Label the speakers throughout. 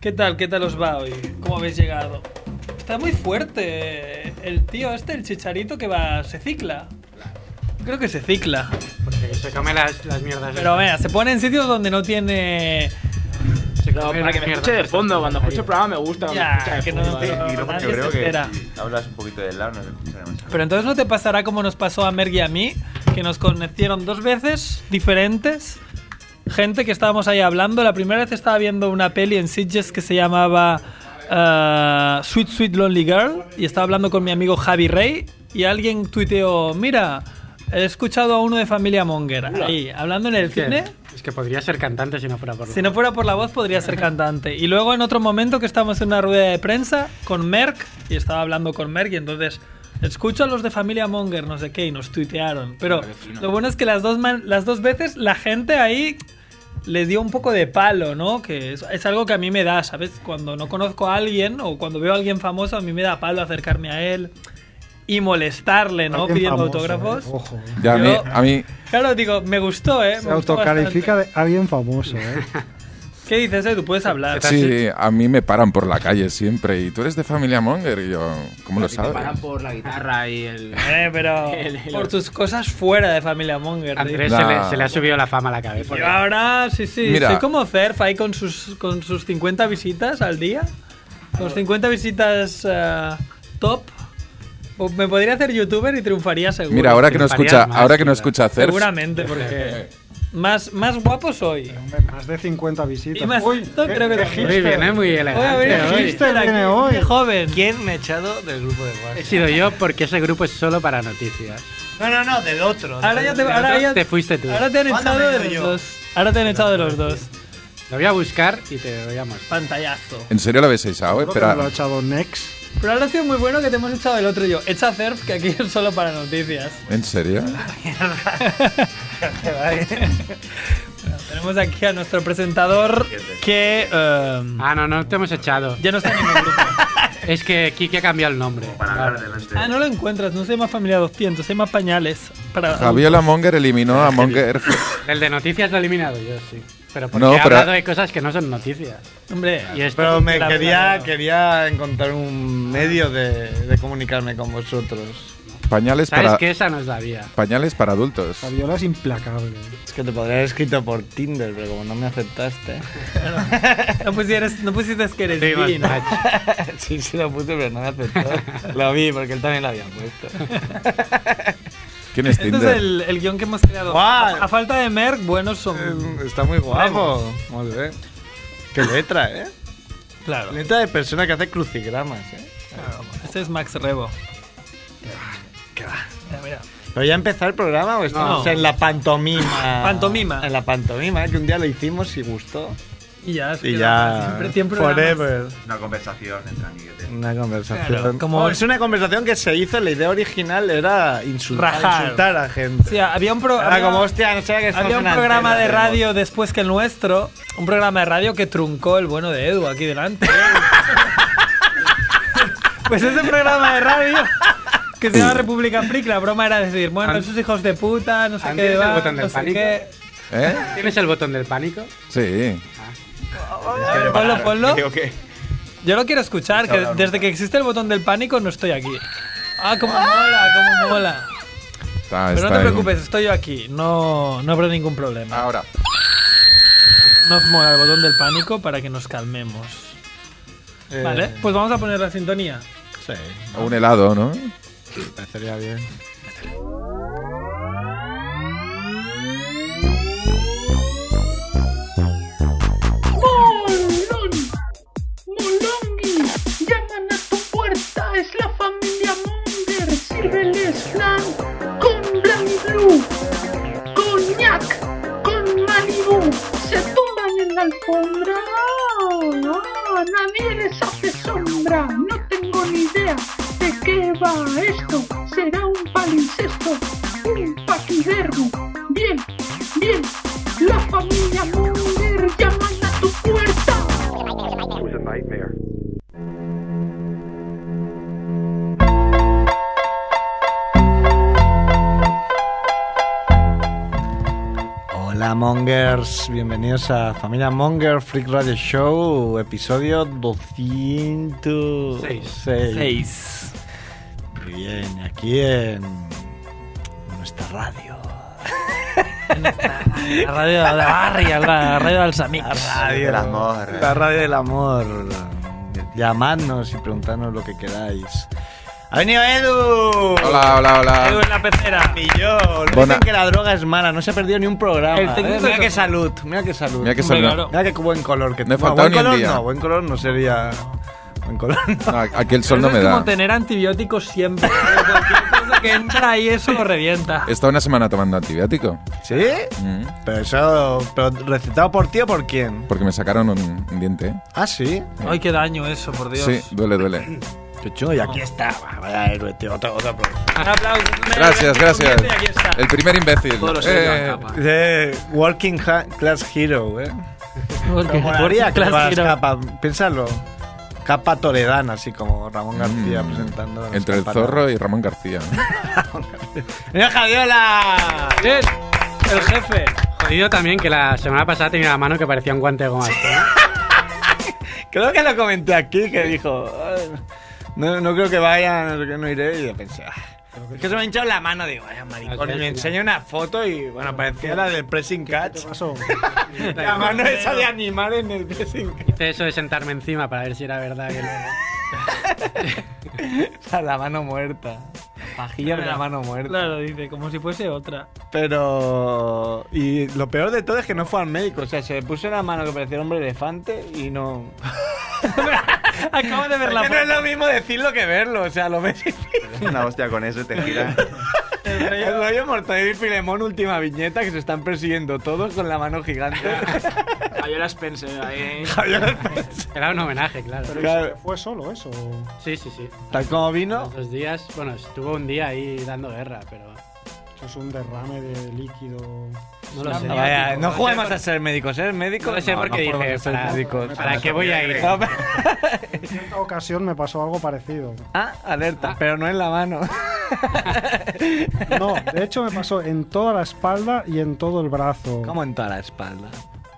Speaker 1: ¿Qué tal? ¿Qué tal os va hoy? ¿Cómo habéis llegado? Está muy fuerte el tío este, el chicharito que va, se cicla. Creo que se cicla.
Speaker 2: Porque Eh, se come las, las mierdas.
Speaker 1: Pero
Speaker 2: esas.
Speaker 1: vea, se pone en sitios donde no tiene...
Speaker 2: Se
Speaker 3: No,
Speaker 2: come
Speaker 3: para
Speaker 2: las
Speaker 3: que me
Speaker 2: mierdas
Speaker 3: escuche de
Speaker 2: esas.
Speaker 3: fondo, cuando escucho el programa me gusta.
Speaker 1: Ya,
Speaker 3: me escucha de
Speaker 1: que
Speaker 3: fondo.
Speaker 1: no-
Speaker 4: Y no porque
Speaker 1: Nadie
Speaker 4: creo
Speaker 1: se
Speaker 4: que
Speaker 1: entera.
Speaker 4: si hablas un poquito del lado, no se escucha demasiado.
Speaker 1: Pero entonces no te pasará como nos pasó a Merck y a mí, que nos conocieron dos veces diferentes. Gente que estábamos ahí hablando. La primera vez estaba viendo una peli en Sitges que se llamaba eh, Sweet Sweet Lonely Girl y estaba hablando con mi amigo Javi Rey y alguien tuiteó, mira, he escuchado a uno de familia Monger ahí, hablando en el
Speaker 2: Es que-
Speaker 1: cine.
Speaker 2: Es que podría ser cantante si no fuera por
Speaker 1: Si no fuera por la voz, podría ser cantante. Y luego, en otro momento que estábamos en una rueda de prensa con Merck, y estaba hablando con Merck, y entonces escucho a los de familia Monger, no sé qué, y nos tuitearon. Pero lo bueno es que las dos, man- las dos veces la gente ahí les dio un poco de palo, ¿no? Que es, es algo que a mí me da, ¿sabes? Cuando no conozco a alguien o cuando veo a alguien famoso, a mí me da palo acercarme a él y molestarle, ¿no?
Speaker 5: Alguien
Speaker 1: Pidiendo
Speaker 5: famoso,
Speaker 1: autógrafos.
Speaker 5: eh, ojo. eh.
Speaker 6: Ya, a mí,
Speaker 1: Yo-
Speaker 6: a mí,
Speaker 1: Claro, digo, me gustó, ¿eh?
Speaker 5: Se
Speaker 1: Me gustó bastante.
Speaker 5: autocalifica de alguien famoso, ¿eh?
Speaker 1: ¿Qué dices, eh? Tú puedes hablar.
Speaker 6: sí, a mí me paran por la calle siempre. Y tú eres de familia Monger. Y yo, ¿cómo lo
Speaker 3: Que te
Speaker 6: sabes?
Speaker 3: paran por la guitarra y el.
Speaker 1: Eh, pero
Speaker 3: El- el-
Speaker 1: por tus cosas fuera de Familia Monger. te
Speaker 2: Andrés
Speaker 1: digo.
Speaker 2: se,
Speaker 6: Nah.
Speaker 2: le, se le ha subido la fama a la cabeza.
Speaker 1: Yo ahora, sí, sí,
Speaker 6: Mira.
Speaker 1: soy como Cerf ahí con sus, con sus 50 visitas al día. Con 50 visitas eh, top. O Me podría hacer youtuber y triunfaría seguro.
Speaker 6: Mira, ahora que no escucha,
Speaker 2: Triunfarías más,
Speaker 6: ahora que no
Speaker 2: tío.
Speaker 6: escucha hacer.
Speaker 1: Seguramente, porque más, más guapo soy.
Speaker 5: Hombre, Más de 50 visitas.
Speaker 1: Y más, esto creo que
Speaker 5: qué
Speaker 1: te-
Speaker 5: hipster.
Speaker 2: Muy bien, ¿eh? muy
Speaker 1: Voy a ver
Speaker 5: Qué
Speaker 1: el
Speaker 2: elegante. hoy.
Speaker 5: hipster.
Speaker 1: hipster aquí,
Speaker 7: eh,
Speaker 5: viene hoy.
Speaker 1: qué joven.
Speaker 7: ¿Quién me ha echado del grupo de WhatsApp?
Speaker 2: He sido yo porque ese grupo es solo para noticias.
Speaker 7: No, no, no, del otro.
Speaker 1: Ahora ya te,
Speaker 7: Del
Speaker 1: ahora
Speaker 7: otro.
Speaker 1: ya-
Speaker 2: Te fuiste tú.
Speaker 1: ahora te han
Speaker 7: ¿Cuándo
Speaker 1: echado
Speaker 7: me
Speaker 1: de
Speaker 7: he ido
Speaker 1: los
Speaker 7: yo?
Speaker 1: dos. Ahora te han echado de los dos.
Speaker 2: Lo voy a buscar y te lo voy a mostrar.
Speaker 1: Pantallazo.
Speaker 6: ¿En serio lo habéis echado? eh?
Speaker 5: Creo que me lo ha
Speaker 6: Espera.
Speaker 5: echado Next.
Speaker 1: Pero ahora ha sido muy bueno que te hemos echado el otro y yo. Echa surf, que aquí es solo para noticias.
Speaker 6: ¿En serio?
Speaker 1: Tenemos aquí a nuestro presentador que em,
Speaker 2: Ah, no, no te hemos echado.
Speaker 1: ya no está en ningún grupo.
Speaker 2: Es que Kike ha cambiado el nombre. Claro.
Speaker 1: Ah, no lo encuentras, no se llama Familia 200, se llama Pañales. Para
Speaker 6: Javiola Monger eliminó a Monger.
Speaker 2: El de noticias lo he eliminado yo, sí. Pero porque
Speaker 6: No,
Speaker 2: he
Speaker 6: pero-
Speaker 2: hablado de cosas que no son noticias.
Speaker 1: Hombre,
Speaker 2: Y esto-
Speaker 7: Pero me
Speaker 1: La verdad,
Speaker 7: quería,
Speaker 1: no.
Speaker 7: quería encontrar un medio de, de comunicarme con vosotros.
Speaker 6: Pañales
Speaker 2: ¿Sabes
Speaker 6: para,
Speaker 2: que esa no es la vía?
Speaker 6: pañales para adultos.
Speaker 5: Fabiola es implacable.
Speaker 7: Es que te podría haber escrito por Tinder, pero como no me aceptaste.
Speaker 1: no pusieras- no pusiste, que eres
Speaker 2: Sí,
Speaker 1: gay, ¿no?
Speaker 2: más macho.
Speaker 7: sí, sí lo puse, pero no me aceptó. Lo vi, porque él también lo había puesto.
Speaker 6: ¿Quién es
Speaker 1: Este es
Speaker 6: Tinder?
Speaker 1: el, el guión que hemos creado.
Speaker 7: ¡Guau!
Speaker 1: A, a falta de Merck, buenos son.
Speaker 7: Eh, Está muy guapo. Muy bien. Qué letra, ¿eh?
Speaker 1: Claro.
Speaker 7: Letra de persona que hace crucigramas, ¿eh?
Speaker 1: Este es Max Rebo. ¿Qué va? Mira, mira.
Speaker 7: ¿Pero ya empezó el programa o estamos
Speaker 1: No.
Speaker 7: en la pantomima?
Speaker 1: Pantomima.
Speaker 7: En la pantomima, ¿eh? que un día lo hicimos y gustó.
Speaker 1: Y ya, es
Speaker 7: Y
Speaker 1: que
Speaker 7: ya. eh,
Speaker 1: Siempre, siempre
Speaker 7: forever.
Speaker 4: Una conversación entre amiguetes.
Speaker 7: Una conversación.
Speaker 1: Claro, como-
Speaker 7: es una conversación que se hizo, la idea original era insultar,
Speaker 1: Rajar.
Speaker 7: insultar a gente.
Speaker 1: Sí, había un
Speaker 2: Ah,
Speaker 1: pro-
Speaker 7: era
Speaker 1: había-
Speaker 2: este
Speaker 7: como, hostia, no sabía que estamos
Speaker 1: Había un
Speaker 7: en
Speaker 1: programa
Speaker 7: antena,
Speaker 1: de
Speaker 7: tenemos-
Speaker 1: radio después que el nuestro, un programa de radio que truncó el bueno de Edu aquí delante. pues ese programa de radio que se llama República Freak, la broma era decir, bueno,
Speaker 2: And-
Speaker 1: esos hijos de puta, no sé
Speaker 2: Antes
Speaker 1: qué,
Speaker 2: el
Speaker 1: van,
Speaker 2: botón del
Speaker 1: no sé
Speaker 2: pánico.
Speaker 1: qué.
Speaker 6: ¿Eh?
Speaker 2: ¿Tienes el botón del pánico?
Speaker 6: Sí.
Speaker 1: Ah, Ponlo, ponlo.
Speaker 4: Digo que
Speaker 1: Yo lo quiero escuchar, que desde que existe el botón del pánico no estoy aquí. Ah, cómo mola, cómo mola.
Speaker 6: Está,
Speaker 1: Pero
Speaker 6: está
Speaker 1: no te
Speaker 6: ahí.
Speaker 1: preocupes, estoy yo aquí, no, no habrá ningún problema.
Speaker 6: Ahora.
Speaker 1: Nos mola el botón del pánico para que nos calmemos.
Speaker 7: Eh,
Speaker 1: Vale, pues vamos a poner la sintonía.
Speaker 7: Sí,
Speaker 6: Un helado, ¿no?
Speaker 7: parecería bien.
Speaker 8: ¡Molón! ¡Molongi! ¡Llaman a tu puerta! ¡Es la familia Monger! ¡Sírveles flan con Blanc Blue! ¡Coñac! ¡Con Malibu! ¡Se tumban en la alfombra! ¡Ah! ¡Nadie les hace sombra! ¡No tengo ni idea de qué va esto! ¡Será un palincesto! ¡Un paquidermo! ¡Bien! ¡Bien! ¡La familia Monger llaman a tu puerta!
Speaker 7: Hola Hola Mongers, bienvenidos a Familia Monger Freak Radio Show, episodio 206.
Speaker 1: Seis.
Speaker 7: Muy bien, aquí en nuestra radio.
Speaker 1: La radio de Barria, la radio de Alsamix.
Speaker 7: radio
Speaker 4: del amor.
Speaker 7: La radio del amor. Llamadnos y preguntadnos lo que queráis. ¡Ha venido Edu!
Speaker 6: Hola, hola,
Speaker 1: Edu
Speaker 6: hola.
Speaker 1: en la pecera.
Speaker 7: Millón.
Speaker 6: Bona-
Speaker 7: Dicen que la droga es mala, no se ha perdido ni un programa.
Speaker 1: El técnico-
Speaker 7: Eh, Mira qué salud, mira qué salud.
Speaker 6: Mira que
Speaker 1: Hombre,
Speaker 6: salió.
Speaker 1: claro.
Speaker 7: Mira qué buen color que
Speaker 6: No he
Speaker 7: tengo.
Speaker 6: faltado
Speaker 7: buen
Speaker 6: ni un
Speaker 7: color
Speaker 6: día.
Speaker 7: no, buen color no sería. Buen color no.
Speaker 6: No, Ah, aquí el sol
Speaker 1: Eso
Speaker 6: no me
Speaker 1: es
Speaker 6: da.
Speaker 1: como tener antibióticos siempre. Cualquier cosa que entra ahí, eso lo revienta.
Speaker 6: He estado una semana tomando antibiótico.
Speaker 7: ¿Sí?
Speaker 6: Mm.
Speaker 7: Pero eso. Pero recetado por ti o por quién?
Speaker 6: Porque me sacaron un, un diente. ¿eh?
Speaker 7: Ah, sí.
Speaker 1: Ay, qué daño eso, por Dios.
Speaker 6: Sí, duele, duele.
Speaker 7: Qué chulo, y aquí está. Va, Vaya héroe, tío. Otro, otro aplauso.
Speaker 1: Un aplauso. un
Speaker 6: Gracias,
Speaker 1: aplauso,
Speaker 6: gracias.
Speaker 1: y aquí está.
Speaker 6: El primer imbécil.
Speaker 1: Todos los
Speaker 6: Eh,
Speaker 1: héroes van capa.
Speaker 7: Eh, working ha- Class Hero, eh.
Speaker 1: Porque
Speaker 7: Molaría que
Speaker 1: Class
Speaker 7: llevaras
Speaker 1: Hero.
Speaker 7: capa. Piénsalo. Capa toledana, así como Ramón García
Speaker 6: mm,
Speaker 7: presentando. las
Speaker 6: Entre el
Speaker 7: campanas.
Speaker 6: zorro y Ramón García.
Speaker 7: ¡Mira, Javiola!
Speaker 1: Bien, el jefe.
Speaker 2: Jodido también que la semana pasada tenía la mano que parecía un guante de goma. ¿eh?
Speaker 7: Creo que lo comenté aquí, que dijo, "Ay, no, no creo que vaya, no, sé qué, no iré, y yo pensé, "Ah". Es que se me ha hinchado la mano, digo, vaya maricón,
Speaker 2: Al
Speaker 7: y me
Speaker 2: final.
Speaker 7: enseñó una foto y, bueno, parecía la del pressing catch.
Speaker 5: Paso.
Speaker 7: La mano esa de animal en el pressing catch.
Speaker 2: Hice eso de sentarme encima para ver si era verdad que no.
Speaker 7: O sea, la mano muerta. Pajilla de la mano muerta.
Speaker 1: Claro, dice, como si fuese otra.
Speaker 7: Pero... Y lo peor de todo es que no fue al médico, o sea, se le puso una mano que parecía hombre elefante y no...
Speaker 1: Acabo de ver la
Speaker 7: Es que no
Speaker 1: foto.
Speaker 7: es lo mismo decirlo que verlo, o sea, lo ves y
Speaker 4: Una hostia con eso y te gira.
Speaker 7: El rollo Mortadelo y Filemón, última viñeta, que se están persiguiendo todos con la mano gigante.
Speaker 3: Javier Spencer ahí.
Speaker 2: Era un homenaje, claro.
Speaker 7: Claro,
Speaker 5: ¿Fue solo eso?
Speaker 2: Sí, sí, sí.
Speaker 7: Tal como vino,
Speaker 2: Los dos días, bueno, estuvo un día ahí dando guerra, pero
Speaker 5: Eso es un derrame de líquido.
Speaker 2: no lo sé.
Speaker 7: no, vaya, no
Speaker 2: sé
Speaker 7: juguemos
Speaker 2: por-
Speaker 7: a ser médicos, ¿eh? Médico.
Speaker 2: No lo sé
Speaker 7: no,
Speaker 2: porque
Speaker 7: no
Speaker 2: dije,
Speaker 7: podemos ser
Speaker 2: para,
Speaker 7: médicos.
Speaker 2: ¿para qué voy a ir?
Speaker 7: No, pero-
Speaker 5: En esta ocasión me pasó algo parecido.
Speaker 7: ah, alerta, pero no en la mano.
Speaker 5: No, de hecho me pasó en toda la espalda y en todo el brazo.
Speaker 7: ¿Cómo en toda la espalda?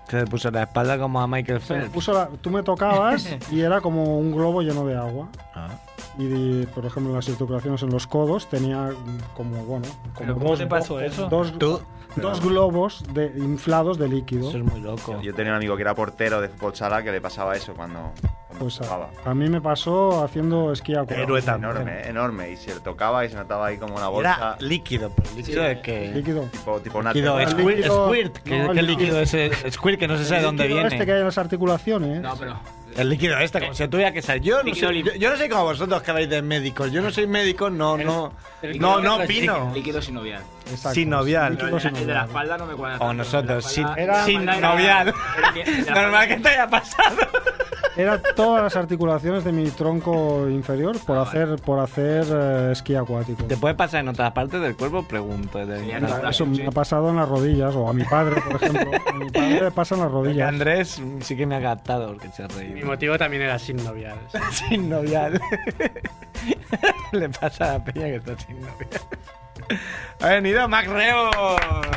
Speaker 7: Se le puso la espalda como a Michael
Speaker 5: Se me
Speaker 7: Phelps.
Speaker 5: puso la- tú me tocabas y era como un globo lleno de agua.
Speaker 7: Ah.
Speaker 5: Y di- por ejemplo, las circulaciones en los codos tenía mm, como, bueno, como
Speaker 1: ¿Pero cómo te pasó
Speaker 5: bo-
Speaker 1: eso?
Speaker 5: Dos,
Speaker 7: Tú,
Speaker 5: dos globos de, inflados de líquido.
Speaker 7: eso es muy loco.
Speaker 4: Yo tenía un amigo que era portero de fútbol sala que le pasaba eso cuando, cuando
Speaker 5: Pues a,
Speaker 4: jugaba.
Speaker 5: a mí me pasó haciendo esquí acuático.
Speaker 7: Héroe también.
Speaker 4: Enorme, eh, enorme. Y se le tocaba y se notaba ahí como una
Speaker 7: Era
Speaker 4: bolsa.
Speaker 7: líquido, pero líquido de que...
Speaker 5: Líquido.
Speaker 4: Tipo, tipo una
Speaker 7: Líquido,
Speaker 4: tela.
Speaker 7: squirt,
Speaker 5: líquido-
Speaker 7: squirt, que,
Speaker 5: no,
Speaker 7: que
Speaker 5: el líquido-
Speaker 7: líquido ese, squirt que no se sabe de dónde
Speaker 5: Líquido
Speaker 7: viene.
Speaker 5: Este que hay en las articulaciones.
Speaker 3: No, pero.
Speaker 7: El líquido este, como si tuviera que salir. Yo no,
Speaker 3: Líquido
Speaker 7: soy,
Speaker 3: limpio.
Speaker 7: yo, yo no soy como vosotros que habéis de médicos. Yo no soy médico, no, no.
Speaker 2: el
Speaker 7: No,
Speaker 2: líquido
Speaker 7: no
Speaker 2: que
Speaker 7: opino.
Speaker 3: Líquido sinovial.
Speaker 5: Exacto,
Speaker 7: Sinovial.
Speaker 3: Pero el,
Speaker 5: líquido
Speaker 3: el de la
Speaker 5: sinovial.
Speaker 3: espalda no me cuadra.
Speaker 7: O
Speaker 3: tanto,
Speaker 7: nosotros,
Speaker 3: el
Speaker 7: sin,
Speaker 3: de la espalda-
Speaker 5: Era-
Speaker 7: sin
Speaker 3: el de la
Speaker 7: novial.
Speaker 3: espalda- el de-
Speaker 2: este
Speaker 3: el de la
Speaker 7: Normal que
Speaker 3: espalda-
Speaker 7: te haya pasado.
Speaker 5: Era todas las articulaciones de mi tronco inferior por hacer, por hacer eh, esquí acuático.
Speaker 7: ¿Te puede pasar en otras partes del cuerpo? Pregunto.
Speaker 3: Sí,
Speaker 7: De,
Speaker 3: anda.
Speaker 5: Ah, Eso me ha pasado en las rodillas, o a mi padre, por ejemplo. A mi padre le pasa en las
Speaker 7: Porque
Speaker 5: rodillas.
Speaker 7: Andrés mm, sí que me ha captado porque se ha
Speaker 2: Mi
Speaker 7: reído.
Speaker 2: motivo también era sin novia.
Speaker 7: Sin novial. Le pasa a la peña que está sin novial. Ha venido Mac Reo.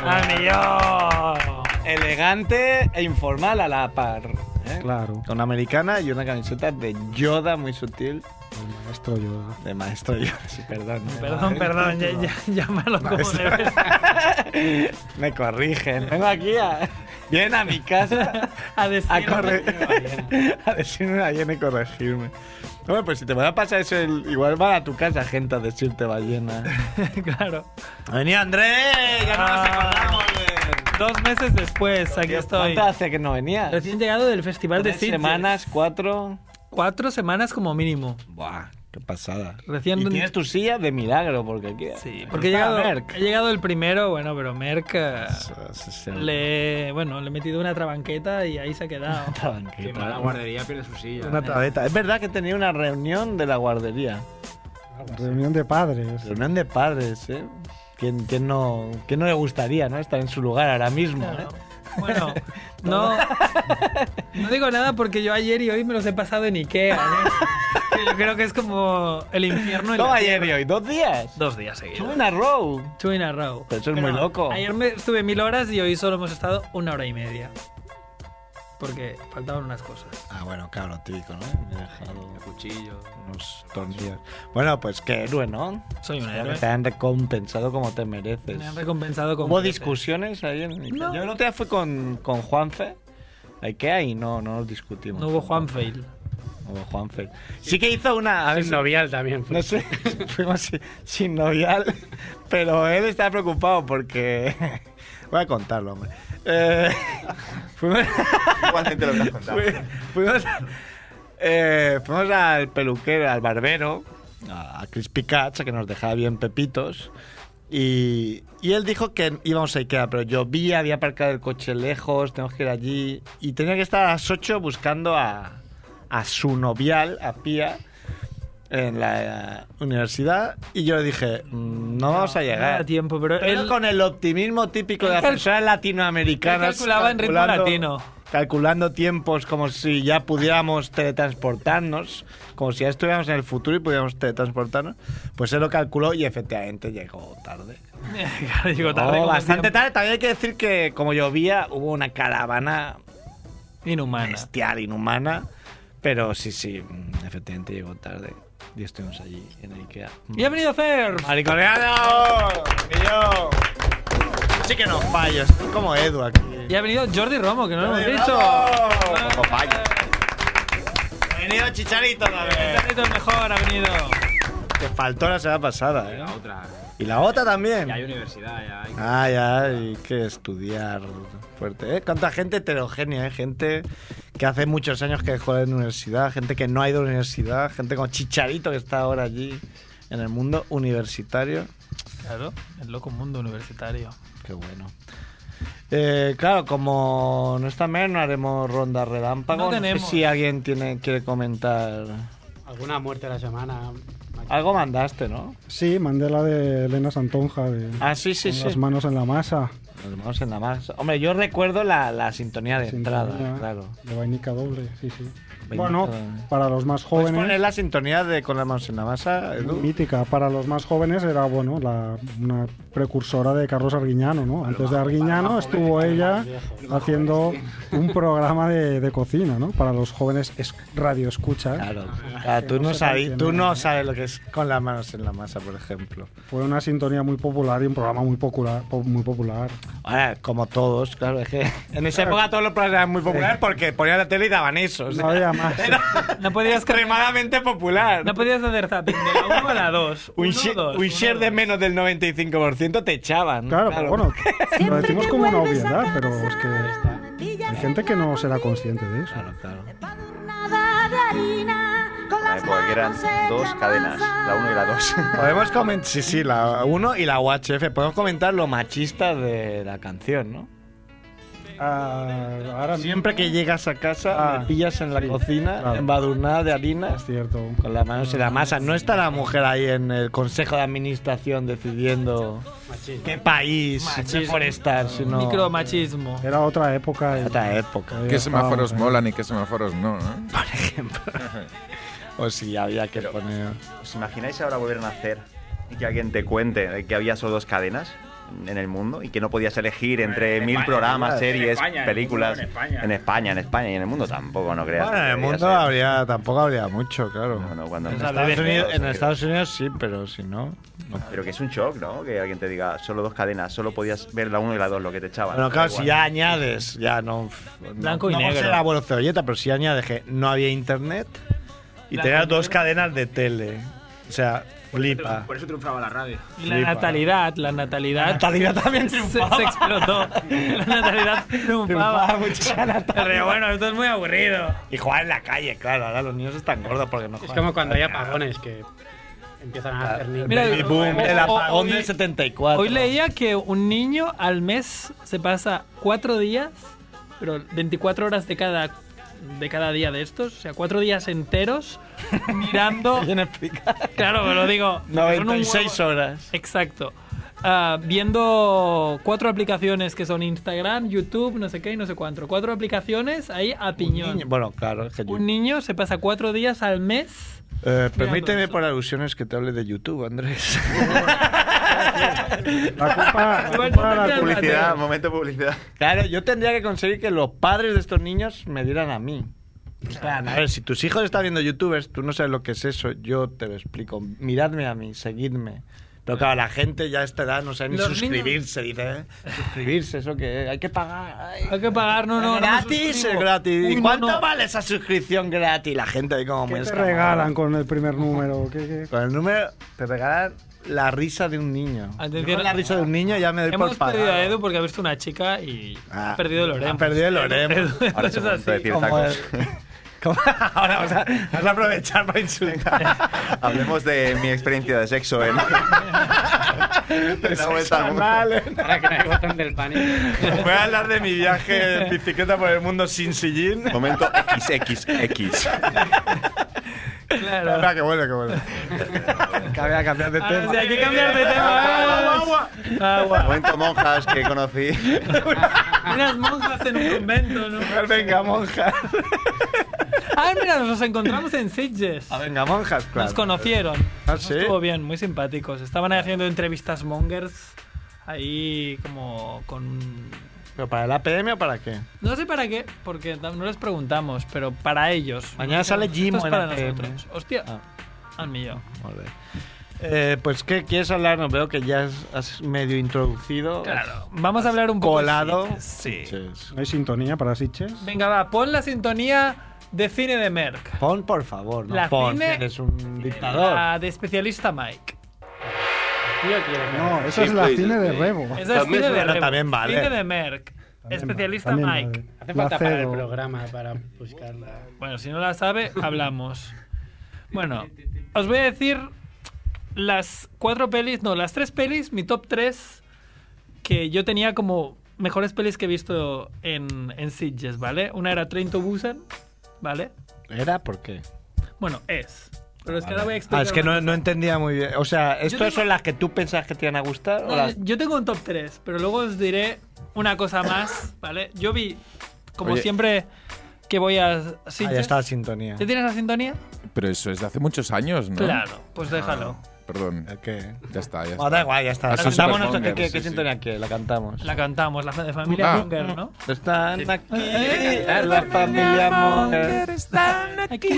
Speaker 2: Ah,
Speaker 1: ¡Amigo!
Speaker 7: Elegante e informal a la par. ¿eh?
Speaker 5: Claro,
Speaker 7: Una americana y una camiseta de Yoda muy sutil.
Speaker 5: el maestro Yoda.
Speaker 7: De maestro Yoda, sí, perdón.
Speaker 1: Perdón, perdón, ya, ya, llámalo como debes.
Speaker 7: Me corrigen. Vengo aquí a. Vienen a mi casa
Speaker 1: A decir.
Speaker 7: a, corre- a decirme ballena y corregirme. Hombre, pues si te va a pasar eso, el- igual van a tu casa gente a decirte ballena.
Speaker 1: Claro.
Speaker 7: ¡Vení, Andrés! ¡Ya no nos
Speaker 1: Ah.
Speaker 7: acordamos de-
Speaker 1: Dos meses después, aquí estoy.
Speaker 7: ¿Cuánto hace que no venías?
Speaker 1: Recién llegado del Festival de
Speaker 7: Tres
Speaker 1: Sitges.
Speaker 7: semanas, cuatro.
Speaker 1: Cuatro semanas como mínimo.
Speaker 7: Buah, qué pasada.
Speaker 1: Recién.
Speaker 7: Y tienes tu silla de milagro, porque aquí.
Speaker 1: Sí,
Speaker 7: aquí
Speaker 1: porque he
Speaker 7: está
Speaker 1: llegado,
Speaker 7: Merck.
Speaker 1: he llegado el primero, bueno, pero Merck eh,
Speaker 7: Se- se-
Speaker 1: le, bueno, le he metido una trabanqueta y ahí se ha quedado.
Speaker 7: Esta banqueta.
Speaker 3: Que mala guardería pierde su silla.
Speaker 7: Una tableta. Es verdad que tenía una reunión de la guardería.
Speaker 5: Reunión de padres.
Speaker 7: Reunión de padres, ¿eh? ¿Quién, quién no, quién no le gustaría ¿no? estar en su lugar ahora mismo?
Speaker 1: Claro. Bueno, no, no digo nada porque yo ayer y hoy me los he pasado en Ikea. ¿eh? Yo creo que es como el infierno en la
Speaker 7: Toma
Speaker 1: tierra.
Speaker 7: Jerry hoy, dos días.
Speaker 1: Dos días
Speaker 7: Sube
Speaker 1: seguidos.
Speaker 7: una row.
Speaker 1: Two in a row.
Speaker 7: Pero eso es muy loco.
Speaker 1: Ayer me estuve mil horas y hoy solo hemos estado una hora y media. Porque faltaban unas cosas.
Speaker 7: Ah, bueno, claro, típico, ¿no? Me he dejado
Speaker 3: Cuchillo.
Speaker 7: unos tornillos. Bueno, pues qué héroe, ¿no?
Speaker 1: Soy un
Speaker 7: Espero
Speaker 1: héroe.
Speaker 7: que Te han recompensado como te mereces.
Speaker 1: Me han recompensado con.
Speaker 7: ¿Hubo
Speaker 1: creces.
Speaker 7: discusiones ahí en el
Speaker 1: No.
Speaker 7: Yo el otro día fui con, con Juanfe. a Ikea y no, no nos discutimos.
Speaker 1: No hubo Juan Fail.
Speaker 7: No hubo Juanfe. Sí que hizo una. A ver,
Speaker 2: Es novial también.
Speaker 7: No sé, fuimos sin, sin novial, pero él estaba preocupado porque. Voy a contarlo, hombre. Eh, fuimos,
Speaker 4: Igualmente lo que has contado.
Speaker 7: fui- fuimos, eh, fuimos al peluquero, al barbero, a, a Crispy Cats, a que nos dejaba bien pepitos. Y, y él dijo que íbamos a Ikea, pero llovía, había aparcado el coche lejos, tenemos que ir allí. Y tenía que estar a las 8 buscando a, a su novial, a Pía, en la universidad. Y yo le dije, "Mm, no, vamos a
Speaker 1: Nada
Speaker 7: llegar.
Speaker 1: tiempo, pero
Speaker 7: Pero
Speaker 1: él.
Speaker 7: con el optimismo típico de
Speaker 1: Él
Speaker 7: las
Speaker 1: cal-
Speaker 7: personas latinoamericanas.
Speaker 1: él calculaba en ritmo
Speaker 7: calculando-
Speaker 1: latino.
Speaker 7: Calculando tiempos como si ya pudiéramos teletransportarnos, como si ya estuviéramos en el futuro y pudiéramos teletransportarnos. Pues él lo calculó y efectivamente llegó tarde.
Speaker 1: Claro, llegó tarde.
Speaker 7: Oh,
Speaker 1: como
Speaker 7: bastante
Speaker 1: siempre.
Speaker 7: tarde. También hay que decir que como llovía, hubo una caravana
Speaker 1: Inhumana.
Speaker 7: bestial, inhumana. Pero sí, sí, mm, efectivamente llegó tarde. Y estuvimos allí en Ikea.
Speaker 1: Bienvenido, Fer.
Speaker 7: ¡Mariconeado! ¡Mío! Sí que no fallas, tú como Edu aquí.
Speaker 1: Y ha venido Jordi Romo, que no lo hemos
Speaker 7: Jordi
Speaker 1: dicho.
Speaker 7: Romo.
Speaker 4: Ojo, vaya.
Speaker 7: Bienvenido Chicharito también.
Speaker 1: Jordi el mejor ha venido.
Speaker 7: Te faltó la semana pasada, ¿eh?
Speaker 3: La otra.
Speaker 7: Y la otra también.
Speaker 3: Ya hay universidad, ya hay.
Speaker 7: Ah, ya, hay que estudiar fuerte. ¿eh? Cuánta gente heterogénea, ¿eh? gente que hace muchos años que dejó la universidad, gente que no ha ido a la universidad, gente como Chicharito que está ahora allí en el mundo universitario.
Speaker 1: Claro, el loco mundo universitario.
Speaker 7: Qué bueno. Eh, claro, como no está menos, no haremos ronda relámpago.
Speaker 1: No
Speaker 7: sé
Speaker 1: tenemos.
Speaker 7: si alguien tiene, quiere comentar.
Speaker 2: Alguna muerte a la semana.
Speaker 7: Algo mandaste, ¿no?
Speaker 5: Sí, mandé la de Elena Santonja de
Speaker 7: Ah, sí, sí,
Speaker 5: con
Speaker 7: sí.
Speaker 5: las manos en la masa.
Speaker 7: Nos vamos en la masa. Hombre, yo recuerdo la, la sintonía de entrada,
Speaker 5: Sintonía
Speaker 7: claro.
Speaker 5: De vainica doble, sí, sí.
Speaker 7: Vainica
Speaker 5: bueno,
Speaker 7: doble.
Speaker 5: para los más
Speaker 7: ¿Puedes
Speaker 5: jóvenes. eh,
Speaker 7: poner la sintonía de con las manos en la masa, Edu?
Speaker 5: Mítica, para los más jóvenes era bueno, la, una precursora de Carlos Arguiñano, ¿no? Antes de Arguiñano estuvo ella haciendo un programa de, de cocina, ¿no? Para los jóvenes es radio escucha.
Speaker 7: Claro. Claro, tú,
Speaker 5: Ah, Que no
Speaker 7: no
Speaker 5: sepan
Speaker 7: sabes,
Speaker 5: quién
Speaker 7: tú
Speaker 5: es,
Speaker 7: no
Speaker 5: ¿no?
Speaker 7: sabes lo que es con las manos en la masa, por ejemplo.
Speaker 5: Fue una sintonía muy popular y un programa muy popular, po- muy popular.
Speaker 7: Ahora, como todos, claro, es que en esa época todos los programas eran muy populares porque ponían la tele y daban eso. o sea,
Speaker 5: No había más.
Speaker 1: No podías,
Speaker 7: extremadamente popular.
Speaker 1: no podías hacer zapping de la 1 a la 2.
Speaker 7: un share, un share de menos del 95% te echaban.
Speaker 5: Claro, pero bueno, lo decimos como una obviedad, pero es que hay gente que no será consciente de eso.
Speaker 7: Claro, claro.
Speaker 4: La época que eran dos cadenas, la 1 y la 2.
Speaker 7: Podemos comentar, sí, sí, la 1 y la UHF. Podemos comentar lo machista de la canción, ¿no?
Speaker 5: Ah, ahora
Speaker 7: Siempre que llegas a casa,
Speaker 5: Ah,
Speaker 7: me pillas en la cocina,
Speaker 5: claro.
Speaker 7: embadurnada de harina,
Speaker 5: es cierto.
Speaker 7: con las manos en la masa. No está la mujer ahí en el consejo de administración decidiendo qué país mejor estar, sino
Speaker 1: Micromachismo.
Speaker 5: Era otra época. y-
Speaker 7: otra época.
Speaker 5: Ahí
Speaker 6: ¿Qué
Speaker 5: estábamos,
Speaker 6: semáforos
Speaker 5: ¿eh?
Speaker 6: molan y qué semáforos no? ¿eh?
Speaker 7: Por ejemplo. o si Pues había que poner.
Speaker 4: ¿Os imagináis ahora volver a nacer y que alguien te cuente de que había solo dos cadenas en el mundo y que no podías elegir entre mil programas, series,
Speaker 3: España, en
Speaker 4: películas?
Speaker 3: el mundo, en España.
Speaker 4: en España, en España y en el mundo tampoco, no creas.
Speaker 7: Bueno, en el
Speaker 4: Debería
Speaker 7: mundo
Speaker 4: ser.
Speaker 7: habría, tampoco habría mucho, claro.
Speaker 4: No, no, cuando
Speaker 7: En,
Speaker 4: en
Speaker 7: Estados
Speaker 4: Estados
Speaker 7: Unidos, en
Speaker 4: Unidos- Ah,
Speaker 7: Estados Unidos sí, pero si no. no.
Speaker 4: Pero que es un shock, ¿no? Que alguien te diga solo dos cadenas, solo podías ver la 1 y la 2, lo que te echaban.
Speaker 7: Bueno, claro,
Speaker 4: Da
Speaker 7: si
Speaker 4: igual.
Speaker 7: ya añades, ya no. no-
Speaker 1: Blanco y
Speaker 7: no
Speaker 1: negro.
Speaker 7: No la abuelo cebolleta, pero si añades que no había internet y
Speaker 1: Blanco
Speaker 7: tenías
Speaker 1: y
Speaker 7: dos
Speaker 1: negro.
Speaker 7: cadenas de tele. O sea, flipa.
Speaker 3: Por eso triunfaba la radio.
Speaker 1: Y la
Speaker 7: Flipa.
Speaker 1: natalidad, la natalidad.
Speaker 7: natalidad también
Speaker 1: se,
Speaker 7: triunfaba.
Speaker 1: se explotó. La natalidad
Speaker 7: Triunfaba
Speaker 1: triunfaba.
Speaker 7: mucho la natalidad.
Speaker 1: Pero bueno, esto es muy aburrido.
Speaker 7: Y jugar en la calle, claro. Ahora los niños están gordos porque no
Speaker 2: Es
Speaker 7: juegan.
Speaker 2: como cuando hay apagones que empiezan a hacer niños.
Speaker 1: Mira,
Speaker 7: Y boom,
Speaker 1: o-
Speaker 7: el
Speaker 1: o-
Speaker 7: apagón
Speaker 1: hoy-
Speaker 7: del 74.
Speaker 1: Hoy leía que un niño al mes se pasa cuatro días, pero 24 horas de cada, de cada día de estos, o sea, cuatro días enteros mirando.
Speaker 7: Bien explicado.
Speaker 1: claro, me lo digo. son un huevo-
Speaker 7: 96 horas.
Speaker 1: Exacto. ah, viendo cuatro aplicaciones que son Instagram, YouTube, no sé qué y no sé cuánto. Cuatro aplicaciones ahí a piñón.
Speaker 7: Niño- Bueno, claro, es que yo-
Speaker 1: Un niño se pasa cuatro días al mes.
Speaker 7: Eh, permíteme
Speaker 1: eso.
Speaker 7: por alusiones que te hable de YouTube, Andrés.
Speaker 5: La culpa, la
Speaker 1: Bueno,
Speaker 5: culpa de
Speaker 1: mira,
Speaker 5: la publicidad.
Speaker 4: Publicidad, momento publicidad.
Speaker 7: Claro, yo tendría que conseguir que los padres de estos niños me dieran a mí. En plan, A ver, si tus hijos están viendo youtubers, tú no sabes lo que es eso, yo te lo explico. Miradme a mí, seguidme. Pero claro, la gente ya a esta edad no sabe ni
Speaker 1: Los
Speaker 7: suscribirse, dice. ¿eh? Suscribirse, eso que es, hay que pagar. ay.
Speaker 1: Hay que pagar, no, no. no me
Speaker 7: gratis,
Speaker 1: suscribo.
Speaker 7: es gratis.
Speaker 1: Uy,
Speaker 7: ¿Y
Speaker 1: no,
Speaker 7: cuánto
Speaker 1: no.
Speaker 7: vale esa suscripción gratis? La gente ahí como
Speaker 5: ¿Qué
Speaker 7: muy
Speaker 5: te
Speaker 7: escamada.
Speaker 5: regalan con el primer número? ¿Qué, qué?
Speaker 7: Con el número te regalan la risa de un niño.
Speaker 1: Atención.
Speaker 7: Yo con la risa de un niño ya me doy
Speaker 1: Hemos
Speaker 7: por pagado.
Speaker 1: perdido a Edu porque ha visto una chica y
Speaker 7: Ah,
Speaker 1: ha perdido el oremo.
Speaker 7: ha perdido el oremo.
Speaker 4: Ahora se
Speaker 1: es
Speaker 4: puede
Speaker 1: así.
Speaker 4: decir
Speaker 7: Como
Speaker 4: tacos.
Speaker 7: el- como- Ahora vas a, vas a aprovechar para insultar.
Speaker 4: Hablemos de mi experiencia de sexo en. en la vuelta al mundo.
Speaker 7: Vale.
Speaker 2: Ahora que no hay botón del pánico.
Speaker 7: Voy a hablar de mi viaje en bicicleta por el mundo sin sillín.
Speaker 4: Momento XXX.
Speaker 1: Claro.
Speaker 7: Espera, que vuelve, que vuelve. Que había que cambiar de
Speaker 1: Ahora
Speaker 7: tema.
Speaker 1: sí, Ah, hay que cambiar de tema. Agua, agua.
Speaker 4: Momento monjas que conocí.
Speaker 1: Unas monjas en un convento, ¿no?
Speaker 7: Pues Venga, monjas.
Speaker 1: Ah, mira, nos los encontramos en Sitges.
Speaker 7: Ah, venga, monjas, claro.
Speaker 1: Nos conocieron.
Speaker 7: Ah,
Speaker 1: Eso
Speaker 7: ¿sí?
Speaker 1: Estuvo bien, muy simpáticos. Estaban ahí haciendo entrevistas mongers. Ahí como con...
Speaker 7: ¿Pero para el APM o para qué?
Speaker 1: No sé para qué, porque tam- no les preguntamos, pero para ellos.
Speaker 7: Mañana
Speaker 1: Dijeron,
Speaker 7: sale
Speaker 1: "Esto
Speaker 7: Jimo
Speaker 1: es
Speaker 7: en
Speaker 1: para
Speaker 7: APM".
Speaker 1: nosotros. Hostia.
Speaker 7: Ah. Pues,
Speaker 1: Al millón.
Speaker 7: Muy bien. Eh, pues, ¿qué quieres hablar? No veo que ya has, has medio introducido.
Speaker 1: Claro. Vamos a hablar un poco. de
Speaker 7: Colado.
Speaker 1: Sitges. Sí.
Speaker 7: Sí.
Speaker 5: ¿No hay sintonía para Sitches?
Speaker 1: Venga, va, pon la sintonía de cine de Merck.
Speaker 7: Pon, por favor, no
Speaker 1: La
Speaker 7: pon.
Speaker 1: cine-
Speaker 7: Eres un dictador.
Speaker 1: La de especialista Mike.
Speaker 2: Tío, quiere que-
Speaker 5: No, eso es la cine de Rebo.
Speaker 1: Esa es
Speaker 3: También-
Speaker 1: cine de
Speaker 7: bueno,
Speaker 1: Rebo.
Speaker 7: también vale.
Speaker 1: Cine de Merck. especialista
Speaker 5: También vale.
Speaker 1: Mike.
Speaker 2: Hace falta
Speaker 5: La
Speaker 2: para el
Speaker 5: cedo.
Speaker 2: programa para buscarla.
Speaker 1: Bueno, si no la sabe, hablamos. Bueno, os voy a decir las cuatro pelis, no, las tres pelis, mi top tres, que yo tenía como mejores pelis que he visto en, en Sitges, ¿vale? Una era Train to Busan, ¿vale?
Speaker 7: ¿Era por qué?
Speaker 1: Bueno, es. Pero es que ahora voy a explicar.
Speaker 7: Ah, es que
Speaker 1: una
Speaker 7: no, no entendía muy bien. O sea, ¿estas
Speaker 1: tengo-
Speaker 7: son las que tú pensabas que te iban a gustar? o
Speaker 1: No,
Speaker 7: las-
Speaker 1: Yo tengo un top 3, pero luego os diré una cosa más, ¿vale? Yo vi, como
Speaker 6: Oye.
Speaker 1: siempre que voy a
Speaker 7: Ah, Ahí
Speaker 1: Sitges...
Speaker 7: está la sintonía.
Speaker 1: ¿Ya tienes la sintonía?
Speaker 6: Pero eso es de hace muchos años, ¿no?
Speaker 1: Claro, pues déjalo.
Speaker 6: Perdón.
Speaker 2: Eh,
Speaker 7: ¿El qué?
Speaker 6: Ya está, ya está.
Speaker 1: Oh,
Speaker 7: Bueno, da igual, ya está.
Speaker 6: Ah,
Speaker 7: La
Speaker 6: sí,
Speaker 7: cantamos
Speaker 6: Supermonger,
Speaker 7: nosotros. ¿Qué, qué-
Speaker 6: sí,
Speaker 7: qué
Speaker 6: sí.
Speaker 7: sintonía que La cantamos.
Speaker 1: La cantamos, la de familia
Speaker 6: Ah.
Speaker 1: Munger, ¿no?
Speaker 7: Están aquí,
Speaker 1: Eh,
Speaker 7: es la familia Monger.
Speaker 1: Aquí.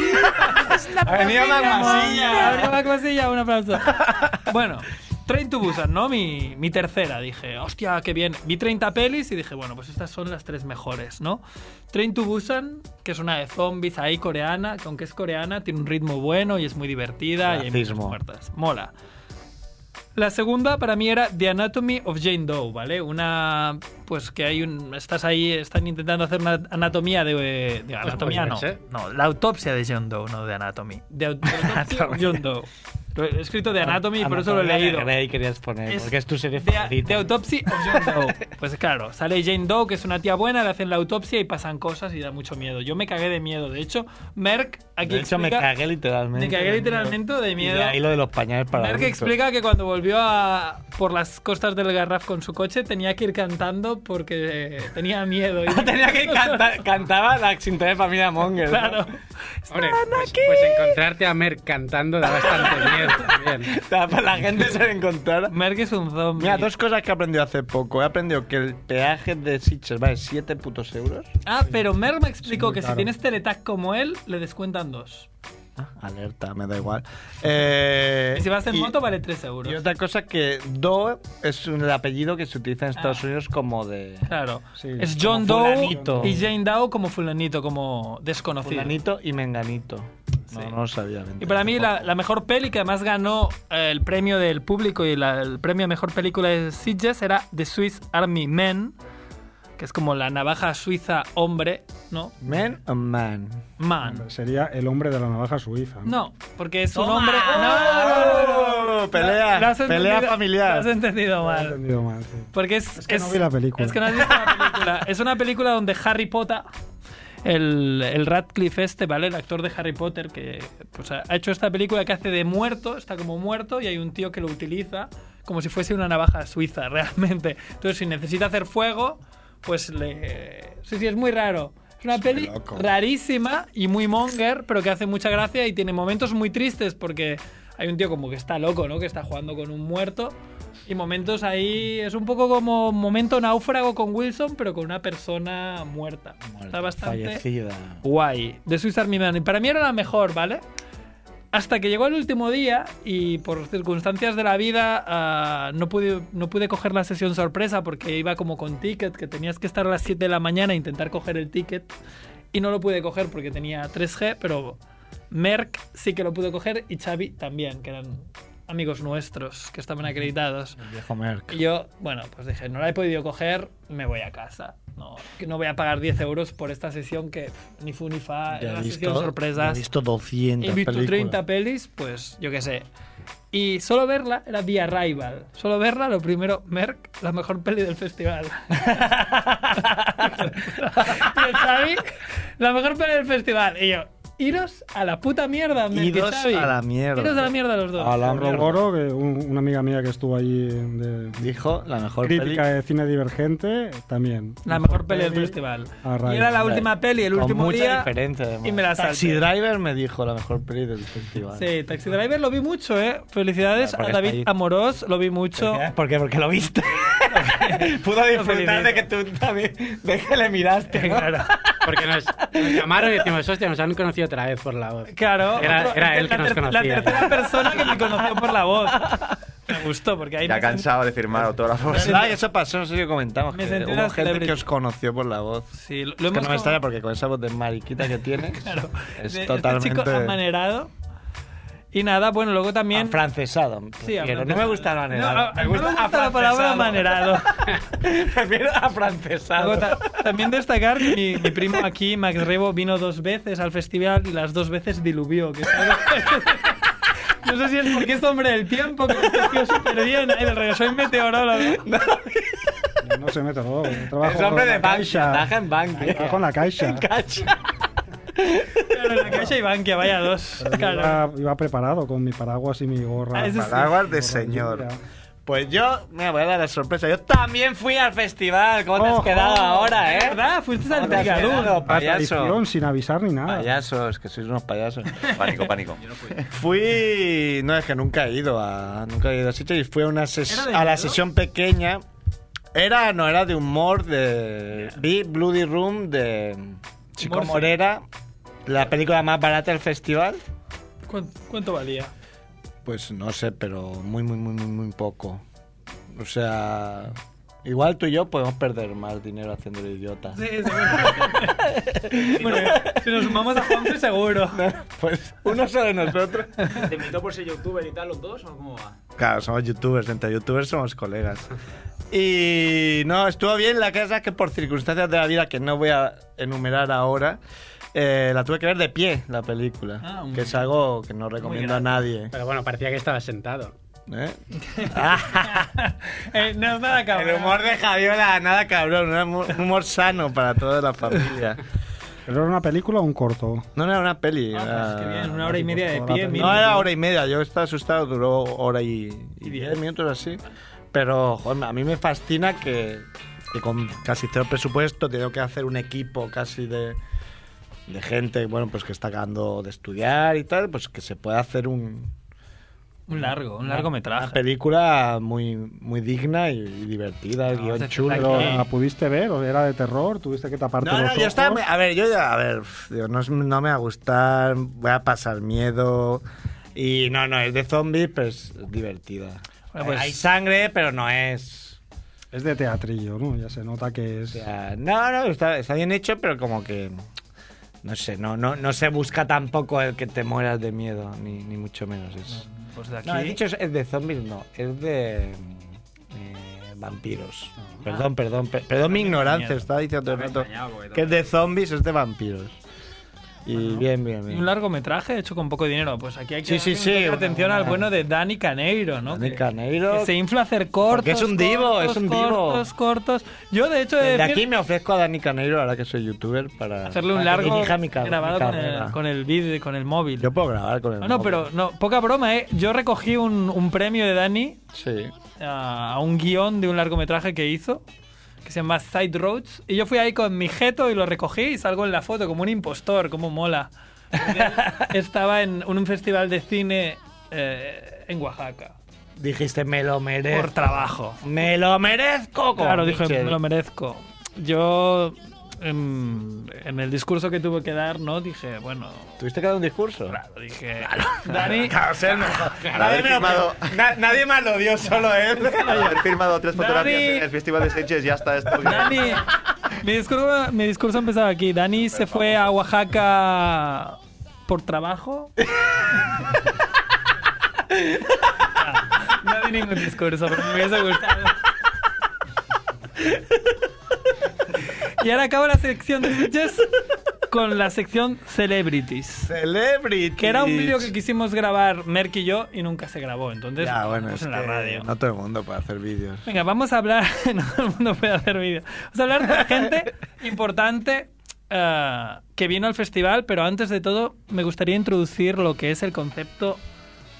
Speaker 7: Venía
Speaker 1: Ahora va Masilla, un aplauso. Bueno, Train to Busan, ¿no? Mi, mi tercera. Dije, hostia, qué bien. Vi 30 pelis y dije, bueno, pues estas son las tres mejores, ¿no? Train to Busan, que es una de zombies ahí coreana, que aunque es coreana, tiene un ritmo bueno y es muy divertida y hay muchas
Speaker 7: Racismo.
Speaker 1: muertas. Mola. La segunda para mí era The Anatomy of Jane Doe, ¿vale? Una. Pues que hay un. Estás ahí, están intentando hacer una anatomía de. de anatomía no.
Speaker 2: spoilers, ¿eh?
Speaker 1: No, la autopsia de John Doe, no de Anatomy. De, au- de autopsia of John Doe. Lo he escrito de Anatomy, por eso lo he leído.
Speaker 7: Grey querías poner,
Speaker 1: Es
Speaker 7: porque es tu serie
Speaker 1: De,
Speaker 7: favorita.
Speaker 1: de Autopsy of Jane Doe. Pues claro, sale Jane Doe, que es una tía buena, le hacen la autopsia y pasan cosas y da mucho miedo. Yo me cagué de miedo. De hecho, Merck aquí
Speaker 7: De hecho, me
Speaker 1: explica-
Speaker 7: cagué literalmente.
Speaker 1: Me cagué literalmente de miedo.
Speaker 7: Y de ahí lo de los pañales para
Speaker 1: Merck
Speaker 7: adultos.
Speaker 1: explica que cuando volvió a, por las costas del Garraf con su coche tenía que ir cantando porque tenía miedo. Y
Speaker 7: Tenía que cantar, cantaba la sintonía de familia Monger. ¿no?
Speaker 1: Claro.
Speaker 2: Hombre, pues, pues encontrarte a Mer cantando da bastante miedo también.
Speaker 7: Para que la gente se lo encontrara.
Speaker 1: Merck es un zombie.
Speaker 7: Mira, dos cosas que he aprendido hace poco. He aprendido que el peaje de Sitges vale 7 putos euros.
Speaker 1: Ah, pero Merck me explicó
Speaker 5: muy
Speaker 1: que si
Speaker 5: caro.
Speaker 1: tienes teletac como él, le descuentan dos.
Speaker 7: Ah, alerta, me da igual. Eh,
Speaker 1: Y si vas en
Speaker 7: y-
Speaker 1: moto vale tres euros.
Speaker 7: Y otra cosa que Doe es un el apellido que se utiliza en Estados
Speaker 1: Ah.
Speaker 7: Unidos como de
Speaker 1: Claro.
Speaker 5: Sí,
Speaker 1: es
Speaker 7: como
Speaker 1: John Doe
Speaker 7: fulanito.
Speaker 1: y Jane Doe como fulanito, como desconocido.
Speaker 7: fulanito y menganito. No,
Speaker 1: Sí.
Speaker 7: no lo sabía. me
Speaker 1: Y para mí
Speaker 7: enteré.
Speaker 1: la, la mejor peli que además ganó eh, el premio del público y la- el premio a mejor película de Sitges era The Swiss Army Men, que es como la navaja suiza hombre, ¿no?
Speaker 7: Man a man.
Speaker 1: Man.
Speaker 5: Sería el hombre de la navaja suiza.
Speaker 1: No, porque es un hombre... No, no, no, no, no.
Speaker 7: ¡Oh! Pelea,
Speaker 1: Lo has
Speaker 7: pelea
Speaker 1: entendido-
Speaker 7: familiar.
Speaker 1: Lo has entendido
Speaker 5: Lo he
Speaker 1: mal.
Speaker 5: entendido mal, sí.
Speaker 1: Porque es,
Speaker 5: que no vi la película.
Speaker 1: Es que no has visto la película. es una película donde Harry Potter, el, el Radcliffe este, ¿vale? El actor de Harry Potter que pues, ha ha hecho esta película que hace de muerto, está como muerto y hay un tío que lo utiliza como si fuese una navaja suiza, realmente. Entonces, si necesita hacer fuego, pues le. Sí, sí, es muy raro. Es una peli rarísima y muy monger, pero que hace mucha gracia y tiene momentos muy tristes porque hay un tío como que está loco, ¿no? Que está jugando con un muerto. Y momentos ahí. Es un poco como momento náufrago con Wilson, pero con una persona muerta. está bastante
Speaker 7: Fallecida.
Speaker 1: guay. De Swiss Army Man. Y para mí era la mejor, ¿vale? Hasta que llegó el último día y por circunstancias de la vida ah, no, pude, no pude coger la sesión sorpresa porque iba como con ticket, que tenías que estar a las 7 de la mañana e intentar coger el ticket. Y no lo pude coger porque tenía 3G, pero Merck sí que lo pudo coger y Xavi también, que eran amigos nuestros que estaban acreditados.
Speaker 7: Viejo Merck.
Speaker 1: Y yo, bueno, pues dije, no la he podido coger, me voy a casa. No, que no voy a pagar 10 euros por esta sesión que pff, ni fu ni fa,
Speaker 7: Ya
Speaker 1: era
Speaker 7: he
Speaker 1: una
Speaker 7: visto,
Speaker 1: sesión
Speaker 7: ya he
Speaker 1: sorpresa.
Speaker 7: visto 200
Speaker 1: He visto
Speaker 7: películas.
Speaker 1: 30 pelis, pues yo qué sé. Y solo verla era The Arrival. Solo verla, lo primero, Merck, la mejor peli del festival. y el Xavi, la mejor peli del festival. Y yo, iros a la puta mierda, Merck y
Speaker 7: Idos
Speaker 1: Xavi.
Speaker 7: a la mierda.
Speaker 1: Iros a la mierda los dos.
Speaker 7: A la mierda.
Speaker 5: Corroboro que un- una amiga mía que estuvo ahí de
Speaker 7: Dijo la mejor
Speaker 5: crítica
Speaker 7: peli.
Speaker 5: de cine divergente también.
Speaker 1: La mejor peli del festival.
Speaker 5: Arrival.
Speaker 1: Y era la última peli, el
Speaker 7: Con
Speaker 1: último
Speaker 7: mucha
Speaker 1: día.
Speaker 7: diferencia, además.
Speaker 1: y me la salté.
Speaker 7: Taxi Driver me dijo la mejor peli del festival.
Speaker 1: Sí, Taxi Driver lo vi mucho, ¿eh? Felicidades
Speaker 7: Ah,
Speaker 1: a
Speaker 7: Porque está
Speaker 1: David
Speaker 7: ahí.
Speaker 1: Amorós, lo vi mucho.
Speaker 7: ¿Eh? ¿Por qué? Porque lo viste. Pudo disfrutar de que tú también de que le miraste. ¿no?
Speaker 1: Claro.
Speaker 2: Porque nos, nos llamaron y decimos, hostia, nos han conocido otra vez por la voz.
Speaker 1: Claro,
Speaker 2: Era- era él
Speaker 1: la
Speaker 2: que nos
Speaker 1: ter-
Speaker 2: conocía.
Speaker 1: La tercera persona que me conoció por la voz. Me gustó, porque ahí
Speaker 4: Ya
Speaker 1: me
Speaker 4: cansado de firmar autógrafos.
Speaker 7: ¿Verdad? Y eso pasó, no sé si lo comentamos.
Speaker 1: Me
Speaker 7: que
Speaker 1: sentí una
Speaker 7: hubo gente
Speaker 1: celebrity.
Speaker 7: que os conoció por la voz.
Speaker 1: sentí- Sí, lo, lo
Speaker 7: Es que
Speaker 1: hemos
Speaker 7: no me
Speaker 1: como-
Speaker 7: extraña porque con esa voz de mariquita que tiene
Speaker 1: claro,
Speaker 7: es
Speaker 1: de- este
Speaker 7: totalmente
Speaker 1: chico amanerado. Y nada, bueno, luego también.
Speaker 7: afrancesado.
Speaker 1: Sí,
Speaker 7: prefiero.
Speaker 1: afrancesado.
Speaker 7: no me gusta la manera.
Speaker 1: No, ah, a- no me gusta la palabra manerado.
Speaker 7: Prefiero
Speaker 1: Luego
Speaker 7: afrancesado.
Speaker 1: ta- también destacar que mi, mi primo aquí, Max Rebo, vino dos veces al festival y las dos veces diluvió. que es algo- no sé si es porque es hombre del tiempo, que lo cogió súper bien. Ay, del regreso soy meteorólogo.
Speaker 5: No se mete luego.
Speaker 7: Es hombre de banca. Trabaja
Speaker 5: Trabajo
Speaker 7: en banca.
Speaker 5: en la caixa.
Speaker 7: Cacha.
Speaker 1: Claro, en la calle y Bankia, vaya dos. Claro.
Speaker 5: Iba, iba preparado con mi paraguas y mi gorra.
Speaker 1: Ah, eso sí.
Speaker 7: Paraguas
Speaker 5: Gorra
Speaker 7: de
Speaker 5: de
Speaker 7: señor.
Speaker 5: lluvia.
Speaker 7: Pues yo me voy a dar la sorpresa. Yo también fui al festival. ¿Cómo te has
Speaker 5: Ojo.
Speaker 7: quedado ahora, eh?
Speaker 1: ¿Verdad? Fuiste al
Speaker 7: ¿Cómo te has
Speaker 1: Picarudo.
Speaker 7: quedado, payaso.
Speaker 5: Aparición sin avisar ni nada.
Speaker 7: Payasos, que sois unos payasos.
Speaker 4: Pánico, pánico.
Speaker 7: Fui. No, es que nunca he ido a. Nunca he ido a sitio y fui a, una ses-
Speaker 1: ¿Era de
Speaker 7: a la
Speaker 1: miedo?
Speaker 7: sesión pequeña. Era, no, era de humor de. Vi Bloody Room de Chico
Speaker 1: Humor, sí.
Speaker 7: Morera, la película más barata del festival.
Speaker 1: ¿Cuánto, cuánto valía?
Speaker 7: Pues no sé, pero muy, muy, muy, muy, muy poco. O sea. Igual tú y yo podemos perder más dinero haciendo el idiota.
Speaker 1: Sí, seguro. bueno, si nos sumamos a Juanfe, seguro.
Speaker 7: Pues uno solo de nosotros.
Speaker 3: ¿Te invitó por ser youtuber y tal los dos o cómo va?
Speaker 7: Claro, somos youtubers, entre youtubers somos colegas. Y no, estuvo bien la casa que por circunstancias de la vida que no voy a enumerar ahora, eh, la tuve que ver de pie, la película.
Speaker 1: Ah, un-
Speaker 7: que es algo que no recomiendo a nadie.
Speaker 2: Pero bueno, parecía que estaba sentado.
Speaker 7: ¿eh? Ah,
Speaker 1: Eh, no es nada cabrón.
Speaker 7: El humor de Javiola, nada cabrón, un humor- un humor sano para toda la familia.
Speaker 5: ¿Pero era una película o un corto?
Speaker 7: No era una peli.
Speaker 1: Ah, pues,
Speaker 7: era-
Speaker 1: qué bien, una hora y media de
Speaker 5: No,
Speaker 1: pie. mínimo.
Speaker 7: No, era hora y media. Yo estaba asustado, duró hora y, y diez minutos así. Pero joder, a mí me fascina que, que con casi cero presupuesto tengo que hacer un equipo casi de, de gente bueno, pues que está acabando de estudiar y tal, pues que se pueda hacer un-
Speaker 1: Un largo, un
Speaker 7: una
Speaker 1: largometraje.
Speaker 7: película muy, muy digna y, y divertida, el guión
Speaker 1: hace
Speaker 7: chulo.
Speaker 1: falta
Speaker 5: ¿Pero
Speaker 1: Sí.
Speaker 5: la pudiste ver? ¿O era de terror? ¿Tuviste que taparte
Speaker 7: No,
Speaker 5: los
Speaker 7: no,
Speaker 5: ojos?
Speaker 7: yo estaba. A ver, yo ya. A ver, uf, digo, no, es- no me va a gustar, voy a pasar miedo. Y no, no, es de zombies, pero es divertida.
Speaker 1: Bueno, pues-
Speaker 7: Hay sangre, pero no es.
Speaker 5: Es de teatrillo, ¿no? Ya se nota que
Speaker 7: o
Speaker 5: es...
Speaker 7: sea, no, no, está, está bien hecho, pero como que. No sé, no, no, no se busca tampoco el que te mueras de miedo, ni, ni mucho menos. Es,
Speaker 1: Pues de aquí.
Speaker 7: no, he dicho es, es de zombies, no, es de. eh, vampiros. Perdón, perdón, per- perdón mi ignorancia,
Speaker 1: miedo.
Speaker 7: estaba diciendo todo el
Speaker 3: Me ha
Speaker 7: rato.
Speaker 3: extrañado, porque
Speaker 7: Que es de zombies, es de vampiros. Y bien, bien,
Speaker 1: Y
Speaker 7: bien.
Speaker 1: un largometraje hecho con poco dinero. Pues aquí hay que
Speaker 7: Sí, sí,
Speaker 1: darle
Speaker 7: sí,
Speaker 1: mucha
Speaker 7: una-
Speaker 1: atención al bueno de Dani Caneiro, ¿no?
Speaker 7: Dani
Speaker 1: Que-
Speaker 7: Caneiro.
Speaker 1: que se infla a hacer cortos.
Speaker 7: Porque es un divo,
Speaker 1: cortos,
Speaker 7: es un divo.
Speaker 1: Cortos, cortos. Yo, de hecho, he de
Speaker 7: Desde
Speaker 1: decir,
Speaker 7: aquí me ofrezco a Dani Caneiro, ahora que soy youtuber, para
Speaker 1: hacerle un
Speaker 7: para que
Speaker 1: largo
Speaker 7: dirija mi ca- mi
Speaker 1: grabado con
Speaker 7: carrera.
Speaker 1: el, con el vídeo, con el móvil.
Speaker 7: Yo puedo grabar con él.
Speaker 1: no, no, pero no, poca broma, ¿eh? Yo recogí un, un premio de Dani
Speaker 7: Sí.
Speaker 1: a a un guión de un largometraje que hizo que se llama Side Roads y yo fui ahí con mi jeto y lo recogí y salgo en la foto como un impostor, como mola. Estaba en un festival de cine eh, en Oaxaca
Speaker 7: Dijiste, me lo merezco.
Speaker 1: por trabajo.
Speaker 7: ¡Me lo merezco! con
Speaker 1: Claro, dije,
Speaker 7: Mitchell".
Speaker 1: me lo merezco. Yo em, en, el discurso que tuve que dar, no dije, bueno,
Speaker 7: ¿Tuviste que dar un discurso?
Speaker 1: dije, Dani,
Speaker 4: Haber firmado,
Speaker 7: nadie más lo dio, solo él.
Speaker 4: haber firmado tres fotografías en el Festival de Seychelles ya está esto.
Speaker 1: Dani, mi discurso, mi discurso empezaba aquí. Dani se fue a Oaxaca por trabajo. no, no di ningún discurso, pero me hubiese gustado. Y ahora acabo la sección de Sitges con la sección Celebrities.
Speaker 7: Celebrity.
Speaker 1: Que era un vídeo que quisimos grabar Merck y yo y nunca se grabó. Entonces,
Speaker 7: Ya,
Speaker 1: lo
Speaker 7: bueno,
Speaker 1: pusimos
Speaker 7: es
Speaker 1: en la
Speaker 7: que
Speaker 1: radio.
Speaker 7: no todo el mundo puede hacer vídeos.
Speaker 1: Venga, vamos a hablar. no todo el mundo puede hacer vídeo. Vamos a hablar de la gente importante eh, que vino al festival, pero antes de todo me gustaría introducir lo que es el concepto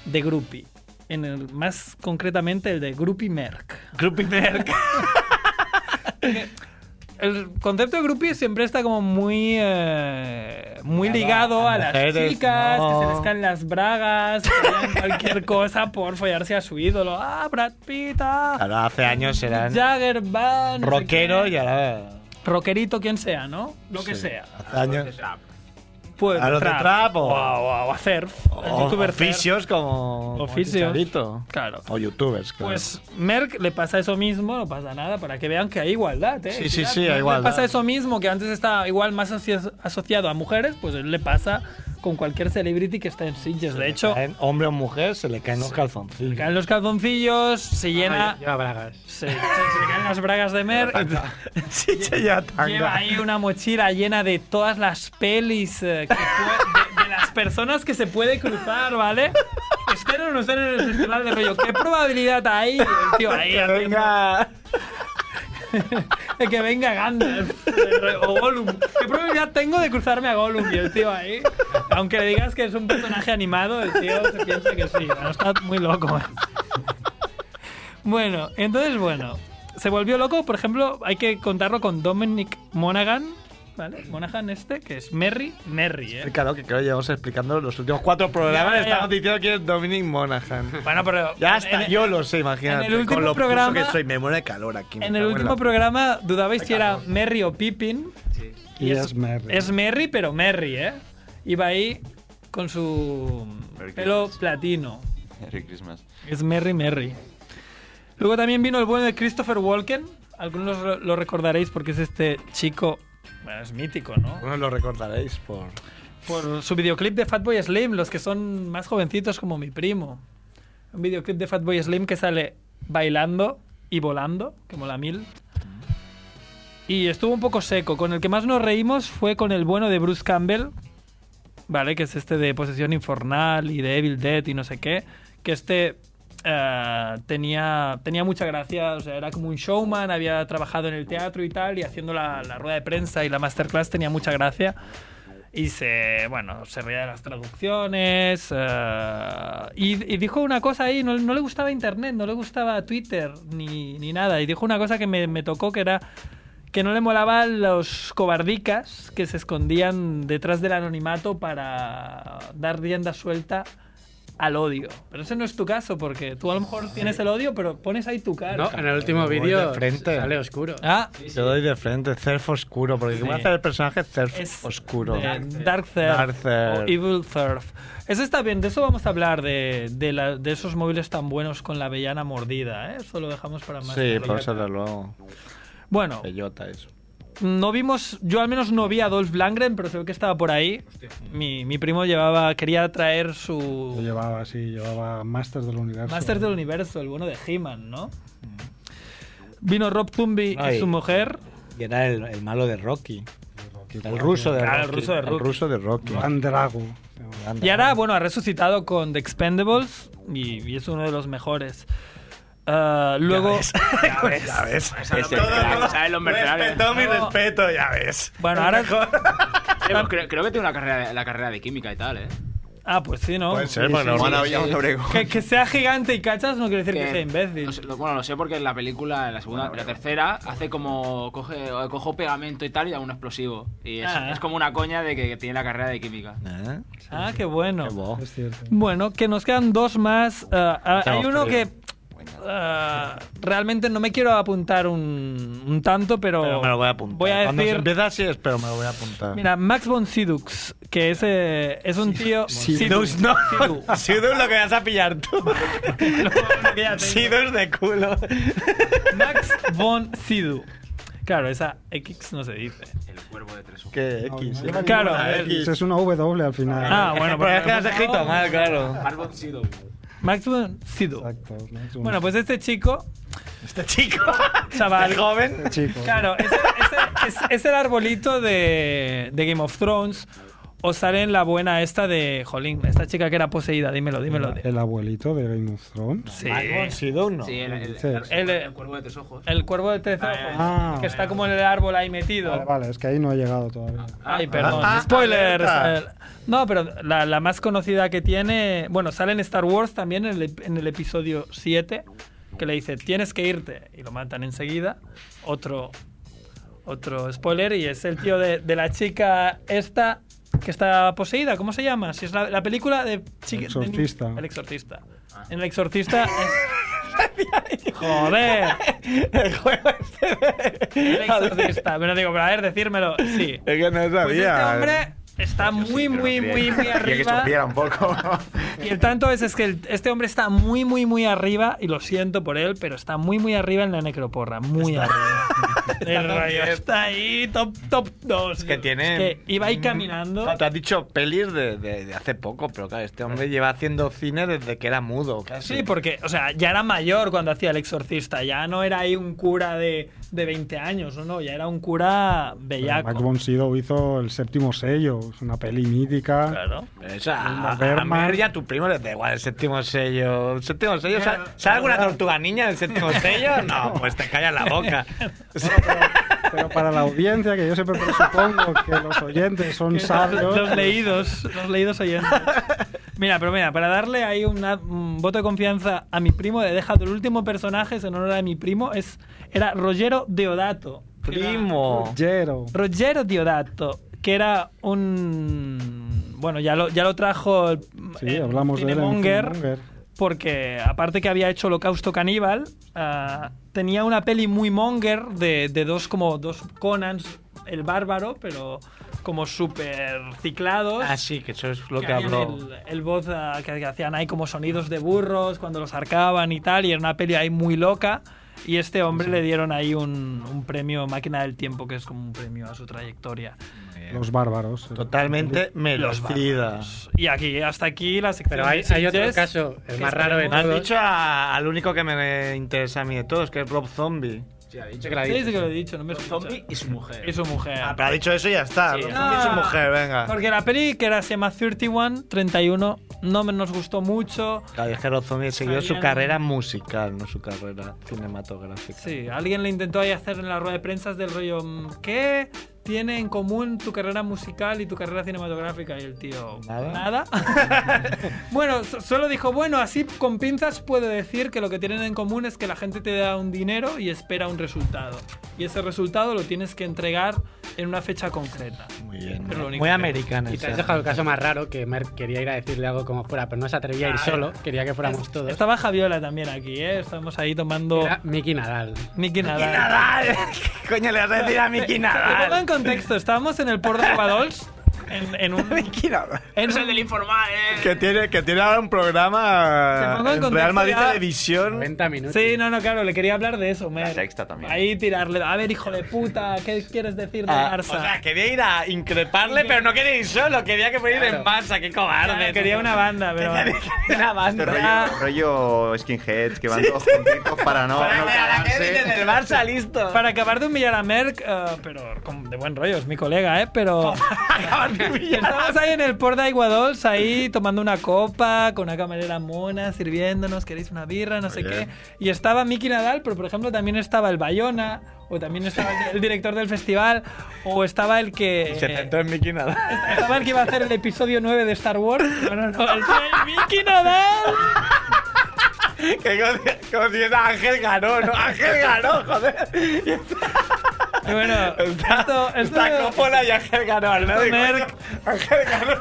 Speaker 1: de groupie. En el, más concretamente el de groupie merc.
Speaker 7: Groupie Merck.
Speaker 1: El concepto de groupie siempre está como muy eh, muy
Speaker 7: Ligado
Speaker 1: ligado
Speaker 7: a
Speaker 1: a las
Speaker 7: mujeres,
Speaker 1: chicas,
Speaker 7: no.
Speaker 1: que se les caen las bragas, que harían cualquier cosa por follarse a su ídolo. Ah, Brad Pitt, ah,
Speaker 7: Ahora hace años eran
Speaker 1: Jagger Band.
Speaker 7: rockero y ahora.
Speaker 1: Rockerito, quien sea, ¿no? Lo que
Speaker 7: sí,
Speaker 1: sea.
Speaker 7: Hace años.
Speaker 1: Pues,
Speaker 7: A los de trap o-
Speaker 1: o, a- o a- o a surf. el
Speaker 7: O
Speaker 1: youtuber surf.
Speaker 7: oficios como. como
Speaker 1: Oficios.
Speaker 7: Chicharito.
Speaker 1: Claro.
Speaker 7: O youtubers, claro.
Speaker 1: Pues Merck le pasa eso mismo, no pasa nada, para que vean que hay igualdad, ¿eh?
Speaker 7: Sí, sí,
Speaker 1: Mirad,
Speaker 7: sí, hay
Speaker 1: Merck
Speaker 7: igualdad.
Speaker 1: Le pasa eso mismo, que antes estaba igual más asoci- asociado a mujeres, pues él le pasa con cualquier celebrity que está en Sitges. De hecho,
Speaker 7: Caen hombre o mujer se le caen los
Speaker 1: le
Speaker 7: calzoncillos.
Speaker 1: caen los calzoncillos, se llena...
Speaker 2: Lleva bragas.
Speaker 1: Se, se- se le caen las bragas de Merck.
Speaker 7: Chiche ya
Speaker 1: Lleva
Speaker 7: tanga.
Speaker 1: ahí una mochila llena de todas las pelis eh, que pue- de, de las personas que se puede cruzar, ¿vale? Estén o no estén en el festival de rollo. ¿Qué probabilidad hay, el tío, ahí,
Speaker 7: Que
Speaker 1: haciendo-
Speaker 7: venga.
Speaker 1: de que venga Gandalf de re- o Gollum? ¿Qué probabilidad tengo de cruzarme a Gollum? Y el tío ahí, aunque le digas que es un personaje animado, el tío se piensa que sí. No está muy loco. ¿eh? Bueno, entonces, bueno, se volvió loco, por ejemplo, hay que contarlo con Dominic Monaghan, ¿vale? Monaghan este, que es Merry, Merry, ¿eh?
Speaker 7: Claro, que creo que llevamos explicando los últimos cuatro programas.
Speaker 1: Ya, ya.
Speaker 7: Estamos diciendo que es Dominic Monaghan.
Speaker 1: Bueno, pero...
Speaker 7: Ya
Speaker 1: en-
Speaker 7: está,
Speaker 1: en-
Speaker 7: yo lo sé, imagínate.
Speaker 1: en el último
Speaker 7: con lo pulso
Speaker 1: programa-
Speaker 7: que soy, me muero de calor aquí. me
Speaker 1: En
Speaker 7: cago
Speaker 1: el
Speaker 7: la
Speaker 1: último
Speaker 7: puta.
Speaker 1: programa dudabais si era Merry o Pippin,
Speaker 5: Y es Merry.
Speaker 1: Es Merry, pero Merry, ¿eh? Iba ahí con su
Speaker 4: Merry
Speaker 1: pelo
Speaker 4: Christmas.
Speaker 1: platino.
Speaker 4: Merry Christmas.
Speaker 1: Es Merry, Merry. Luego también vino el bueno de Christopher Walken. Algunos lo- lo recordaréis porque es este chico... Bueno, es mítico, ¿no?
Speaker 7: Bueno, lo recordaréis por.
Speaker 1: Por su videoclip de Fatboy Slim, los que son más jovencitos como mi primo. Un videoclip de Fatboy Slim que sale bailando y volando, que mola mil. Y estuvo un poco seco. Con el que más nos reímos fue con el bueno de Bruce Campbell, ¿vale? Que es este de Posesión Infernal y de Evil Dead y no sé qué. Que este eh, tenía, tenía mucha gracia, o sea, era como un showman, había trabajado en el teatro y tal, y haciendo la, la rueda de prensa y la masterclass tenía mucha gracia. Y se, bueno, se reía de las traducciones. eh, y, y dijo una cosa ahí, no, no le gustaba Internet, no le gustaba Twitter ni, ni nada. Y dijo una cosa que me, me tocó, que era que no le molaban los cobardicas que se escondían detrás del anonimato para dar rienda suelta al odio. Pero ese no es tu caso, porque tú a lo mejor tienes el odio, pero pones ahí tu cara.
Speaker 2: No, en el último
Speaker 7: Voy de
Speaker 2: vídeo
Speaker 7: frente.
Speaker 2: sale oscuro.
Speaker 1: Ah,
Speaker 7: Te doy de frente, Cerf Oscuro, porque voy a hacer el personaje Cerf
Speaker 1: es
Speaker 7: Oscuro.
Speaker 1: de Dark Third
Speaker 7: Dark Third.
Speaker 1: o Evil Third. Eso está bien, de eso vamos a hablar, de, de, la- de esos móviles tan buenos con la avellana mordida. ¿eh? Eso lo dejamos para más.
Speaker 7: Sí,
Speaker 1: tarde.
Speaker 7: pues desde luego.
Speaker 1: Bueno,
Speaker 7: Bellota, eso.
Speaker 1: no vimos, yo al menos no vi a Adolf Langren, pero se ve que estaba por ahí. Mi, mi primo llevaba, quería traer
Speaker 5: Yo
Speaker 1: su
Speaker 5: llevaba, sí, llevaba Masters del Universo.
Speaker 1: Master del Universo, el bueno de He-Man, ¿no? Vino Rob Zombie y
Speaker 7: Mm. Ay.
Speaker 1: su mujer.
Speaker 7: Y era el, el malo de Rocky.
Speaker 5: Rocky.
Speaker 7: El ruso de
Speaker 1: Claro, el
Speaker 7: Rocky.
Speaker 1: ruso de Rocky.
Speaker 7: ruso de Rocky.
Speaker 5: Andrago.
Speaker 1: Y ahora, bueno, ha resucitado con The Expendables y, y es uno de los mejores. Ah, luego,
Speaker 7: Ya ves.
Speaker 4: Es el crack.
Speaker 3: ¿Sabes los mercenarios?
Speaker 7: Respeto, mi
Speaker 1: No.
Speaker 7: respeto, ya ves.
Speaker 1: bueno, ahora.
Speaker 3: Eh, pues creo, creo que tiene una carrera, la carrera de química y tal, ¿eh?
Speaker 1: Ah, pues sí, ¿no?
Speaker 7: Puede ser, bueno,
Speaker 4: Juan
Speaker 7: bueno,
Speaker 4: Avellón Obregón.
Speaker 1: Que, que sea gigante y cachas no quiere decir que,
Speaker 3: Que-
Speaker 1: sea imbécil.
Speaker 3: no sé, lo- bueno, lo sé porque en la película, en la segunda, en la tercera, hace como. Coge, cojo pegamento y tal y da un explosivo. Y es,
Speaker 1: Ah.
Speaker 3: es como una coña de que, que tiene la carrera de química.
Speaker 7: ¿Eh?
Speaker 1: ah, qué bueno.
Speaker 7: Qué bo.
Speaker 5: Es cierto.
Speaker 1: Bueno, que nos quedan dos más. Ah, ah, hay
Speaker 7: Estamos
Speaker 1: uno que
Speaker 7: perdidos.
Speaker 1: ah, realmente no me quiero apuntar un, un tanto, pero,
Speaker 7: Pero me lo voy a apuntar.
Speaker 1: voy a
Speaker 7: Cuando se
Speaker 1: decir.
Speaker 7: empieza así es, pero me lo voy a apuntar.
Speaker 1: Mira, Max von Sydow, que es, eh, es un tío. Sydow,
Speaker 7: Sidus, no.
Speaker 1: Sydow.
Speaker 7: Sidus lo que vas a pillar tú.
Speaker 1: que ya tengo.
Speaker 7: Sidus de culo.
Speaker 1: Max von Sydow. Claro, esa X no se dice.
Speaker 3: El cuervo de tres ojos.
Speaker 7: ¿Qué X?
Speaker 1: Claro.
Speaker 7: Una
Speaker 5: Eso
Speaker 7: X.
Speaker 5: es una W al final.
Speaker 1: Ah, bueno,
Speaker 7: Pero es
Speaker 1: pero-
Speaker 7: que has escrito mal, claro.
Speaker 3: Margot Sido.
Speaker 1: Max von Sydow.
Speaker 5: Exacto. ¿no? Es un
Speaker 1: Bueno, pues este chico,
Speaker 7: Este chico.
Speaker 1: chaval.
Speaker 7: joven.
Speaker 5: chico.
Speaker 1: Claro, es, es- es- es el arbolito de, de Game of Thrones. O sale en la buena esta de Jolín, esta chica que era poseída, dímelo, dímelo.
Speaker 5: El abuelito de Game of Thrones.
Speaker 1: Sí.
Speaker 7: Margot Sidus, no.
Speaker 3: Sí, el, el,
Speaker 5: Sí.
Speaker 3: el-
Speaker 1: El-
Speaker 3: el cuervo de tres ojos.
Speaker 1: El cuervo de tres ojos,
Speaker 5: Ah.
Speaker 1: que está como en el árbol ahí metido.
Speaker 5: Vale, vale, es que ahí no he llegado todavía.
Speaker 1: Ay, perdón.
Speaker 7: Ah,
Speaker 1: Spoilers.
Speaker 7: alerta.
Speaker 1: Eh, No, pero la, la más conocida que tiene. Bueno, sale en Star Wars también en el, en el episodio 7, que le dice: Tienes que irte. Y lo matan enseguida. Otro, otro spoiler. Y es el tío de, de la chica esta que está poseída. ¿Cómo se llama? Si es la, la película de. chica-
Speaker 5: Exorcista.
Speaker 1: el Exorcista. En El Exorcista. es- Joder.
Speaker 7: El juego este de-
Speaker 1: El Exorcista. Bueno, digo, pero a ver, decírmelo. Sí.
Speaker 7: Es que no sabía.
Speaker 1: Pues este hombre está
Speaker 4: Yo sí,
Speaker 1: muy,
Speaker 4: pero no
Speaker 1: muy, muy,
Speaker 4: quería-
Speaker 1: muy
Speaker 4: quería que
Speaker 1: arriba.
Speaker 4: supiera un poco.
Speaker 1: Y el tanto es, es que el- este hombre está muy, muy, muy arriba, y lo siento por él, pero está muy, muy arriba en la necroporra. Muy arriba. el rayo está ahí, top, top 2.
Speaker 7: que tiene.
Speaker 1: iba ahí caminando.
Speaker 7: Te has dicho pelis de, de- de hace poco, pero claro, este hombre lleva haciendo cine desde que era mudo, casi.
Speaker 1: Sí, porque, o sea, ya era mayor cuando hacía el exorcista. Ya no era ahí un cura de, de 20 años, ¿no? no, Ya era un cura
Speaker 5: Max
Speaker 1: bellaco.
Speaker 5: von Sydow hizo el séptimo sello, es una peli mítica.
Speaker 1: Claro.
Speaker 7: Esa, Pues a,
Speaker 5: Vilma
Speaker 7: a
Speaker 5: Berman.
Speaker 7: Mer y a tu primo les da igual el séptimo sello. El séptimo sello, ¿sal- ¿sale alguna tortuga niña del séptimo sello? No, pues te callas la boca.
Speaker 5: Pero para la audiencia, que yo siempre presupongo que los oyentes son sabios.
Speaker 1: Los, los leídos, los leídos oyentes. Mira, pero mira, para darle ahí una- un voto de confianza a mi primo de Deja el último personaje es en honor a mi primo, es, era Rogero Deodato. que era-
Speaker 7: primo.
Speaker 5: Rogero.
Speaker 1: Rogero Diodato, que era un. Bueno, ya lo, ya lo trajo el,
Speaker 5: Sí,
Speaker 1: el
Speaker 5: hablamos de él en
Speaker 1: Cinemonger,
Speaker 5: Cinemonger.
Speaker 1: porque aparte que había hecho Holocausto Caníbal, ah, tenía una peli muy monger de, de dos como dos Conans, el bárbaro, pero como super ciclados.
Speaker 7: Ah, sí, que eso es lo
Speaker 1: que
Speaker 7: que
Speaker 1: habían
Speaker 7: habló.
Speaker 1: el, el voz ah, que, que hacían ahí como sonidos de burros cuando los arcaban y tal, y era una peli ahí muy loca. Y este hombre le dieron ahí un, un premio Máquina del Tiempo, que es como un premio a su trayectoria.
Speaker 7: Eh,
Speaker 5: Los bárbaros.
Speaker 7: Totalmente
Speaker 1: Los
Speaker 7: merecida.
Speaker 1: bárbaros. Y aquí, hasta aquí la sección.
Speaker 2: Pero hay,
Speaker 1: de
Speaker 2: hay otro
Speaker 1: Sitges.
Speaker 2: caso, el
Speaker 1: que
Speaker 2: más raro de
Speaker 7: Me has
Speaker 2: todos.
Speaker 7: dicho a- al único que me interesa a mí de todos, que es Rob Zombie.
Speaker 3: Sí, ha dicho
Speaker 2: que la
Speaker 1: Sí,
Speaker 2: dices.
Speaker 1: sí que lo he dicho, no me escucha.
Speaker 3: Zombie y su mujer.
Speaker 1: Y su mujer.
Speaker 7: Ah, pero ha dicho eso y ya está.
Speaker 3: Sí,
Speaker 7: Rob
Speaker 3: ya
Speaker 7: Zombie y su
Speaker 1: Ah,
Speaker 7: mujer, venga.
Speaker 1: Porque la peli, que era, se llama 31, 31, no me- nos gustó mucho.
Speaker 7: Claro, es que Rob Zombie siguió su
Speaker 1: Salían-
Speaker 7: carrera musical, no su carrera cinematográfica.
Speaker 1: Sí, alguien le intentó ahí hacer en la rueda de prensa del rollo, mm, ¿qué tiene en común tu carrera musical y tu carrera cinematográfica? Y el tío,
Speaker 7: Nada.
Speaker 1: bueno, so- solo dijo, bueno, así con pinzas puedo decir que lo que tienen en común es que la gente te da un dinero y espera un resultado. Y ese resultado lo tienes que entregar en una fecha concreta.
Speaker 7: Muy bien.
Speaker 1: Es lo único
Speaker 7: Muy
Speaker 1: que-
Speaker 7: americana.
Speaker 2: Y te
Speaker 7: esa.
Speaker 2: has dejado el caso más raro que Merck quería ir a decirle algo como fuera, pero no se atrevía a ir solo, quería que fuéramos todos.
Speaker 1: Estaba Javiola también aquí, ¿eh? Estamos ahí tomando...
Speaker 2: Era Mickey Nadal.
Speaker 1: Mickey Nadal.
Speaker 7: Nadal. ¿Qué coño le vas a decir a Miki
Speaker 1: Te pongo
Speaker 7: Nadal?
Speaker 1: en contexto, estábamos en el Port de Guadols en, en un.
Speaker 7: quién habla?
Speaker 1: en
Speaker 3: Es el
Speaker 1: un-
Speaker 3: del informal, eh.
Speaker 7: Que tiene, que tiene ahora un
Speaker 1: Te
Speaker 7: programa
Speaker 1: pongo en
Speaker 7: en
Speaker 1: contexto
Speaker 7: Real Madrid
Speaker 1: ya.
Speaker 7: Televisión.
Speaker 2: 90 minutos.
Speaker 1: Sí, no, no, claro, le quería hablar de eso, Mer.
Speaker 4: La sexta también.
Speaker 1: Ahí tirarle. A ver, hijo de puta, ¿qué quieres decir de
Speaker 7: Ah,
Speaker 1: Barça?
Speaker 7: o sea, quería ir a increparle, pero no quería ir solo, quería que fuera ir en Barça, qué cobarde.
Speaker 1: Claro, quería una banda, pero. una
Speaker 4: Este
Speaker 1: banda.
Speaker 4: rollo, rollo skinheads que van todos juntitos para no, no cagarse.
Speaker 7: el Barça, listo.
Speaker 1: Para acabar de humillar a Merck, eh, pero con- de buen rollo, es mi colega, ¿eh? Pero. Estamos ahí en el Port de Aiguadols, ahí tomando una copa, con una camarera mona, sirviéndonos, queréis una birra, no sé qué. Y estaba Miki Nadal, pero por ejemplo también estaba el Bayona, o también estaba el- el director del festival, o estaba el que.
Speaker 7: Se sentó en Mickey nada.
Speaker 1: Estaba el que iba a hacer el episodio 9 de Star Wars. No, no, no, el, el Miki Nadal.
Speaker 7: que como si- como si era Ángel ganó, ¿no? Ángel ganó, joder. Y
Speaker 1: Y bueno,
Speaker 7: Está,
Speaker 1: esto, esto,
Speaker 7: está Coppola y Ángel ganó al lado. y coño,
Speaker 1: Merck.
Speaker 7: Ángel ganó.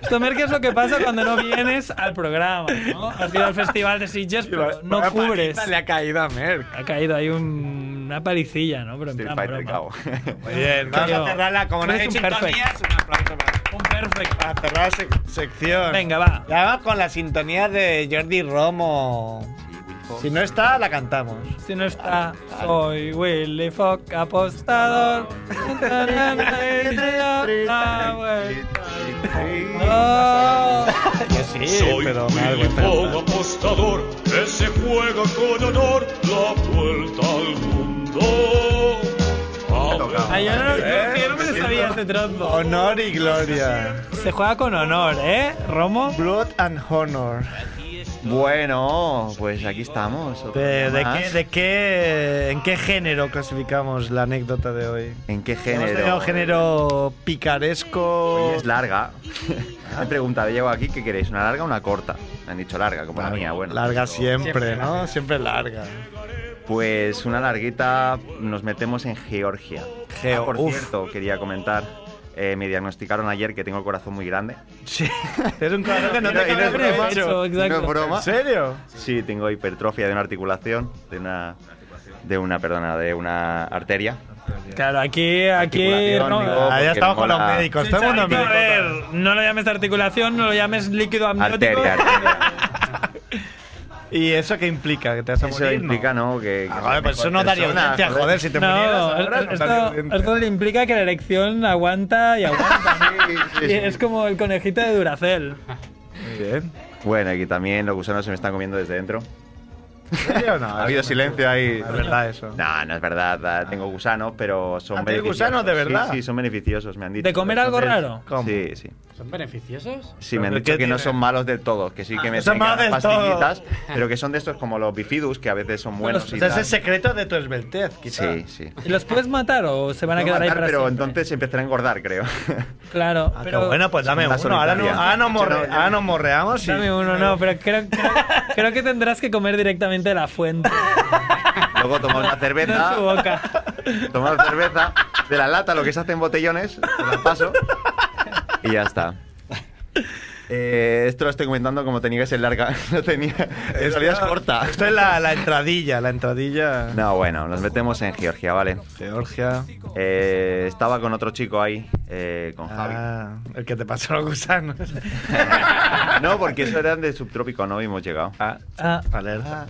Speaker 1: Esto, Merck, es lo que pasa cuando no vienes al programa, ¿no? Has ido al festival de Sitges, pero no
Speaker 7: Vaya
Speaker 1: cubres.
Speaker 7: paliza Le ha caído a Merck.
Speaker 1: Ha caído ahí un- una palicilla, ¿no? Pero en
Speaker 4: Street
Speaker 1: plan
Speaker 4: Fighter,
Speaker 1: broma.
Speaker 4: cabo.
Speaker 7: Muy bien, vamos
Speaker 1: Tío,
Speaker 7: a cerrarla como no
Speaker 1: eres
Speaker 7: hay
Speaker 1: un
Speaker 7: sintonías,
Speaker 1: perfect.
Speaker 7: un aplauso para-
Speaker 1: Un perfect.
Speaker 7: para cerrar sec- sección.
Speaker 1: Venga, va.
Speaker 7: Y además con la sintonía de Jordi Romo. Si no está, la cantamos.
Speaker 1: Si no está, soy Willy Fox, apostador. Ah, bueno. Oh.
Speaker 7: Que sí,
Speaker 9: Soy
Speaker 7: pero me da
Speaker 9: Willy
Speaker 7: vergüenza.
Speaker 9: Fogg, apostador que se juega con honor la vuelta al mundo.
Speaker 1: Ay, yo Ah, no,
Speaker 4: Eh,
Speaker 1: yo- yo no me lo sabía este trozo.
Speaker 7: Honor y gloria.
Speaker 1: Se juega con honor, ¿eh? Romo.
Speaker 7: Blood and Honor.
Speaker 4: Bueno, pues aquí estamos. otro
Speaker 7: ¿De,
Speaker 4: día
Speaker 7: de
Speaker 4: más.
Speaker 7: qué, de qué, ¿En qué género clasificamos la anécdota de hoy?
Speaker 4: ¿En qué
Speaker 7: Hemos tenido
Speaker 4: género?
Speaker 7: género picaresco.
Speaker 4: Oye, es larga. Me he preguntado, llego aquí, ¿qué queréis? ¿Una larga o una corta? Me han dicho larga, como la mía, bueno.
Speaker 7: Larga siempre, ¿no? Siempre larga.
Speaker 4: Pues una larguita, nos metemos en Georgia.
Speaker 7: Geo-
Speaker 4: Ah, por
Speaker 7: uf.
Speaker 4: cierto, quería comentar, eh, me diagnosticaron ayer que tengo el corazón muy grande.
Speaker 7: Sí. Es un corazón que no
Speaker 4: Y no-
Speaker 7: te
Speaker 4: y no es
Speaker 7: cabe
Speaker 4: broma.
Speaker 7: mucho.
Speaker 1: Eso, exacto.
Speaker 4: No es broma.
Speaker 7: ¿En serio?
Speaker 4: Sí, tengo hipertrofia de una articulación, de una, de una, perdona, de una arteria.
Speaker 1: Claro, aquí, aquí.
Speaker 4: Articulación,
Speaker 1: Romo.
Speaker 4: digo,
Speaker 7: Ah, ya
Speaker 4: porque
Speaker 7: estamos con los
Speaker 4: mola.
Speaker 7: médicos. Todo el mundo
Speaker 1: Chaito, a ver,
Speaker 7: médico.
Speaker 1: no lo llames articulación, no lo llames líquido amniótico.
Speaker 4: Arteria, arteria.
Speaker 7: ¿Y eso qué implica? ¿Que te vas a
Speaker 4: Eso
Speaker 7: morir?
Speaker 4: implica, ¿no? Que,
Speaker 7: Ah,
Speaker 4: que
Speaker 7: joder,
Speaker 4: soy
Speaker 7: pues eso
Speaker 4: mejor
Speaker 7: no daría
Speaker 4: persona,
Speaker 7: audiencia, joder. Si te murieras
Speaker 1: No,
Speaker 7: ahora, no daría
Speaker 1: esto,
Speaker 7: audiencia.
Speaker 1: esto le implica que la erección aguanta y aguanta.
Speaker 4: Sí, sí,
Speaker 1: Y
Speaker 4: sí.
Speaker 1: es como el conejito de Duracel.
Speaker 7: Muy bien.
Speaker 4: Bueno, aquí también los gusanos se me están comiendo desde dentro.
Speaker 7: ¿Sí o no?
Speaker 4: Ha habido silencio ahí.
Speaker 7: Es verdad eso.
Speaker 4: No, no es verdad. ah, Tengo gusanos, pero son
Speaker 7: Ah, ¿tienes
Speaker 4: beneficiosos.
Speaker 7: gusanos de verdad?
Speaker 4: Sí, sí, son beneficiosos, me han dicho.
Speaker 1: ¿De comer algo
Speaker 4: Entonces,
Speaker 1: raro?
Speaker 7: ¿Cómo?
Speaker 4: Sí, sí.
Speaker 2: ¿Son beneficiosos?
Speaker 4: Sí, me han
Speaker 7: ¿Pero
Speaker 4: dicho
Speaker 7: qué
Speaker 4: que no
Speaker 7: tiene?
Speaker 4: son malos del todo, que sí que
Speaker 7: Ah,
Speaker 4: me
Speaker 7: no son
Speaker 4: tengan
Speaker 7: malos del todo.
Speaker 4: pastillitas, pero que son de estos como los bifidus, que a veces son buenos
Speaker 7: O
Speaker 4: y
Speaker 7: sea, es
Speaker 4: tal.
Speaker 7: el secreto de tu esbeltez, quizás.
Speaker 4: Sí, sí.
Speaker 1: ¿Y ¿Los puedes matar o se van a
Speaker 4: No
Speaker 1: quedar ahí
Speaker 4: matar,
Speaker 1: para
Speaker 4: pero
Speaker 1: siempre?
Speaker 4: entonces empezará a engordar, creo.
Speaker 1: Claro,
Speaker 7: Ah, qué
Speaker 1: pero...
Speaker 7: bueno, pues dame
Speaker 4: Son
Speaker 7: uno.
Speaker 4: las
Speaker 7: Ahora, no,
Speaker 4: solitarias.
Speaker 7: ahora,
Speaker 4: Yo no,
Speaker 7: nos morre-
Speaker 4: yo-
Speaker 7: ahora nos
Speaker 4: pues
Speaker 7: morreamos y...
Speaker 1: Dame uno, no, pero creo, creo, creo que tendrás que comer directamente de la fuente.
Speaker 4: Luego tomar una
Speaker 1: No
Speaker 4: cerveza,
Speaker 1: en su boca.
Speaker 4: tomar cerveza de la lata, lo que se hace en botellones, te la paso y ya está. Eh, esto lo estoy comentando como tenía que ser larga. No tenía. En realidad es corta.
Speaker 7: Esto es la, la entradilla, la entradilla.
Speaker 4: No, bueno, nos metemos en Georgia, ¿vale?
Speaker 7: Georgia.
Speaker 4: Eh, estaba con otro chico ahí, eh, con Javi.
Speaker 7: Ah, el que te pasó los gusanos.
Speaker 4: No, porque eso eran de subtrópico, no habíamos llegado.
Speaker 7: Ah,
Speaker 1: Ah,
Speaker 7: alerta.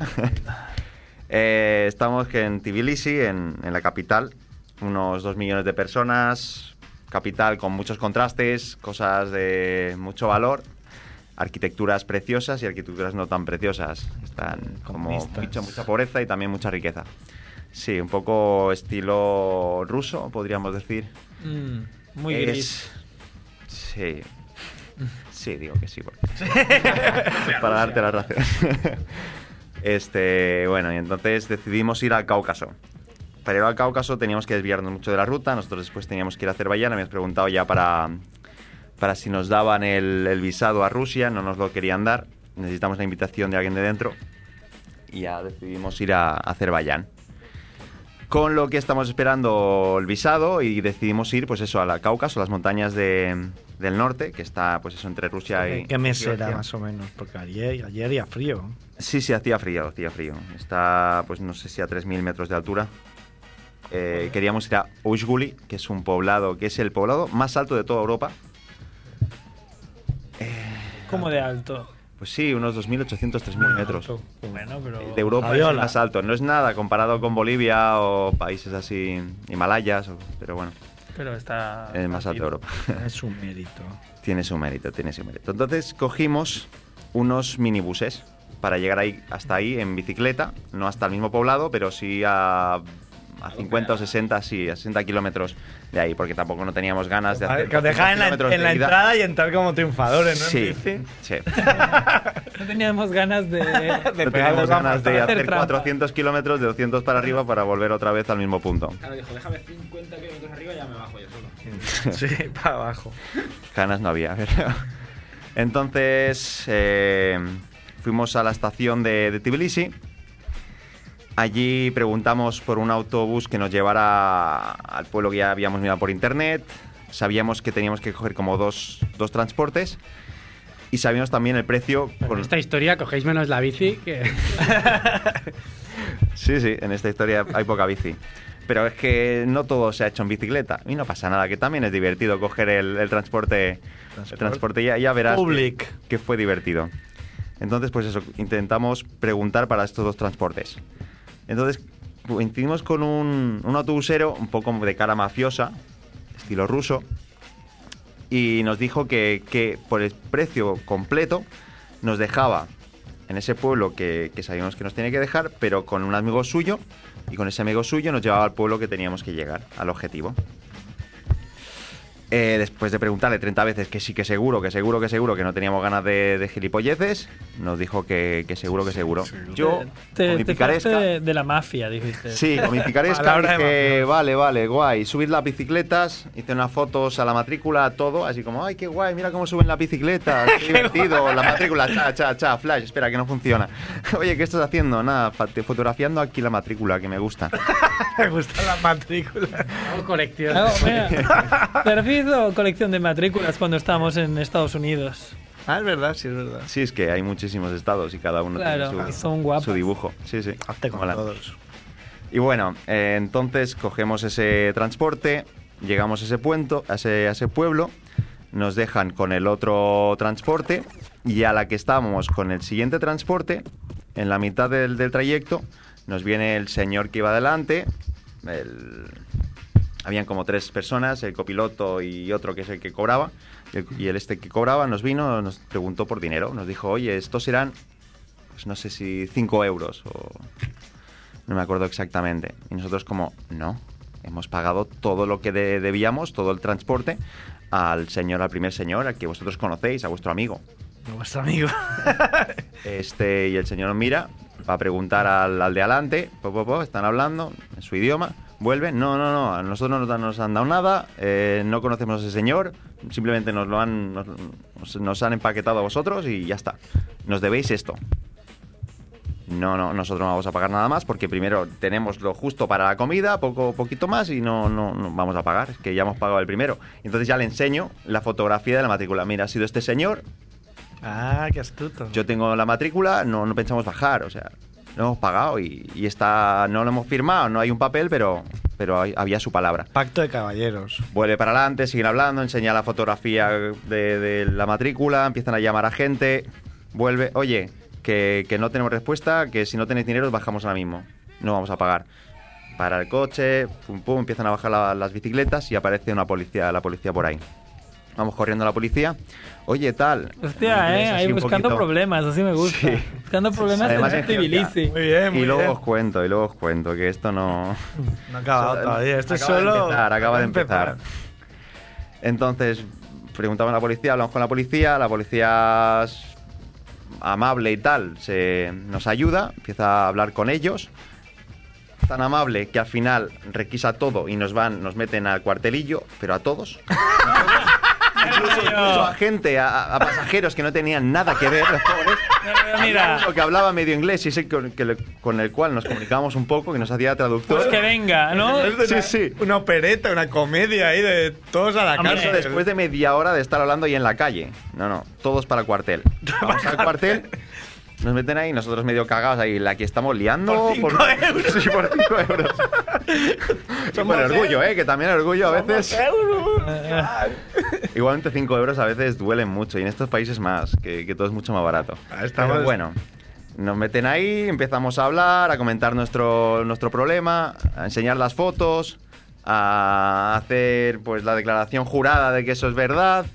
Speaker 4: Eh, estamos que en Tbilisi, en, en la capital, unos dos millones de personas, capital con muchos contrastes, cosas de mucho valor, arquitecturas preciosas y arquitecturas no tan preciosas. Están como
Speaker 7: Comunistas.
Speaker 4: mucha, mucha pobreza y también mucha riqueza. Sí, un poco estilo ruso, podríamos decir.
Speaker 1: mm, muy
Speaker 4: Es-
Speaker 1: gris.
Speaker 4: Sí. Sí, digo que sí, porque... para darte la razón. este, bueno, y entonces decidimos ir al Cáucaso. Para ir al Cáucaso teníamos que desviarnos mucho de la ruta, nosotros después teníamos que ir a Azerbaiyán, habíamos preguntado ya para, para si nos daban el, el visado a Rusia, no nos lo querían dar, necesitamos la invitación de alguien de dentro y ya decidimos ir a Azerbaiyán. Con lo que estamos esperando el visado y decidimos ir, pues eso, a la Cáucaso, a las montañas de- del norte, que está, pues eso, entre Rusia y...
Speaker 7: ¿Qué mes era
Speaker 4: Georgia.
Speaker 7: más o menos? Porque ayer, ayer ya frío.
Speaker 4: Sí, sí, hacía frío, hacía frío. Está, pues no sé si a 3.000 metros de altura. eh, queríamos ir a Ushguli, que es un poblado, que es el poblado más alto de toda Europa.
Speaker 1: Como de alto.
Speaker 4: Pues sí, unos 2.800, 3.000 metros.
Speaker 1: pues, Bueno, pero.
Speaker 4: De Europa es el
Speaker 7: Javiola.
Speaker 4: más alto. No es nada comparado con Bolivia o países así, Himalayas, o- pero bueno,
Speaker 1: Pero está.
Speaker 4: el más alto de Europa.
Speaker 7: Es un mérito.
Speaker 4: Tiene su mérito, tiene su mérito. Entonces cogimos unos minibuses para llegar ahí, hasta ahí en bicicleta, no hasta el mismo poblado, pero sí a, a 50 o 60, sí, a 60 kilómetros de ahí, porque tampoco no teníamos ganas de hacer.
Speaker 7: que os dejáis en la,
Speaker 4: 200 kilómetros
Speaker 7: en la
Speaker 4: de ida.
Speaker 7: entrada y entrar como triunfadores, ¿no?
Speaker 4: Sí,
Speaker 7: En bici.
Speaker 4: sí.
Speaker 1: No teníamos ganas de.
Speaker 7: De
Speaker 4: No
Speaker 7: pegar
Speaker 4: teníamos
Speaker 7: la
Speaker 4: ganas de
Speaker 1: matar.
Speaker 4: hacer
Speaker 1: Hacer trampa.
Speaker 4: 400 kilómetros de 200 para arriba para volver otra vez al mismo punto.
Speaker 3: Claro, dijo, déjame 50 kilómetros arriba y ya me bajo yo solo.
Speaker 7: patada. Sí, para abajo.
Speaker 4: Ganas no había, pero- Entonces eh, fuimos a la estación de, de Tbilisi. Allí preguntamos por un autobús que nos llevara al pueblo que ya habíamos mirado por internet. Sabíamos que teníamos que coger como dos, dos transportes. Y sabíamos también el precio.
Speaker 2: Con
Speaker 4: por-
Speaker 2: esta historia cogéis menos la bici que...
Speaker 4: Sí, sí, en esta historia hay poca bici. Pero es que no todo se ha hecho en bicicleta. Y no pasa nada, que también es divertido coger el, el transporte. El transporte ya, ya verás. que-
Speaker 7: Public.
Speaker 4: que fue divertido. Entonces, pues eso, intentamos preguntar para estos dos transportes. Entonces, coincidimos con un, un autobusero un poco de cara mafiosa, estilo ruso, y nos dijo que, que por el precio completo nos dejaba en ese pueblo que, que sabíamos que nos tenía que dejar, pero con un amigo suyo, y con ese amigo suyo nos llevaba al pueblo que teníamos que llegar, al objetivo. Eh, después de preguntarle 30 veces que sí, que seguro, que seguro, que seguro, que no teníamos ganas de, de gilipolleces, nos dijo que, que seguro, que seguro. Yo, con mi
Speaker 1: Te, te fijaste
Speaker 4: picaresca...
Speaker 1: de, de la mafia, dijiste.
Speaker 4: Sí, con mi picaresca
Speaker 7: Palabra de
Speaker 4: dije, vale, vale, guay. Subir las bicicletas, hice unas fotos a la matrícula, a todo, así como, ay, qué guay, mira cómo suben la bicicleta, qué divertido, la matrícula, cha, cha, cha, flash, espera, que no funciona. Oye, ¿qué estás haciendo? Nada, fa- te- fotografiando aquí la matrícula, que me gusta.
Speaker 7: Me gusta la matrícula.
Speaker 2: Hago colección.
Speaker 1: Ah, mira, perfil o colección de matrículas cuando estábamos en Estados Unidos.
Speaker 7: Ah, es verdad, sí, es verdad.
Speaker 4: Sí, es que hay muchísimos estados y cada uno
Speaker 1: Claro,
Speaker 4: tiene su,
Speaker 1: son guapas.
Speaker 4: su dibujo. Sí, sí.
Speaker 7: Hazte con
Speaker 4: Mola.
Speaker 7: todos.
Speaker 4: Y bueno, eh, entonces cogemos ese transporte, llegamos a ese, puento, a ese, a ese pueblo, nos dejan con el otro transporte y a la que estábamos con el siguiente transporte, en la mitad del, del trayecto, nos viene el señor que iba adelante, el- habían como tres personas, el copiloto y otro que es el que cobraba, y el- y el este que cobraba nos vino, nos preguntó por dinero, nos dijo, oye, estos serán, pues no sé si 5 euros o no me acuerdo exactamente. Y nosotros como, no, hemos pagado todo lo que de- debíamos, todo el transporte, al señor, al primer señor, al que vosotros conocéis, a vuestro amigo.
Speaker 7: De vuestro amigo.
Speaker 4: Este, y el señor mira, va a preguntar al, al de adelante, po, po, po, están hablando en su idioma, vuelve, no, no, no, a nosotros no nos- nos han dado nada, eh, no conocemos a ese señor, simplemente nos lo han, nos, nos- nos han empaquetado a vosotros y ya está. Nos debéis esto. No, no, nosotros no vamos a pagar nada más porque primero tenemos lo justo para la comida, poco, poquito más y no, no, no vamos a pagar, es que ya hemos pagado el primero. Entonces ya le enseño la fotografía de la matrícula. Mira, ha sido este señor,
Speaker 7: Ah, qué astuto.
Speaker 4: yo tengo la matrícula, no, no pensamos bajar, o sea, lo hemos pagado y, y está, no lo hemos firmado, no hay un papel, pero, pero hay- había su palabra.
Speaker 7: Pacto de caballeros.
Speaker 4: Vuelve para adelante, siguen hablando, enseña la fotografía de, de la matrícula, empiezan a llamar a gente, vuelve, oye, que, que no tenemos respuesta, que si no tenéis dinero os bajamos ahora mismo, no vamos a pagar. Para el coche, pum pum, empiezan a bajar la- las bicicletas y aparece una policía, la policía por ahí. Vamos corriendo a la policía. Oye, tal.
Speaker 1: Hostia,
Speaker 4: Inglés
Speaker 1: eh,
Speaker 4: así
Speaker 1: ahí
Speaker 4: un
Speaker 1: buscando
Speaker 4: poquito-
Speaker 1: problemas, así me gusta.
Speaker 4: Sí.
Speaker 1: Buscando problemas
Speaker 4: Además,
Speaker 1: en
Speaker 4: en geografía.
Speaker 1: Tbilisi.
Speaker 7: Muy bien, muy
Speaker 4: Y luego
Speaker 7: bien.
Speaker 4: os cuento, y luego os cuento, que esto no...
Speaker 7: No ha acabado
Speaker 4: Solo-
Speaker 7: Ah, todavía. Esto es
Speaker 4: acaba de
Speaker 7: solo.
Speaker 4: empezar, acaba de empezar. Entonces, preguntamos a la policía, hablamos con la policía, la policía es amable y tal, se nos ayuda, empieza a hablar con ellos. Tan amable que al final requisa todo y nos van, nos meten al cuartelillo, pero a todos. incluso, incluso a gente, a, a pasajeros que no tenían nada que ver, los pobres.
Speaker 1: Mira,
Speaker 4: Lo que hablaba medio inglés y es el con, que le- con el cual nos comunicábamos un poco, que nos hacía traductor.
Speaker 1: pues que venga, ¿no?
Speaker 7: Sí,
Speaker 4: sí.
Speaker 7: sí. Una opereta, una comedia ahí de todos a la
Speaker 1: Hombre,
Speaker 4: Eso
Speaker 7: cárcel.
Speaker 4: después de media hora de estar hablando y en la calle. No, no, todos para el cuartel. Vamos al cuartel, nos meten ahí, nosotros medio cagados ahí, la que estamos liando.
Speaker 7: Por cinco euros.
Speaker 4: Sí, por cinco euros. Con orgullo, ¿eh? Que también el orgullo a veces. Igualmente 5 euros a veces duelen mucho y en estos países más, que, que todo es mucho más barato.
Speaker 7: estamos-
Speaker 4: Pero bueno, nos meten ahí, empezamos a hablar, a comentar nuestro, nuestro problema, a enseñar las fotos, a hacer pues la declaración jurada de que eso es verdad.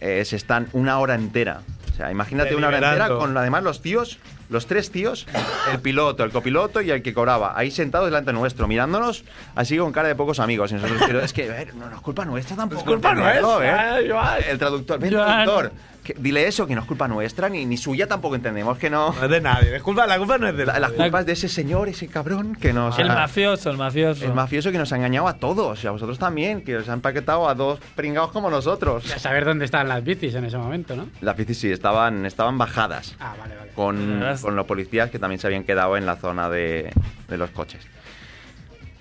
Speaker 4: Eh, se están una hora entera. O sea, imagínate una hora entera
Speaker 7: Deliberando.
Speaker 4: con además los tíos, los tres tíos, el piloto, el copiloto y el que cobraba, ahí sentados delante nuestro, mirándonos así con cara de pocos amigos. Y nosotros, pero es que, a ver, no, no es culpa nuestra tampoco.
Speaker 7: culpa
Speaker 4: entenderlo,
Speaker 7: nuestra,
Speaker 4: ¿eh? El traductor, ven,
Speaker 1: Joan.
Speaker 4: traductor. que- dile eso, que no es culpa nuestra, ni, ni suya tampoco entendemos que no.
Speaker 7: No es de nadie. es culpa- la culpa no es de
Speaker 4: La-
Speaker 7: nadie.
Speaker 4: las culpas de ese señor, ese cabrón, que nos.
Speaker 1: El
Speaker 4: ha-
Speaker 1: mafioso, el mafioso.
Speaker 4: el mafioso que nos ha engañado a todos y a vosotros también, que os ha empaquetado a dos pringados como nosotros.
Speaker 2: A saber dónde estaban las bicis en ese momento, ¿no?
Speaker 4: Las bicis sí, estaban, estaban bajadas.
Speaker 2: Ah, vale, vale.
Speaker 4: con,
Speaker 1: Verás.
Speaker 4: con los policías que también se habían quedado en la zona de, de los coches.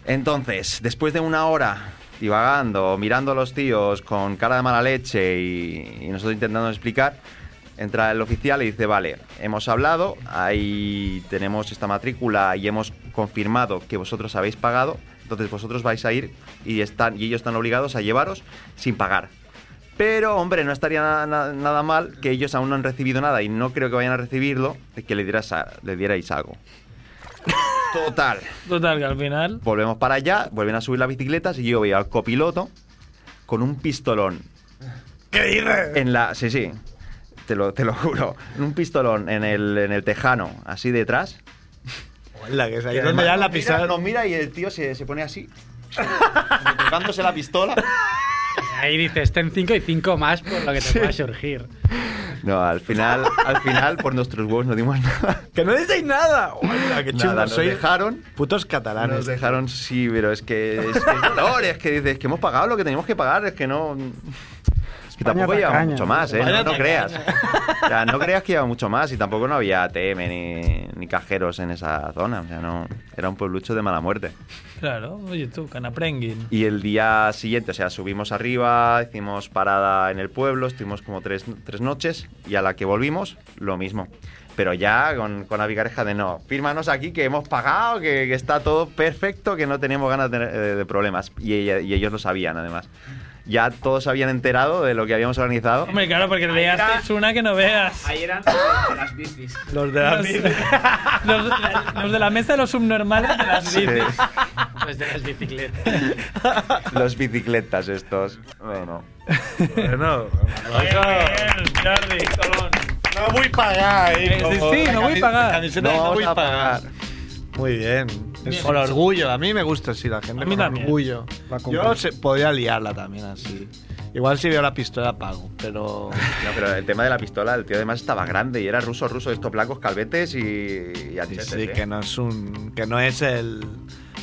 Speaker 4: Entonces, después de una hora divagando, mirando a los tíos con cara de mala leche y, y nosotros intentando explicar, entra el oficial y dice, vale, hemos hablado, ahí tenemos esta matrícula y hemos confirmado que vosotros habéis pagado, entonces vosotros vais a ir y, están, y ellos están obligados a llevaros sin pagar. Pero, hombre, no estaría na- na- nada mal que ellos aún no han recibido nada y no creo que vayan a recibirlo, de que le, dieras a- le dierais algo. Total.
Speaker 1: Total, que al final.
Speaker 4: Volvemos para allá, vuelven a subir las bicicletas y yo veo al copiloto con un pistolón. ¿Qué dices? En la. Sí, sí. Te lo, te lo juro. Un pistolón en el, en el tejano, así detrás.
Speaker 7: Hola, que es ahí
Speaker 4: Y
Speaker 7: donde ya
Speaker 4: además
Speaker 7: la
Speaker 4: nos mira-
Speaker 7: pisaron.
Speaker 4: Nos mira y el tío se, se pone así. tocándose la pistola.
Speaker 2: Ahí dices, ten 5 y 5 más por lo que te pueda surgir.
Speaker 4: No, al final, al final, por nuestros huevos no dimos nada.
Speaker 7: ¡Que no decís nada! Hola,
Speaker 4: Nada,
Speaker 7: qué chulo.
Speaker 4: nos
Speaker 7: Soy
Speaker 4: dejaron.
Speaker 7: putos catalanes.
Speaker 4: Nos dejaron, sí, pero es que es, que es dolor, es que dices que hemos pagado lo que teníamos que pagar, es que no. Es que tampoco
Speaker 5: tacaña.
Speaker 4: lleva mucho más, ¿eh? No,
Speaker 1: España
Speaker 4: no creas. O sea, no creas que lleva mucho más y tampoco no había ATM ni, ni cajeros en esa zona. O sea, no. Era un pueblucho de mala muerte.
Speaker 1: Claro, oye tú, canaprenguin.
Speaker 4: Y el día siguiente, o sea, subimos arriba, hicimos parada en el pueblo, estuvimos como tres, tres noches y a la que volvimos, lo mismo. Pero ya con, con la vicareja de no, fírmanos aquí que hemos pagado, que, que está todo perfecto, que no tenemos ganas de, eh, de problemas. Y, ella- y ellos lo sabían, además. Ya todos se habían enterado de lo que habíamos organizado.
Speaker 1: Hombre, claro, porque le
Speaker 3: Ahí
Speaker 1: dasteis una que no veas.
Speaker 3: Ahí eran las bicis.
Speaker 7: Los de la
Speaker 1: Los, los- la- los de la mesa de los subnormales de las
Speaker 4: Sí.
Speaker 1: bicis.
Speaker 2: Pues de las bicicletas.
Speaker 4: Los bicicletas estos. Bueno.
Speaker 7: Bueno,
Speaker 1: Jordi, Colón.
Speaker 7: no voy a pagar.
Speaker 1: Eh, sí, sí, no voy a pagar.
Speaker 4: No
Speaker 7: no
Speaker 4: vamos
Speaker 7: voy
Speaker 4: a
Speaker 7: a pagar.
Speaker 4: pagar.
Speaker 7: Muy bien.
Speaker 1: Bien
Speaker 7: Con
Speaker 1: hecho.
Speaker 7: orgullo. A mí me gusta así la gente.
Speaker 1: A mí
Speaker 7: con
Speaker 1: también.
Speaker 7: orgullo.
Speaker 5: La
Speaker 7: Yo
Speaker 5: compro.
Speaker 7: se, podría liarla también así. Igual si veo la pistola pago, pero...
Speaker 4: No, pero el tema de la pistola, el tío además estaba grande y era ruso, ruso, estos blancos calvetes y, y
Speaker 7: Sí,
Speaker 4: achetes,
Speaker 7: sí,
Speaker 4: ¿eh?
Speaker 7: que no es un... Que no es el...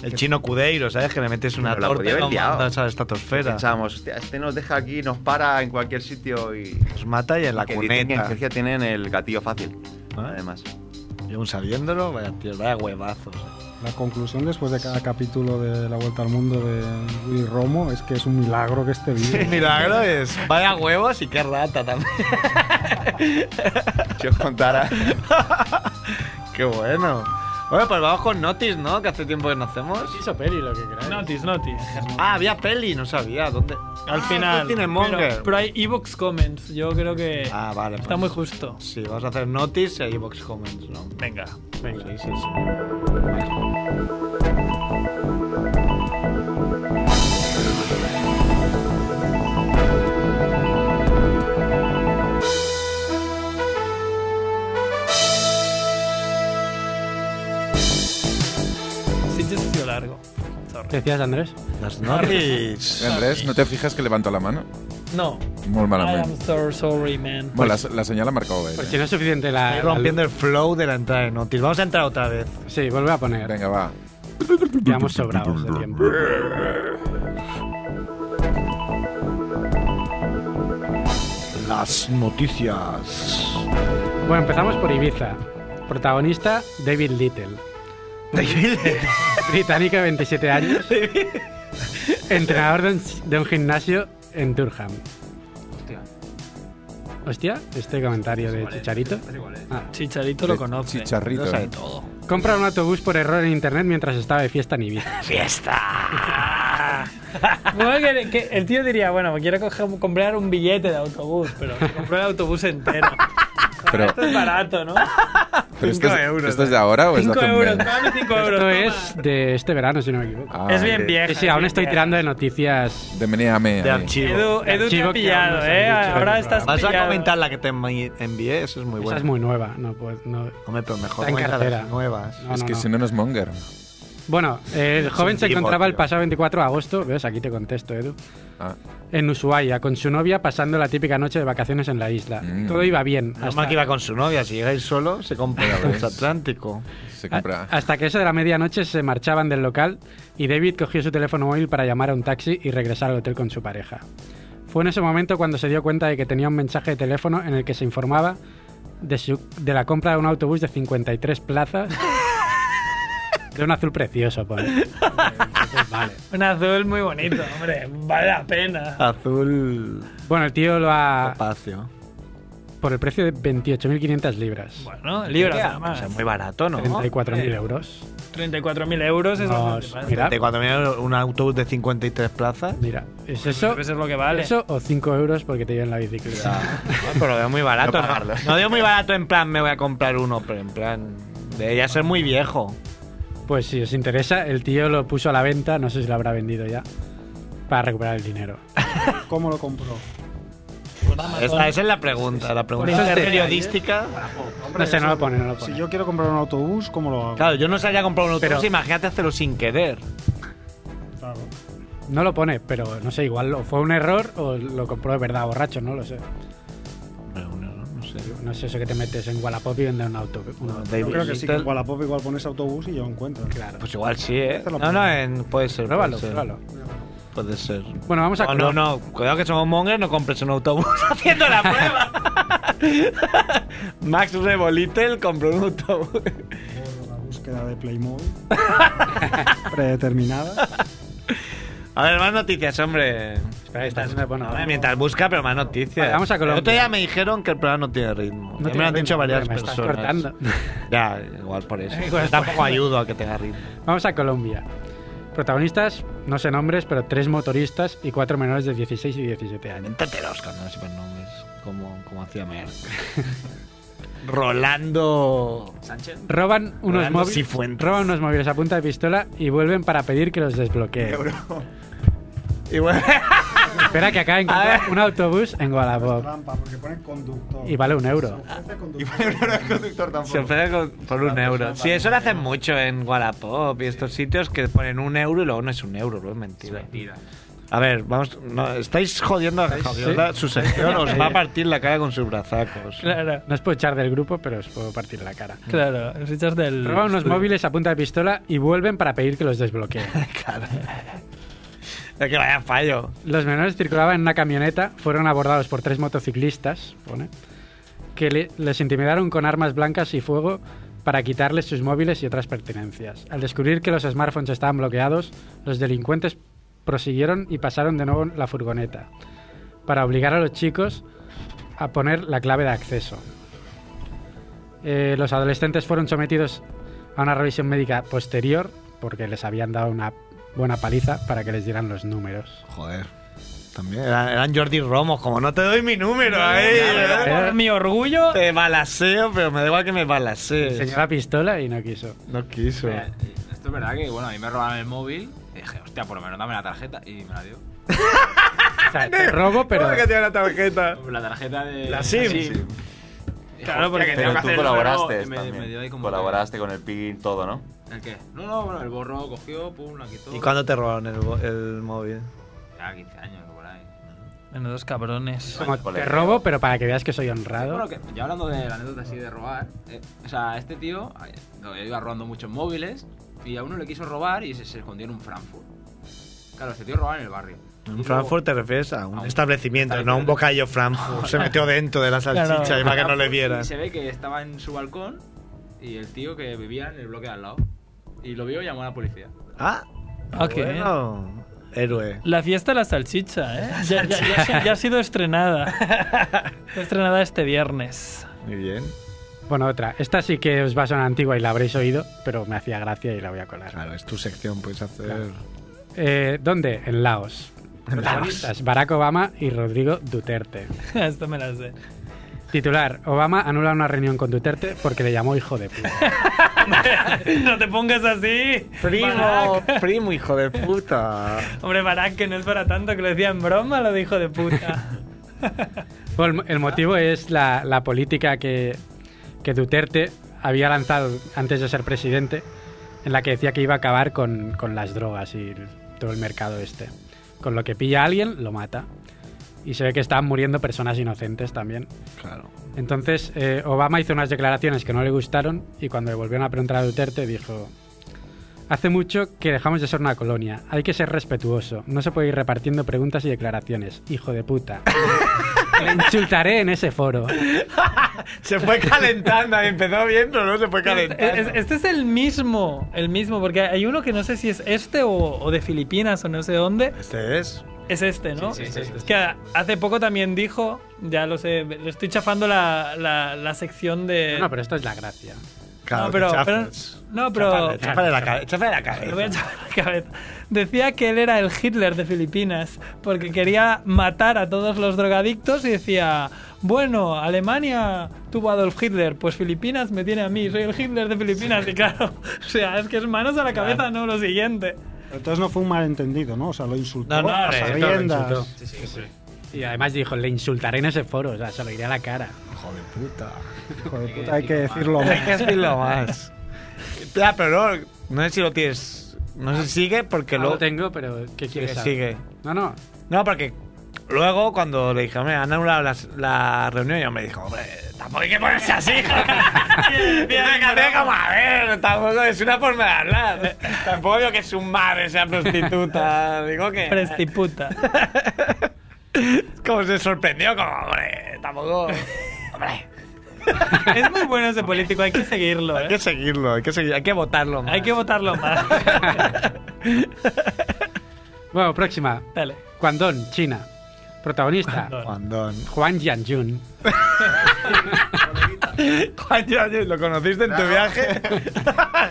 Speaker 7: El chino cudeiro, ¿sabes? Que le metes una
Speaker 4: Pero la
Speaker 7: torta
Speaker 4: podía
Speaker 7: y
Speaker 4: haber
Speaker 7: lo
Speaker 4: liado.
Speaker 7: mandas a la estratosfera.
Speaker 4: Pensábamos, "Hostia, este nos deja aquí, nos para en cualquier sitio y.
Speaker 7: Los mata y en la
Speaker 4: que dicen que en
Speaker 7: cuneta.
Speaker 4: Georgia tienen el gatillo fácil,
Speaker 7: Ah.
Speaker 4: además.
Speaker 7: Y aún sabiéndolo, vaya tío, vaya huevazos. eh.
Speaker 5: La conclusión después de cada capítulo de La Vuelta al Mundo de Willy Romo es que es un milagro que esté vivo.
Speaker 7: El milagro es... Vaya huevos y qué rata también.
Speaker 4: Si os contara.
Speaker 7: Qué bueno. Bueno, pues vamos con Notis, ¿no? Que hace tiempo que no hacemos.
Speaker 2: Sí, Soperi, lo que queráis.
Speaker 1: Notis, notis.
Speaker 7: Ah, había peli, no sabía. ¿Dónde?
Speaker 1: Al
Speaker 7: Ah,
Speaker 1: final.
Speaker 7: fue Cinemonger.
Speaker 1: Pero, pero hay Evox Comments. Yo creo que
Speaker 7: ah, vale.
Speaker 1: está
Speaker 7: pues.
Speaker 1: muy justo.
Speaker 7: Sí, vamos a hacer Notis y ahí Box Comments, ¿no?
Speaker 1: Venga.
Speaker 7: Sí, sí, sí.
Speaker 1: Sí, yo estoy largo. Sorry.
Speaker 2: ¿Qué decías, Andrés?
Speaker 7: Las Notis.
Speaker 6: Andrés, ¿no te fijas que levantó la mano?
Speaker 1: No.
Speaker 6: Muy
Speaker 1: I
Speaker 6: malamente.
Speaker 1: am so sorry, man.
Speaker 6: Bueno, la, la señal la ha marcado
Speaker 1: Pues
Speaker 6: él.
Speaker 2: Por si
Speaker 6: ¿eh?
Speaker 2: no es suficiente la.
Speaker 7: Estoy
Speaker 2: la
Speaker 7: rompiendo el flow de la entrada de Notis. Vamos a entrar otra vez.
Speaker 2: luz. Sí, vuelve a poner.
Speaker 6: Venga, va.
Speaker 2: Quedamos sobrados de tiempo.
Speaker 7: Las noticias.
Speaker 2: Bueno, empezamos por Ibiza. Protagonista David Little. Británico de 27 años. entrenador de un, de un gimnasio en Durham.
Speaker 3: Hostia.
Speaker 2: Hostia, este comentario de Chicharito. Ah,
Speaker 1: Chicharito lo conoce.
Speaker 6: Chicharrito.
Speaker 7: Lo sabe
Speaker 6: ¿eh?
Speaker 7: todo.
Speaker 2: Compra un autobús por error en internet mientras estaba de fiesta en Ibiza.
Speaker 7: ¡Fiesta!
Speaker 1: Bueno, que, que el tío diría, bueno, me quiero coger- comprar un billete de autobús, pero me compró el autobús entero.
Speaker 6: Pero,
Speaker 1: Esto es barato, ¿no?
Speaker 6: pero esto,
Speaker 7: Cinco
Speaker 6: es,
Speaker 7: euros,
Speaker 6: ¿esto es de ahora
Speaker 7: Pues
Speaker 6: o es de
Speaker 1: 5
Speaker 6: hace un
Speaker 1: euros,
Speaker 6: mes?
Speaker 1: dame 5 euros.
Speaker 2: Esto
Speaker 1: toma.
Speaker 2: es de este verano, si no me equivoco.
Speaker 6: Ah,
Speaker 1: Es bien
Speaker 6: de-
Speaker 1: vieja.
Speaker 2: Sí, sí, aún
Speaker 1: es
Speaker 2: estoy
Speaker 1: bien
Speaker 2: tirando de noticias.
Speaker 6: De Meneame.
Speaker 7: De
Speaker 6: ahí.
Speaker 7: archivo.
Speaker 1: vieja. Edu, Edu te
Speaker 2: archivo
Speaker 1: ha
Speaker 2: que
Speaker 1: pillado,
Speaker 2: aún no se
Speaker 1: ¿eh?
Speaker 2: han dicho.
Speaker 1: Ahora estás
Speaker 7: Vas a
Speaker 1: pillado.
Speaker 7: comentar la que te envi- envié, eso es muy
Speaker 2: Esa
Speaker 7: bueno.
Speaker 2: es muy nueva. No, pues, no.
Speaker 7: Hombre, pero mejor
Speaker 2: Está en
Speaker 7: cuenta
Speaker 2: cartera.
Speaker 7: las nuevas.
Speaker 2: No,
Speaker 6: es
Speaker 2: no,
Speaker 6: que
Speaker 2: no.
Speaker 6: si no, no es Monger.
Speaker 2: Bueno, el joven se
Speaker 7: tipo,
Speaker 2: encontraba el
Speaker 7: tío.
Speaker 2: pasado 24 de agosto, ves, aquí te contesto, Edu,
Speaker 6: Ah,
Speaker 2: en Ushuaia, con su novia pasando la típica noche de vacaciones en la isla.
Speaker 6: Mm.
Speaker 2: Todo iba bien.
Speaker 7: Normal que iba con su novia, si llegáis solo, se compra el transatlántico.
Speaker 1: Ah,
Speaker 6: se
Speaker 2: a-
Speaker 6: compra.
Speaker 2: hasta que eso de la medianoche se marchaban del local y David cogió su teléfono móvil para llamar a un taxi y regresar al hotel con su pareja. Fue en ese momento cuando se dio cuenta de que tenía un mensaje de teléfono en el que se informaba de, su- de la compra de un autobús de 53 plazas de un azul precioso, pone. Entonces, vale.
Speaker 1: Un azul muy bonito, hombre. Vale la pena.
Speaker 2: Ah.
Speaker 7: Azul
Speaker 2: Bueno, el tío lo
Speaker 3: Ah.
Speaker 2: ha...
Speaker 7: espacio.
Speaker 2: Por el precio de 28.500 libras.
Speaker 1: Bueno, libras nada
Speaker 7: O sea,
Speaker 1: más.
Speaker 7: muy barato, ¿no?
Speaker 2: 34.000 euros.
Speaker 1: 34.000 euros es
Speaker 2: No,
Speaker 1: bastante pasta.
Speaker 2: mira.
Speaker 7: De cuando viene un autobús de 53 plazas.
Speaker 2: Mira, ¿es eso,
Speaker 1: Debe ser lo que vale.
Speaker 2: eso o 5 euros porque te llevan la bicicleta?
Speaker 7: pero lo veo muy barato.
Speaker 4: No pagarlo.
Speaker 7: No veo muy barato en plan me voy a comprar uno, pero en plan debería ser muy viejo.
Speaker 2: Pues si os interesa, el tío lo puso a la venta, no sé si lo habrá vendido ya, para recuperar el dinero.
Speaker 5: ¿Cómo lo compró?
Speaker 7: Esa, esa es la pregunta, la
Speaker 1: Por
Speaker 7: pregunta
Speaker 1: internet,
Speaker 7: periodística.
Speaker 2: No sé, no lo pone, no lo
Speaker 5: Si
Speaker 2: pone.
Speaker 5: yo quiero comprar un autobús, ¿cómo lo hago?
Speaker 7: Claro, yo no sabía comprar un autobús,
Speaker 2: Pero-
Speaker 7: imagínate hacerlo sin querer.
Speaker 5: Claro.
Speaker 2: No lo pone, pero no sé, igual o fue un error o lo compró de verdad borracho, no lo sé.
Speaker 7: no sé.
Speaker 2: No sé eso que te metes en Wallapop y vende un auto. un auto.
Speaker 5: Yo creo que sí, que
Speaker 7: Little-
Speaker 5: en Wallapop igual pones autobús y yo lo encuentro.
Speaker 2: Claro.
Speaker 7: Pues igual sí, ¿eh?
Speaker 5: Te lo
Speaker 7: No, no, en- puede ser.
Speaker 2: Pruébalo,
Speaker 7: puede ser,
Speaker 2: pruébalo.
Speaker 7: Puede ser.
Speaker 2: Bueno, vamos a
Speaker 7: No, no,
Speaker 2: Colombia.
Speaker 7: no, cuidado que somos mongres, no compres un autobús haciendo la prueba. Max Rebolitel compró un autobús.
Speaker 5: Por la búsqueda de Playmobil predeterminada.
Speaker 7: A ver, más noticias, hombre. Espera,
Speaker 2: esta es una buena.
Speaker 7: A ver, mientras busca, pero más noticias.
Speaker 2: Vale, vamos a Colombia.
Speaker 7: El otro día me dijeron que el programa no tiene ritmo. Ya me
Speaker 2: tiene
Speaker 7: lo han dicho
Speaker 2: ritmo,
Speaker 7: varias
Speaker 2: me estás
Speaker 7: personas.
Speaker 2: cortando.
Speaker 7: Ya, igual por eso. Tampoco ayudo a que tenga ritmo.
Speaker 2: Vamos a Colombia. Protagonistas, no sé nombres, pero tres motoristas y cuatro menores de 16 y 17 años.
Speaker 7: Entételos, cuando no sepan nombres. Como, como hacía Merck. Rolando.
Speaker 3: Sánchez.
Speaker 2: Roban unos,
Speaker 7: Rolando
Speaker 2: móviles,
Speaker 7: Cifuentes.
Speaker 2: roban unos móviles a punta de pistola y vuelven para pedir que los desbloqueen.
Speaker 7: Y bueno,
Speaker 2: Espera que acá
Speaker 7: A
Speaker 2: encuentran
Speaker 7: ver.
Speaker 2: un autobús en
Speaker 5: Es
Speaker 2: Wallapop
Speaker 5: trampa, porque ponen conductor.
Speaker 2: y vale un euro. Ah.
Speaker 5: Se ofrece conductor.
Speaker 7: se ofrece con- por un euro. Sí, eso lo hacen mucho en Wallapop y estos sitios que ponen un euro y luego no es un euro, luego es mentira.
Speaker 3: Mentira.
Speaker 7: A ver, vamos. no, estáis jodiendo a Javiola. Su sección os va a partir la cara con sus brazacos.
Speaker 1: Claro,
Speaker 2: No os puedo echar del grupo, pero os puedo partir la cara.
Speaker 1: claro. Los hechos del.
Speaker 2: Roban unos móviles a punta de pistola y vuelven para pedir que los desbloqueen.
Speaker 7: Claro. Es que vaya fallo.
Speaker 2: Los menores circulaban en una camioneta, fueron abordados por tres motociclistas, pone, que le- les intimidaron con armas blancas y fuego para quitarles sus móviles y otras pertenencias. Al descubrir que los smartphones estaban bloqueados, los delincuentes prosiguieron y pasaron de nuevo la furgoneta para obligar a los chicos a poner la clave de acceso. Eh, los adolescentes fueron sometidos a una revisión médica posterior porque les habían dado una buena paliza para que les dieran los números.
Speaker 7: Joder. También eran, eran Jordi Romos, como no te doy mi número ahí. ¿eh?
Speaker 1: Por mi orgullo.
Speaker 7: Te balaseo, pero me da igual que me balasees.
Speaker 2: Enseñó la pistola y no quiso.
Speaker 7: No quiso.
Speaker 3: Mira, Eh, Esto es verdad que, bueno, a mí me robaron el móvil. Y dije, hostia, por lo menos dame la tarjeta. Y me la dio.
Speaker 2: O sea, te robo, pero.
Speaker 7: tiene la tarjeta?
Speaker 3: La tarjeta de.
Speaker 7: La SIM.
Speaker 3: Claro, porque
Speaker 4: Pero tú colaboraste también.
Speaker 3: Me dio ahí como
Speaker 4: colaboraste con el PIN, todo, ¿no?
Speaker 3: ¿El qué? No, no, bueno, el borro cogió, pum, la quitó.
Speaker 7: ¿Y cuándo te robaron el, bo- el móvil?
Speaker 3: Ya, 15 años, por ahí.
Speaker 1: Menudos cabrones.
Speaker 2: como, te robo, Oh, pero para que veas que soy honrado.
Speaker 3: Bueno, que ya hablando de la anécdota así de robar, eh, o sea, este tío eh, lo iba robando muchos móviles y a uno le quiso robar y se, se escondió en un Frankfurt. Claro, este tío robaba en el barrio. Y
Speaker 7: En
Speaker 3: luego-
Speaker 7: Frankfurt te refieres a
Speaker 3: A
Speaker 7: un
Speaker 3: un-
Speaker 7: establecimiento, no a un
Speaker 3: establecimiento.
Speaker 7: bocadillo Frankfurt. Se metió dentro de la salchicha
Speaker 1: Claro.
Speaker 7: y para que no le
Speaker 3: Y
Speaker 7: vieran.
Speaker 3: se ve que estaba en su balcón y el tío que vivía en el bloque de al lado. Y lo vio y llamó a la policía.
Speaker 7: Ah,
Speaker 1: Ah, qué bien.
Speaker 7: bueno. Héroe.
Speaker 1: La fiesta de la salchicha, ¿eh? Ya, ya- ya se- ya ha sido estrenada. Fue estrenada este viernes.
Speaker 7: Muy bien.
Speaker 2: Bueno, otra. Esta sí que os va a sonar antigua y la habréis oído, pero me hacía gracia y la voy a colar.
Speaker 7: Claro, es tu sección, puedes hacer.
Speaker 2: Eh, ¿Dónde? En Laos. Protagonistas, Barack Obama y Rodrigo Duterte.
Speaker 1: Esto me la sé.
Speaker 2: Titular, Obama anula una reunión con Duterte porque le llamó hijo de puta.
Speaker 1: no te pongas así.
Speaker 7: Primo,
Speaker 1: Barack.
Speaker 7: primo, hijo de puta.
Speaker 1: Hombre, Barack, que no es para tanto, que lo decía en broma, lo dijo de puta.
Speaker 2: Bueno, el, el motivo es la, la política que, que Duterte había lanzado antes de ser presidente, en la que decía que iba a acabar con, con las drogas y el- todo el mercado este. Con lo que pilla a alguien, lo mata. Y se ve que estaban muriendo personas inocentes también.
Speaker 7: Claro.
Speaker 2: Entonces, eh, Obama hizo unas declaraciones que no le gustaron y cuando le volvieron a preguntar a Duterte dijo, hace mucho que dejamos de ser una colonia, hay que ser respetuoso, no se puede ir repartiendo preguntas y declaraciones, hijo de puta. Le insultaré en ese foro.
Speaker 7: Eh. Se fue calentando, empezó bien, pero no se fue
Speaker 1: Es- es- Este es el mismo, el mismo, porque hay uno que no sé si es este o, o de Filipinas o no sé dónde.
Speaker 7: Este es.
Speaker 1: Es este, ¿no?
Speaker 3: Sí, sí, sí, sí, sí.
Speaker 1: Que hace poco también dijo, ya lo sé, le estoy chafando la, la- la sección de...
Speaker 2: No, pero esto es la gracia.
Speaker 7: Claro,
Speaker 1: no, pero,
Speaker 7: que
Speaker 1: pero-
Speaker 7: chafas.
Speaker 1: no, pero
Speaker 7: Chápale, chápale la cabeza. Chápale la
Speaker 1: Me voy a
Speaker 7: cabeza.
Speaker 1: echar la cabeza. Decía que él era el Hitler de Filipinas porque quería matar a todos los drogadictos y decía, bueno, Alemania tuvo a Adolf Hitler, pues Filipinas me tiene a mí, soy el Hitler de Filipinas. Y claro, o sea, es que es manos a la cabeza, no lo siguiente.
Speaker 5: Entonces no fue un malentendido, ¿no? O sea, lo insultó
Speaker 7: No, no,
Speaker 5: a
Speaker 7: hombre,
Speaker 5: las
Speaker 7: no, lo
Speaker 5: riendas.
Speaker 2: insultó. Y además dijo, le insultaré en ese foro, o sea, se lo iré a la cara.
Speaker 7: Hijo de puta.
Speaker 5: Hijo de puta, hay que decirlo más.
Speaker 7: Hay que decirlo más. Ya, pero no, no sé si lo tienes. No sé si sigue porque
Speaker 1: Ah,
Speaker 2: Que
Speaker 7: luego.
Speaker 2: lo tengo, pero ¿qué
Speaker 7: Sigue,
Speaker 2: quieres saber?
Speaker 7: sigue.
Speaker 2: No, no.
Speaker 7: No, porque luego cuando le dije, me han anulado las- la reunión, yo me dijo, hombre, tampoco hay que ponerse así. Tiene que hacer como, a ver, tampoco es una forma de hablar. tampoco digo que su madre sea prostituta. Digo que.
Speaker 1: Prestiputa.
Speaker 7: como se sorprendió, como, hombre, tampoco. Hombre.
Speaker 1: Es muy bueno ese político, hay que seguirlo.
Speaker 7: Hay
Speaker 1: ¿eh?
Speaker 7: que seguirlo, hay que seguir, hay que votarlo. más.
Speaker 1: Hay que votarlo más.
Speaker 2: Bueno, próxima.
Speaker 1: Dale.
Speaker 2: Guangdong, China.
Speaker 7: Ah,
Speaker 2: Protagonista,
Speaker 7: Juandón.
Speaker 2: Juan Yanjun.
Speaker 7: Juan Yanyun, ¿lo conociste en tu viaje?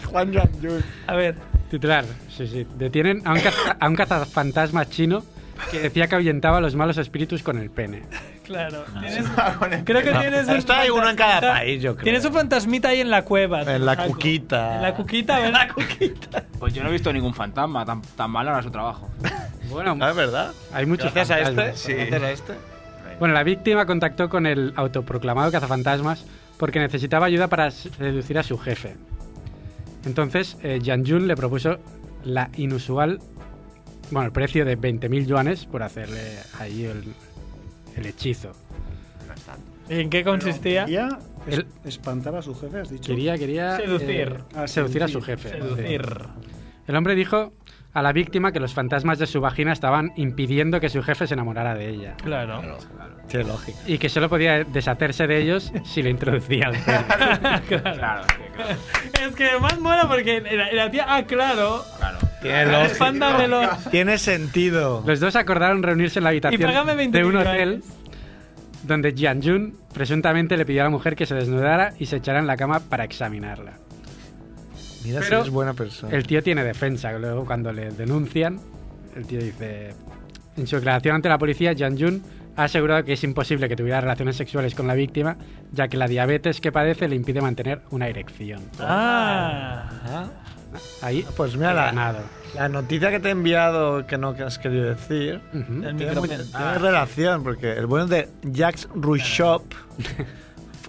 Speaker 7: Juan Yanyun.
Speaker 1: A ver,
Speaker 2: Titular, sí, sí. Detienen a un, caza- a un cazafantasma chino que decía que ahuyentaba a los malos espíritus con el pene.
Speaker 1: claro.
Speaker 7: Ah,
Speaker 1: tienes- creo que tienes
Speaker 7: Esto hay uno en cada
Speaker 1: fantasmita-
Speaker 7: país, yo creo.
Speaker 1: Tienes un fantasmita ahí en la cueva.
Speaker 7: En la
Speaker 1: Jaco.
Speaker 7: cuquita.
Speaker 1: En la cuquita, ¿verdad? la cuquita.
Speaker 3: Pues yo no he visto ningún fantasma tan, tan malo era su trabajo.
Speaker 2: Bueno,
Speaker 7: ¿No es verdad?
Speaker 2: hay muchos
Speaker 7: Ah, Gracias a este.
Speaker 2: fantasmas. ¿eh?
Speaker 7: Gracias a este.
Speaker 2: Bueno, la víctima contactó con el autoproclamado cazafantasmas porque necesitaba ayuda para seducir a su jefe. Entonces, eh, Yang Jun le propuso la inusual, bueno, el precio de 20.000 yuanes por hacerle ahí el, el hechizo.
Speaker 1: ¿Y en qué consistía?
Speaker 5: Quería es-
Speaker 2: El-
Speaker 5: espantar a su jefe, has dicho.
Speaker 2: Quería, quería
Speaker 1: Seducir.
Speaker 5: Ah,
Speaker 2: seducir a su
Speaker 5: seducir,
Speaker 2: jefe.
Speaker 1: Seducir.
Speaker 2: Sí. El hombre dijo a la víctima que los fantasmas de su vagina estaban impidiendo que su jefe se enamorara de ella
Speaker 1: Claro.
Speaker 7: Qué lógica.
Speaker 2: y que solo podía deshacerse de ellos si le introducía el pene.
Speaker 3: Claro, sí, claro.
Speaker 1: Es que más mola porque la, la tía, ah, claro.
Speaker 3: claro.
Speaker 7: Tiene
Speaker 1: Espándamelo.
Speaker 7: Tiene sentido.
Speaker 2: Los dos acordaron reunirse en la
Speaker 1: Y
Speaker 2: habitación
Speaker 1: págame 20
Speaker 2: de un hotel donde Jian Jun presuntamente le pidió a la mujer que se desnudara y se echara en la cama para examinarla.
Speaker 7: Mira
Speaker 2: Pero-
Speaker 7: buena persona.
Speaker 2: El tío tiene defensa, que luego cuando le denuncian, el tío dice... En su declaración ante la policía, Jian Jun ha asegurado que es imposible que tuviera relaciones sexuales con la víctima, ya que la diabetes que padece le impide mantener una erección.
Speaker 1: Ah.
Speaker 7: Ah,
Speaker 2: Ahí,
Speaker 7: Pues mira,
Speaker 2: ha
Speaker 7: la,
Speaker 2: ganado.
Speaker 7: la noticia que te he enviado que no que has querido decir
Speaker 2: Ujú.
Speaker 1: El
Speaker 7: tiene,
Speaker 1: micro- Ah.
Speaker 7: muy- tiene relación, porque el bueno de Jacques Rouchop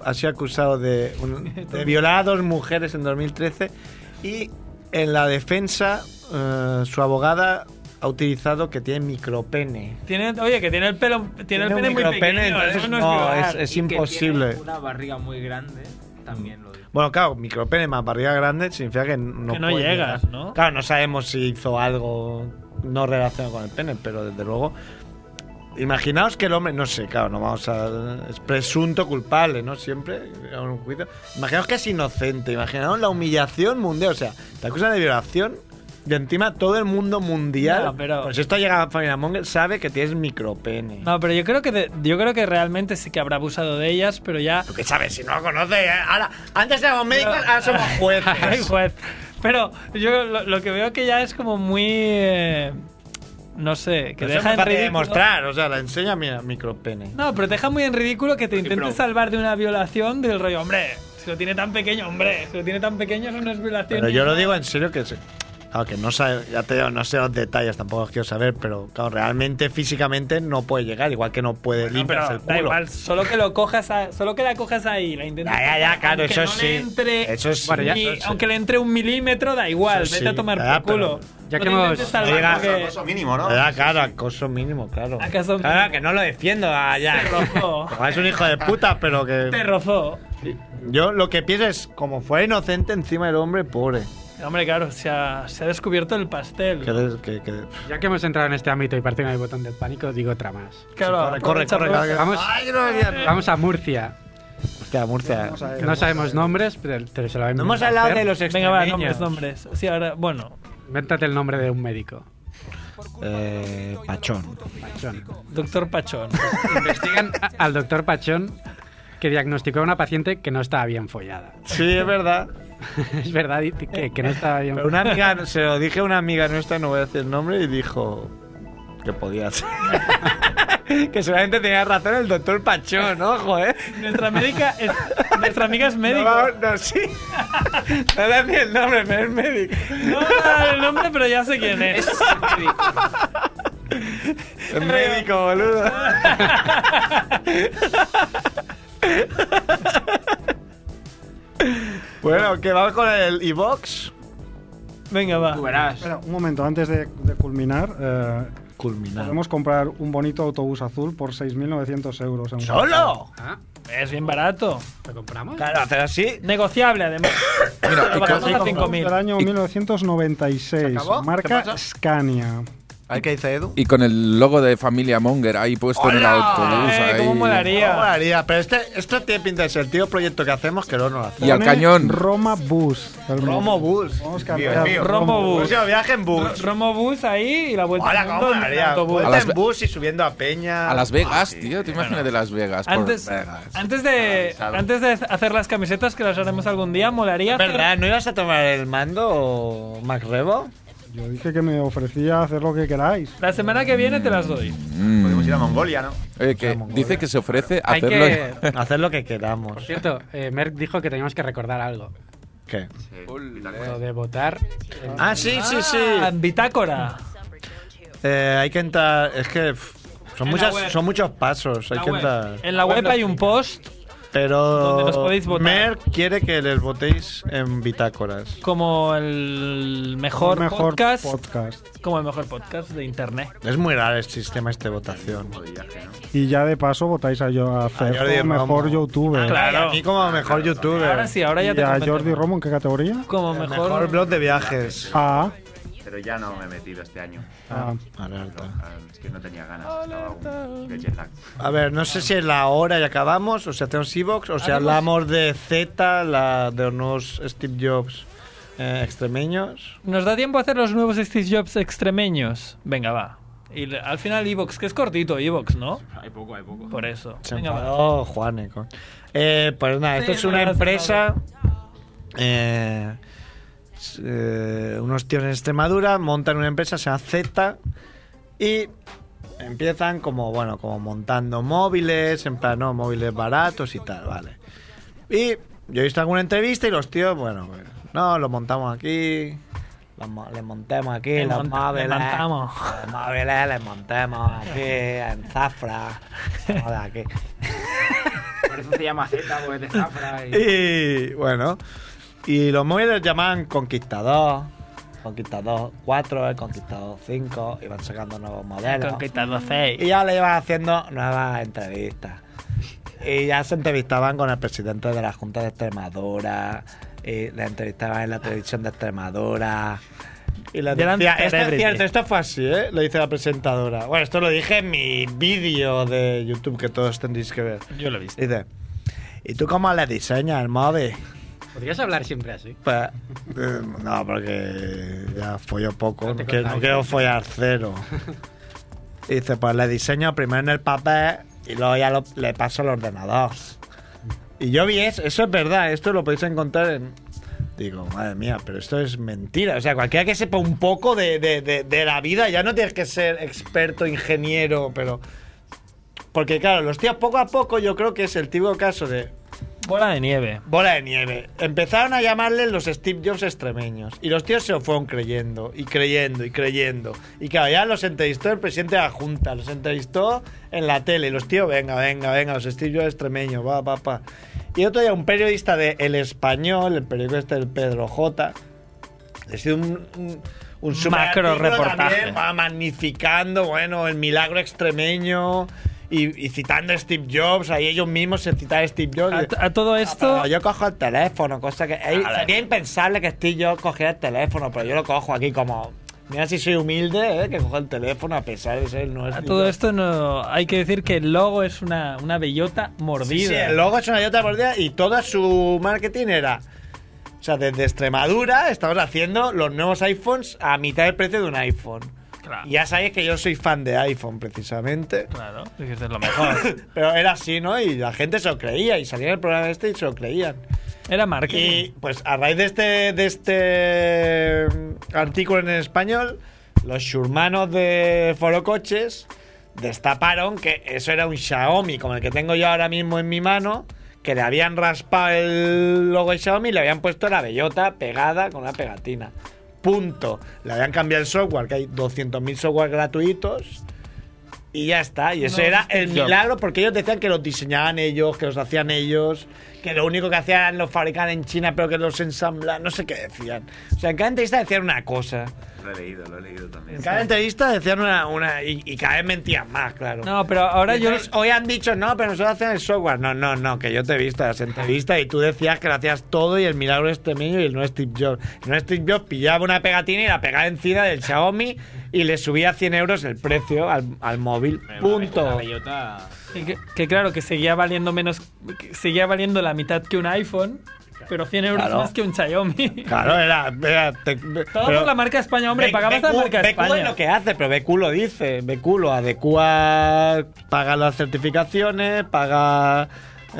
Speaker 7: ha sido acusado de, un- de violar a dos mujeres en 2013 y en la defensa eh, su abogada ha utilizado que tiene micropene.
Speaker 1: Tiene, oye, que tiene el pelo, tiene, el
Speaker 7: un
Speaker 1: pene muy pequeño.
Speaker 7: micropene, entonces
Speaker 1: eso no,
Speaker 7: no,
Speaker 1: es
Speaker 7: es,
Speaker 1: violar.
Speaker 7: es
Speaker 3: Y que
Speaker 7: imposible.
Speaker 3: tiene Una barriga muy grande también lo digo.
Speaker 7: Bueno, claro, micropene más barriga grande significa que no,
Speaker 1: Que no
Speaker 7: puede
Speaker 1: llegas,
Speaker 7: llegar.
Speaker 1: ¿no?
Speaker 7: Claro, no sabemos si hizo algo no relacionado con el pene, pero desde luego. Imaginaos que el hombre, no sé, claro, no vamos a. Es presunto culpable, ¿no? Siempre, a un juicio. Imaginaos que es inocente, imaginaos la humillación mundial, o sea, te acusan de violación Y encima todo el mundo mundial.
Speaker 1: No, pero-
Speaker 7: Pues esto llega a Familia Monger, sabe que tienes micropene.
Speaker 1: No, pero yo creo que de- yo creo que realmente sí que habrá abusado de ellas, pero ya.
Speaker 7: ¿Tú qué sabes? Si no lo conoces. ¿eh? Ahora, antes éramos médicos, ahora somos
Speaker 1: Ay,
Speaker 7: jueces.
Speaker 1: juez. Pero yo lo, lo que veo que ya es como muy. eh, no sé, que
Speaker 7: Pero eso
Speaker 1: deja
Speaker 7: es
Speaker 1: en
Speaker 7: fácil de
Speaker 1: ridículo.
Speaker 7: demostrar, o sea, la enseña mira, micropene.
Speaker 1: No, pero te deja muy en ridículo que te intentes salvar de una violación del rollo, hombre. Si lo tiene tan pequeño, hombre. Si lo tiene tan pequeño, eso no es violación.
Speaker 7: Pero yo lo digo en serio que se- Claro, que no sabe, ya te digo, no sé los detalles, tampoco los quiero saber, pero claro, realmente físicamente no puede llegar, igual que no puede
Speaker 1: No,
Speaker 7: limpiarse
Speaker 1: pero
Speaker 7: el culo.
Speaker 1: da igual, solo que lo cojas a- solo que la cojas ahí, la intentes.
Speaker 7: Ya, ya, ya, claro,
Speaker 1: aunque
Speaker 7: eso
Speaker 1: no le
Speaker 7: sí.
Speaker 1: entre
Speaker 7: Eso sí.
Speaker 2: Bueno, ya-
Speaker 1: ni-
Speaker 7: eso sí.
Speaker 1: aunque le entre un milímetro, da igual,
Speaker 7: Eso
Speaker 1: vete a
Speaker 7: sí,
Speaker 1: tomar
Speaker 7: ya,
Speaker 1: por
Speaker 7: pero-
Speaker 1: culo.
Speaker 2: Ya
Speaker 1: No
Speaker 2: que
Speaker 1: te
Speaker 2: hemos-
Speaker 1: intentes salvar
Speaker 7: Llega-
Speaker 1: porque
Speaker 4: Acoso mínimo, ¿no?
Speaker 7: Ya, claro, acoso mínimo, claro.
Speaker 1: Acoso
Speaker 7: Claro,
Speaker 1: mínimo.
Speaker 7: que no lo defiendo allá.
Speaker 1: Te rozó.
Speaker 7: Es un hijo de puta, pero
Speaker 1: te
Speaker 7: que.
Speaker 1: rozó.
Speaker 7: Yo lo que pienso es, como fue inocente encima del hombre, pobre.
Speaker 1: Hombre, claro, se ha, se ha descubierto el pastel.
Speaker 7: Que, des- que- que-
Speaker 2: Ya que hemos entrado en este ámbito y partiendo del botón del pánico, digo otra más.
Speaker 1: Claro,
Speaker 7: corre, corre,
Speaker 1: aprovecha,
Speaker 7: corre,
Speaker 1: aprovecha.
Speaker 2: Vamos, vamos a Murcia.
Speaker 7: Hostia, Murcia.
Speaker 2: No sabemos nombres, pero te se lo
Speaker 7: No hemos hablado de los
Speaker 1: pues, Venga, va,
Speaker 7: extremeños.
Speaker 1: nombres, nombres. Sí, ahora, bueno,
Speaker 2: Invéntate el nombre de un médico.
Speaker 7: Eh, Pachón.
Speaker 2: Pachón.
Speaker 1: doctor Pachón.
Speaker 2: Investigan a- al doctor Pachón que diagnosticó a una paciente que no estaba bien follada.
Speaker 7: Sí, es verdad.
Speaker 2: es verdad y- que, que no estaba bien
Speaker 7: Pero una amiga, se lo dije a una amiga nuestra, no voy a decir el nombre, y dijo que podía ser. que seguramente tenía razón el doctor Pachón, ojo, ¿eh?
Speaker 1: nuestra, médica es, nuestra amiga es médico.
Speaker 7: No, va- no, sí. No le hacía el nombre, pero es médico.
Speaker 1: No voy a dar el nombre, pero ya sé quién es.
Speaker 7: Es médico, boludo. bueno, que vamos con el iVox.
Speaker 1: Venga, va.
Speaker 3: Tú verás.
Speaker 5: Espera, un momento, antes de, de culminar, eh,
Speaker 7: Culminado.
Speaker 5: podemos comprar un bonito autobús azul por 6.900 euros. en Wallapop.
Speaker 7: ¡Solo!
Speaker 2: Ah,
Speaker 1: Es bien barato.
Speaker 2: ¿Lo compramos?
Speaker 7: Claro, hacer así.
Speaker 1: Negociable, además.
Speaker 6: Mira,
Speaker 1: Lo
Speaker 6: y
Speaker 1: bajamos
Speaker 6: co-
Speaker 1: a
Speaker 5: Autobús Del
Speaker 1: 5.000.
Speaker 5: año 1996,
Speaker 7: acabó? ¿Qué pasa?
Speaker 5: marca Scania.
Speaker 7: ¿Hay que dice Edu?
Speaker 6: y con el logo de Familia Monger ahí puesto en el
Speaker 7: ¡Hola!
Speaker 6: autobús.
Speaker 1: Eh,
Speaker 6: ahí.
Speaker 1: ¿Cómo
Speaker 7: No
Speaker 1: molaría?
Speaker 7: molaría, pero este, esto tiene pinta de ser el tío proyecto que hacemos que luego no lo hacemos.
Speaker 6: Y al
Speaker 5: Pone
Speaker 6: cañón.
Speaker 5: Roma Bus. El
Speaker 7: Romo Bus.
Speaker 5: Vamos a
Speaker 4: Dios
Speaker 5: cambiar
Speaker 4: mío.
Speaker 1: Romo Bus.
Speaker 7: Próximo viaje en bus.
Speaker 1: Romobús ahí y la vuelta
Speaker 7: Hola,
Speaker 1: al
Speaker 7: ¿cómo
Speaker 1: mundo en
Speaker 7: molaría?
Speaker 1: autobús.
Speaker 6: A
Speaker 7: Vuelta
Speaker 6: las
Speaker 7: en
Speaker 6: ve-
Speaker 7: bus y subiendo a Peña.
Speaker 6: A Las
Speaker 4: Ah,
Speaker 6: Vegas, tío. ¿Te imaginas de Las Vegas? por
Speaker 1: Antes,
Speaker 6: Vegas?
Speaker 1: antes, de, antes de hacer las camisetas, que las haremos algún día, molaría. hacer-
Speaker 7: ¿Verdad? ¿No ibas a tomar el mando, Macrebo?
Speaker 5: Yo dije que me ofrecía hacer lo que queráis.
Speaker 1: La semana que viene te las doy.
Speaker 6: Mm.
Speaker 4: Podemos ir a Mongolia, ¿no?
Speaker 6: Oye, que
Speaker 7: Mongolia.
Speaker 6: dice que se ofrece
Speaker 2: Hay
Speaker 6: hacerlo.
Speaker 2: que-
Speaker 7: Hacer lo que
Speaker 2: Por
Speaker 7: queramos.
Speaker 2: cierto, eh, Merck dijo que teníamos que recordar algo.
Speaker 7: ¿Qué?
Speaker 2: Lo de votar. eh,
Speaker 7: Ah, sí, sí, sí.
Speaker 1: Ah, bitácora.
Speaker 7: Eh, hay que entrar. Es que pff,
Speaker 1: En
Speaker 7: son,
Speaker 1: la
Speaker 7: muchas,
Speaker 1: web.
Speaker 7: son muchos pasos. Hay que entrar.
Speaker 1: En la web hay un post
Speaker 7: Pero.
Speaker 1: donde nos podéis votar.
Speaker 7: Mer quiere que les votéis en bitácoras.
Speaker 1: como el mejor,
Speaker 5: El mejor
Speaker 1: podcast,
Speaker 5: podcast.
Speaker 1: como el mejor podcast de internet.
Speaker 7: Es muy raro el sistema este de votación.
Speaker 5: Y ya de paso votáis a, yo, a Cerco,
Speaker 7: Jordi
Speaker 5: mejor
Speaker 7: Romo.
Speaker 5: youtuber.
Speaker 1: Ah, Claro.
Speaker 7: Y a mí como mejor youtuber.
Speaker 1: Ahora sí, ahora ya
Speaker 5: ¿Y
Speaker 1: te
Speaker 5: a
Speaker 1: comento.
Speaker 5: Jordi Romo en qué categoría?
Speaker 1: como
Speaker 7: El
Speaker 1: mejor,
Speaker 7: mejor blog de viajes.
Speaker 5: A.
Speaker 4: Pero ya no me he metido este año.
Speaker 5: A.
Speaker 7: Alerta.
Speaker 4: Ah, Es que no tenía ganas. Estaba aún de jet lag.
Speaker 7: A ver, no sé si es la hora y acabamos, o si hacemos Evox, o si hablamos de Z, la de los nuevos Steve Jobs eh, extremeños.
Speaker 1: Nos da tiempo a hacer los nuevos Steve Jobs extremeños. Venga, va. Y le- al final Evox, que es cortito Evox, ¿no?
Speaker 3: Hay poco, hay poco.
Speaker 1: Por eso.
Speaker 7: Se
Speaker 1: Venga, va.
Speaker 7: enfadó Juaneco. Eh, pues nada, esto
Speaker 1: Sí,
Speaker 7: es una
Speaker 1: se
Speaker 7: empresa. eh, s- eh, unos tíos en Extremadura montan una empresa, se llama Z, y empiezan como, bueno, como montando móviles, en plan, no, móviles baratos y tal, vale. Y yo he visto alguna entrevista y los tíos, bueno, pues, no, lo montamos aquí, lo mo- le montemos aquí,
Speaker 1: Le
Speaker 7: los
Speaker 1: monta-
Speaker 7: móviles.
Speaker 1: le montamos.
Speaker 7: Los móviles les montemos aquí, en Zafra. estamos de aquí.
Speaker 3: Por eso se llama Z, porque te zafra. Y...
Speaker 7: Y bueno, y los móviles llamaban Conquistador, Conquistador 4, el Conquistador 5, iban sacando nuevos modelos.
Speaker 1: Conquistado
Speaker 7: Y
Speaker 1: seis.
Speaker 7: ya le iban haciendo nuevas entrevistas. Y ya se entrevistaban con el presidente de la Junta de Extremadura, y le entrevistaban en la televisión de Extremadura. Y le
Speaker 1: Ya eran
Speaker 7: decía, esto es
Speaker 1: celebrity".
Speaker 7: cierto, esto fue así, ¿eh? Lo dice la presentadora. Bueno, esto lo dije en mi vídeo de YouTube que todos tendréis que ver.
Speaker 1: Yo lo he visto.
Speaker 7: Dice, ¿y tú cómo le diseñas el móvil?
Speaker 2: Podrías hablar siempre así.
Speaker 7: Pues, eh, no, porque ya follo poco,
Speaker 2: No te
Speaker 7: no quiero,
Speaker 2: contáis.
Speaker 7: no quiero follar cero. Y dice, pues le diseño primero en el papel y luego ya lo- le paso al ordenador. Y yo vi eso, eso es verdad, esto lo podéis encontrar en... Digo, madre mía, pero esto es mentira. O sea, cualquiera que sepa un poco de, de- de- de la vida, ya no tienes que ser experto, ingeniero, pero... Porque claro, los tíos poco a poco yo creo que es el típico caso de...
Speaker 1: Bola de nieve.
Speaker 7: Bola de nieve. Empezaron a llamarle los Steve Jobs extremeños. Y los tíos se lo fueron creyendo, y creyendo, y creyendo. Y claro, ya los entrevistó el presidente de la Junta, los entrevistó en la tele. Y los tíos, venga, venga, venga, los Steve Jobs extremeños, va, va, va. Y otro día, un periodista de El Español, el periódico este del Pedro J. Le hizo un. un un
Speaker 1: Macro
Speaker 7: superartículo
Speaker 1: reportaje.
Speaker 7: también, va, magnificando, bueno, el milagro extremeño y, y citando a Steve Jobs, ahí ellos mismos se citan a Steve Jobs.
Speaker 1: A, a todo esto,
Speaker 7: Ah, Pero yo cojo el teléfono, cosa que. eh, sería impensable que esté yo cogiera el teléfono, pero yo lo cojo aquí como. Mira si soy humilde, eh, que cojo el teléfono a pesar de ser el nuestro.
Speaker 1: a todo esto no, hay que decir que el logo es una, una bellota
Speaker 7: Sí,
Speaker 1: mordida.
Speaker 7: sí, el logo es una idiota mordida y todo su marketing era. O sea, desde Extremadura estamos haciendo los nuevos iPhones a mitad del precio de un iPhone.
Speaker 1: Claro.
Speaker 7: Y ya sabéis que yo soy fan de iPhone, precisamente.
Speaker 1: Claro, es que es lo mejor.
Speaker 7: Pero era así, ¿no? Y la gente se lo creía. Y salía en el programa este y se lo creían.
Speaker 1: Era marketing.
Speaker 7: Y pues a raíz de este, de este mm, artículo en español, los churmanos de Forocoches destaparon que eso era un Xiaomi, como el que tengo yo ahora mismo en mi mano, que le habían raspado el logo de Xiaomi y le habían puesto la bellota pegada con una pegatina. Punto. Le habían cambiado el software, que hay 200.000 software gratuitos. Y ya está, y eso
Speaker 1: No,
Speaker 7: era
Speaker 1: Steve
Speaker 7: el
Speaker 1: Jobs.
Speaker 7: milagro, porque ellos decían que los diseñaban ellos, que los hacían ellos, que lo único que hacían eran los fabricaban en China, pero que los ensamblan, no sé qué decían. O sea, en cada entrevista decían una cosa.
Speaker 4: Lo he leído, lo he leído también.
Speaker 7: En cada entrevista decían una. una y, y cada vez mentían más, claro.
Speaker 1: No, pero ahora yo.
Speaker 7: Entonces, oh. Hoy han dicho, no, pero nosotros hacemos el software. No, no, no, que yo te he visto las entrevistas y tú decías que lo hacías todo y el milagro es medio y el no es Steve Jobs. El no Steve Jobs pillaba una pegatina y la pegaba encima del Xiaomi y le subía 100 euros el precio al, al móvil.
Speaker 3: La
Speaker 7: Punto.
Speaker 3: bellota.
Speaker 1: Que, que claro, que seguía valiendo menos. que seguía valiendo la mitad que un iPhone, pero 100 euros
Speaker 7: Claro.
Speaker 1: más que un Xiaomi.
Speaker 7: Claro, era. era te-
Speaker 1: Todo
Speaker 7: pero-
Speaker 1: por la marca España, hombre,
Speaker 7: Be-
Speaker 1: pagabas la
Speaker 7: BQ
Speaker 1: marca
Speaker 7: BQ
Speaker 1: España.
Speaker 7: es lo que hace, pero BQ lo dice. BQ lo adecua, paga las certificaciones, paga.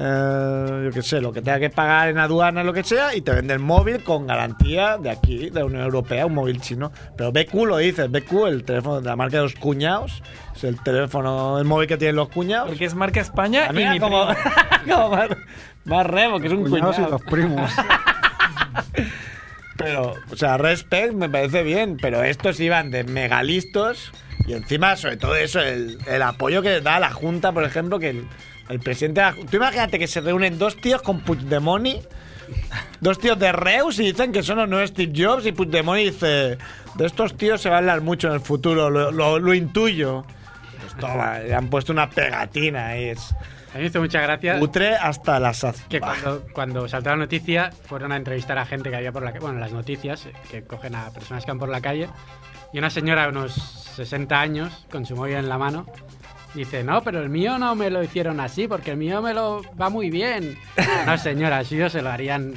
Speaker 7: eh, yo qué sé, lo que tenga que pagar en aduanas, lo que sea, y te vende el móvil con garantía de aquí, de la Unión Europea, un móvil chino. Pero BQ lo dice, BQ, el teléfono de la marca de los cuñados, es el teléfono, el móvil que tienen los cuñados.
Speaker 1: Porque es marca España
Speaker 7: A mí
Speaker 1: y mi
Speaker 7: era como,
Speaker 1: primo.
Speaker 7: como más, más remo, que es un
Speaker 5: Cuñados y
Speaker 7: cuñado.
Speaker 5: los primos.
Speaker 7: Pero, o sea, respect me parece bien, pero estos iban de megalistos y encima, sobre todo eso, el, el apoyo que les da la Junta, por ejemplo, que el, el presidente de la Junta... Tú imagínate que se reúnen dos tíos con Puigdemoni, dos tíos de Reus y dicen que son los nuevos Steve Jobs y Puigdemoni dice, de estos tíos se va a hablar mucho en el futuro, lo, lo- lo intuyo. Pues toma, le han puesto una pegatina, es
Speaker 2: A mí me hizo mucha gracia
Speaker 7: putre hasta la saciedad.
Speaker 2: que cuando, cuando saltó la noticia fueron a entrevistar a gente que había por la calle, bueno, las noticias, eh, que cogen a personas que van por la calle, y una señora de unos 60 años, con su móvil en la mano, dice, no, pero el mío no me lo hicieron así, porque el mío me lo va muy bien. No, señora, así yo se lo harían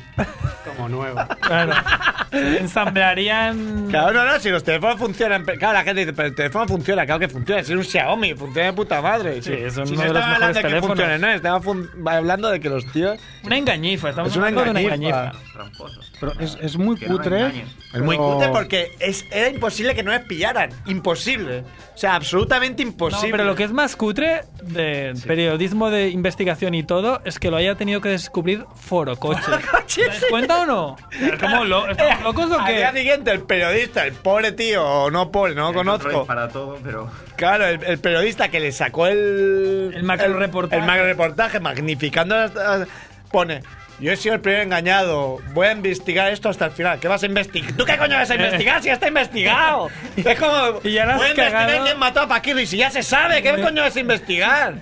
Speaker 2: como nuevo.
Speaker 1: Claro. Ensamblarían.
Speaker 7: Claro, no, no, si los teléfonos funcionan. pe- Claro, la gente dice, pero el teléfono funciona, claro que funciona. Si es un Xiaomi, funciona de puta madre.
Speaker 1: Sí, es
Speaker 7: Si
Speaker 1: uno
Speaker 7: se
Speaker 1: de los
Speaker 7: estaba
Speaker 1: mejores
Speaker 7: hablando de que
Speaker 1: teléfonos.
Speaker 7: funcione, no, estaba fun- hablando de que los tíos.
Speaker 1: Una engañifa, estamos
Speaker 7: Es una
Speaker 1: hablando de una
Speaker 7: engañifa.
Speaker 1: engañifa.
Speaker 5: Pero es, es muy cutre.
Speaker 7: Es muy
Speaker 5: pero-
Speaker 7: cutre porque es, era imposible que no les pillaran. Imposible. O sea, absolutamente
Speaker 1: No,
Speaker 7: imposible.
Speaker 1: pero lo que es más cutre de periodismo de investigación y todo es que lo haya tenido que descubrir Foro Coche. ¿Te das cuenta o no? ¿Cómo lo- ¿Estamos locos o
Speaker 7: Al día
Speaker 1: qué?
Speaker 7: siguiente, el periodista, el pobre tío, o no pobre, no lo conozco.
Speaker 4: Para todo, pero.
Speaker 7: Claro, el, el periodista que le sacó el.
Speaker 1: El macroreportaje.
Speaker 7: El, macro reportaje, magnificando. las- las- pone. Yo he sido el primer engañado. Voy a investigar esto hasta el final. ¿Qué vas a investigar? ¿Tú qué coño vas a investigar si ya está investigado? Es como.
Speaker 1: Y ya la has
Speaker 7: voy a investigar
Speaker 1: cagado.
Speaker 7: quién mató a Paquirri. Si ya se sabe, ¿qué coño vas a investigar?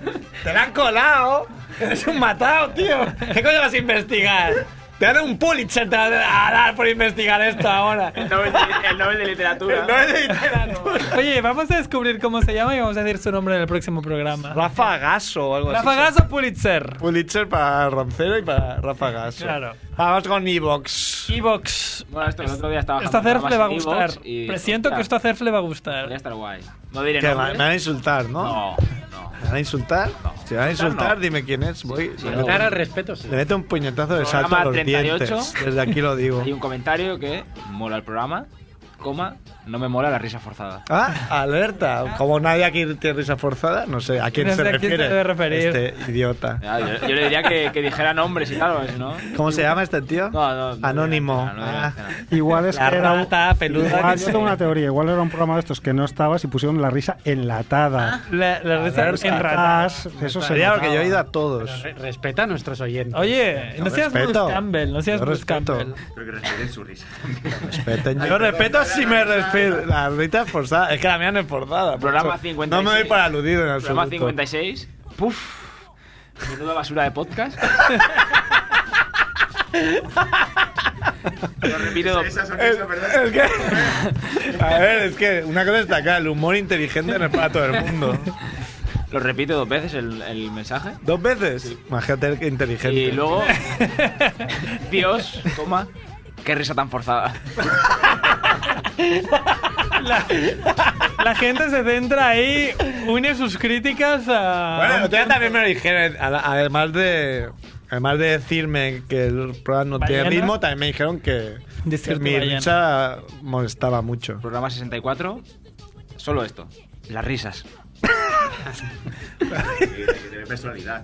Speaker 7: Te la han colado. Eres un matado, tío. ¿Qué coño vas a investigar? Te dan un Pulitzer te van a dar por investigar esto ahora.
Speaker 3: El Nobel de, el Nobel de Literatura.
Speaker 7: No es de literatura.
Speaker 1: Oye, vamos a descubrir cómo se llama y vamos a decir su nombre en el próximo programa.
Speaker 7: Rafa Gaso o algo así.
Speaker 1: Rafa Gaso Pulitzer.
Speaker 7: Pulitzer para Roncero y para Rafa Gaso.
Speaker 1: Claro.
Speaker 7: Vamos con Evox.
Speaker 1: Evox.
Speaker 3: Bueno, esto el otro día estaba.
Speaker 1: Esta Cerf
Speaker 3: bajando
Speaker 1: le va a
Speaker 3: programas en
Speaker 1: gustar.
Speaker 3: iVoox y-
Speaker 1: Presiento que
Speaker 3: Ostras,
Speaker 1: esta Cerf le va a
Speaker 3: Podría
Speaker 1: gustar.
Speaker 3: estar guay. No diré
Speaker 7: Que va-
Speaker 3: nada.
Speaker 7: me van a insultar, ¿no?
Speaker 3: No, no.
Speaker 7: ¿Me van a insultar?
Speaker 3: No.
Speaker 7: Si me van
Speaker 3: Insultar,
Speaker 7: a insultar,
Speaker 3: no.
Speaker 7: dime quién es. Voy,
Speaker 3: sí,
Speaker 7: le
Speaker 3: no.
Speaker 7: meto-
Speaker 2: Dar al respeto, sí.
Speaker 7: le meto un puñetazo de
Speaker 3: Programa
Speaker 7: salto a los
Speaker 3: 38.
Speaker 7: dientes. Desde aquí lo digo.
Speaker 3: Hay un comentario que mola el programa, coma, no me mola la risa forzada.
Speaker 7: Ah, alerta. Como nadie aquí tiene risa forzada, no sé a quién
Speaker 1: No sé
Speaker 7: se
Speaker 1: a quién
Speaker 7: refiere.
Speaker 1: se debe referir.
Speaker 7: Este idiota.
Speaker 3: Ya, yo, yo le diría que, que dijera nombres y tal, porque si no.
Speaker 7: ¿Cómo se llama este tío?
Speaker 3: No, no, no
Speaker 7: Anónimo.
Speaker 3: no, no, no, no, no.
Speaker 7: Ah.
Speaker 5: Igual es que era un-
Speaker 2: peluda.
Speaker 5: Ah, yo tengo una teoría. Igual era un programa de estos que no estabas y pusieron la risa enlatada.
Speaker 1: La, la risa en ratas.
Speaker 5: Ratas, Eso
Speaker 7: Sería
Speaker 5: sería
Speaker 7: porque yo he ido a todos.
Speaker 2: Respeta a nuestros oyentes.
Speaker 1: Oye, no,
Speaker 7: Yo
Speaker 1: seas
Speaker 7: respeto.
Speaker 1: Bruce Campbell, no seas
Speaker 7: Yo
Speaker 1: Bruce
Speaker 7: respeto.
Speaker 1: Campbell.
Speaker 4: Creo que respeten su risa.
Speaker 7: Respeten. Yo respeto si me respeto. La rita es forzada. Es que la mía no es forzada.
Speaker 3: Programa
Speaker 7: macho.
Speaker 3: 56.
Speaker 7: No me doy por aludido en absoluto.
Speaker 3: Programa 56. Puf. Menuda basura de podcast. Lo repito.
Speaker 7: Es, es que, a ver, es que una cosa está acá, el humor inteligente no es para todo el mundo.
Speaker 3: Lo repito dos veces el, el mensaje.
Speaker 7: ¿Dos veces? Imagínate que inteligente.
Speaker 3: Y luego. Dios, coma. Qué risa tan forzada.
Speaker 1: La, la gente se centra ahí, une sus críticas a.
Speaker 7: Bueno, el otro día también me lo dijeron, a la- además de, además de decirme que el programa no tiene
Speaker 1: Vallana.
Speaker 7: ritmo, también me dijeron que, que
Speaker 1: Decirte
Speaker 7: mi
Speaker 1: Vallana.
Speaker 7: risa molestaba mucho.
Speaker 3: Programa 64. Solo esto. Las risas.
Speaker 4: Tiene personalidad.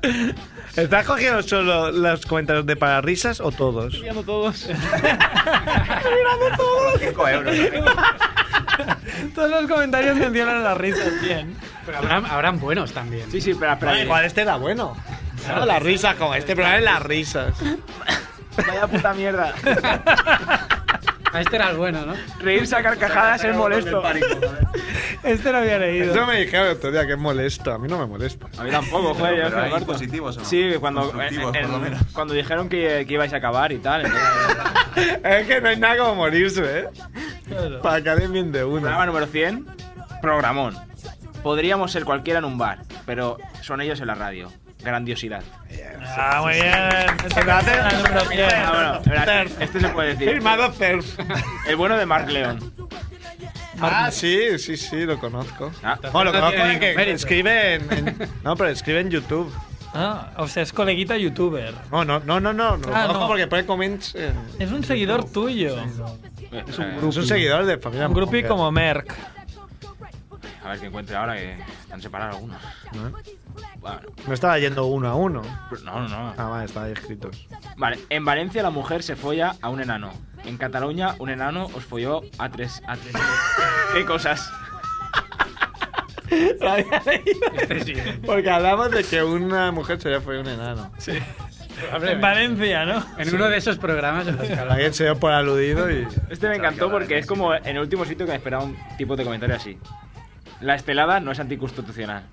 Speaker 7: ¿Estás cogiendo solo los comentarios de para risas o todos?
Speaker 3: todos.
Speaker 4: Cinco euros.
Speaker 1: Todos los comentarios mencionan la risa, bien.
Speaker 2: Pero habrán, habrán buenos también.
Speaker 3: Sí, sí, espera, espera.
Speaker 7: Bueno, igual este era bueno. No, las risas, como este programa es las risas.
Speaker 3: Vaya puta mierda.
Speaker 2: A este era el bueno, ¿no?
Speaker 3: Reírse a carcajadas es molesto.
Speaker 1: Este lo había leído.
Speaker 7: Eso me dijeron el otro día, que es molesto. A mí no me molesta.
Speaker 3: A mí tampoco, joder. yo
Speaker 4: Pero
Speaker 3: me
Speaker 4: hay
Speaker 3: parto.
Speaker 4: positivos, ¿o no?
Speaker 3: Sí, cuando,
Speaker 4: Constructivos,
Speaker 3: en-
Speaker 4: por lo
Speaker 3: en-
Speaker 4: menos.
Speaker 3: cuando dijeron que, que ibais a acabar y tal. entonces-
Speaker 7: Es que no hay nada como morirse, ¿eh? Para que alguien bien de
Speaker 3: Programa
Speaker 7: una.
Speaker 3: número 100, programón. Podríamos ser cualquiera en un bar, pero son ellos en la radio. Grandiosidad.
Speaker 1: Ah, muy bien. Esa
Speaker 7: hace-
Speaker 1: persona número diez.
Speaker 3: Ah, bueno, la verdad,
Speaker 7: Surf.
Speaker 3: este se puede decir.
Speaker 7: Firmado Cerf.
Speaker 3: El bueno de Mark León.
Speaker 7: Ah, sí, sí, sí, lo conozco.
Speaker 3: Ah,
Speaker 7: Bueno, lo
Speaker 2: no
Speaker 7: conozco
Speaker 2: tiene
Speaker 7: de que
Speaker 2: ningún mérito.
Speaker 7: escribe en, en- No, pero escribe en YouTube.
Speaker 1: Ah, o sea, es coleguita youtuber.
Speaker 7: No, no, no, no, no. Lo
Speaker 1: Ah,
Speaker 7: conozco
Speaker 1: no.
Speaker 7: porque pone comments en...
Speaker 1: Es un seguidor tuyo.
Speaker 3: es un
Speaker 7: Es un seguidor de familia.
Speaker 1: Un grupi
Speaker 7: Monger.
Speaker 1: como Merck.
Speaker 3: A ver que encuentre ahora que están separados algunos. Bueno,
Speaker 7: No estaba yendo uno a uno.
Speaker 3: pero no, no, no.
Speaker 7: Ah, vale, estaba ahí escritos.
Speaker 3: Vale, en Valencia la mujer se folla a un enano. En Cataluña un enano os folló a tres. A tres. ¿Qué cosas?
Speaker 7: Porque hablamos de que una mujer se fue un enano.
Speaker 1: En Valencia, ¿no?
Speaker 2: En uno de esos programas en los que hablaba.
Speaker 7: Alguien se dio por aludido y.
Speaker 3: Este me encantó porque es como en el último sitio que me esperaba un tipo de comentario así. La estelada no es anticonstitucional.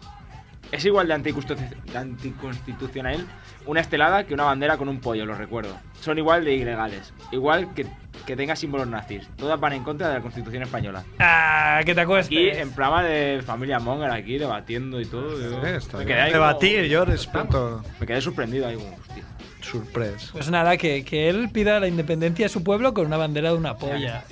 Speaker 3: Es igual de, anticonstitu- de anticonstitucional una estelada que una bandera con un pollo, lo recuerdo. Son igual de ilegales. Igual que, que tenga símbolos nazis. Todas van en contra de la Constitución española.
Speaker 1: Ah, que te
Speaker 3: Aquí
Speaker 1: acuestes.
Speaker 3: en programa de Familia Monger, aquí debatiendo y todo. yo-
Speaker 7: Eh, está
Speaker 3: me,
Speaker 7: bien.
Speaker 3: quedé ahí como-
Speaker 7: Debatir, yo respeto.
Speaker 3: me quedé sorprendido ahí como, hostia.
Speaker 7: Surprise.
Speaker 1: Pues nada, que, que él pida la independencia de su pueblo con una bandera de una polla.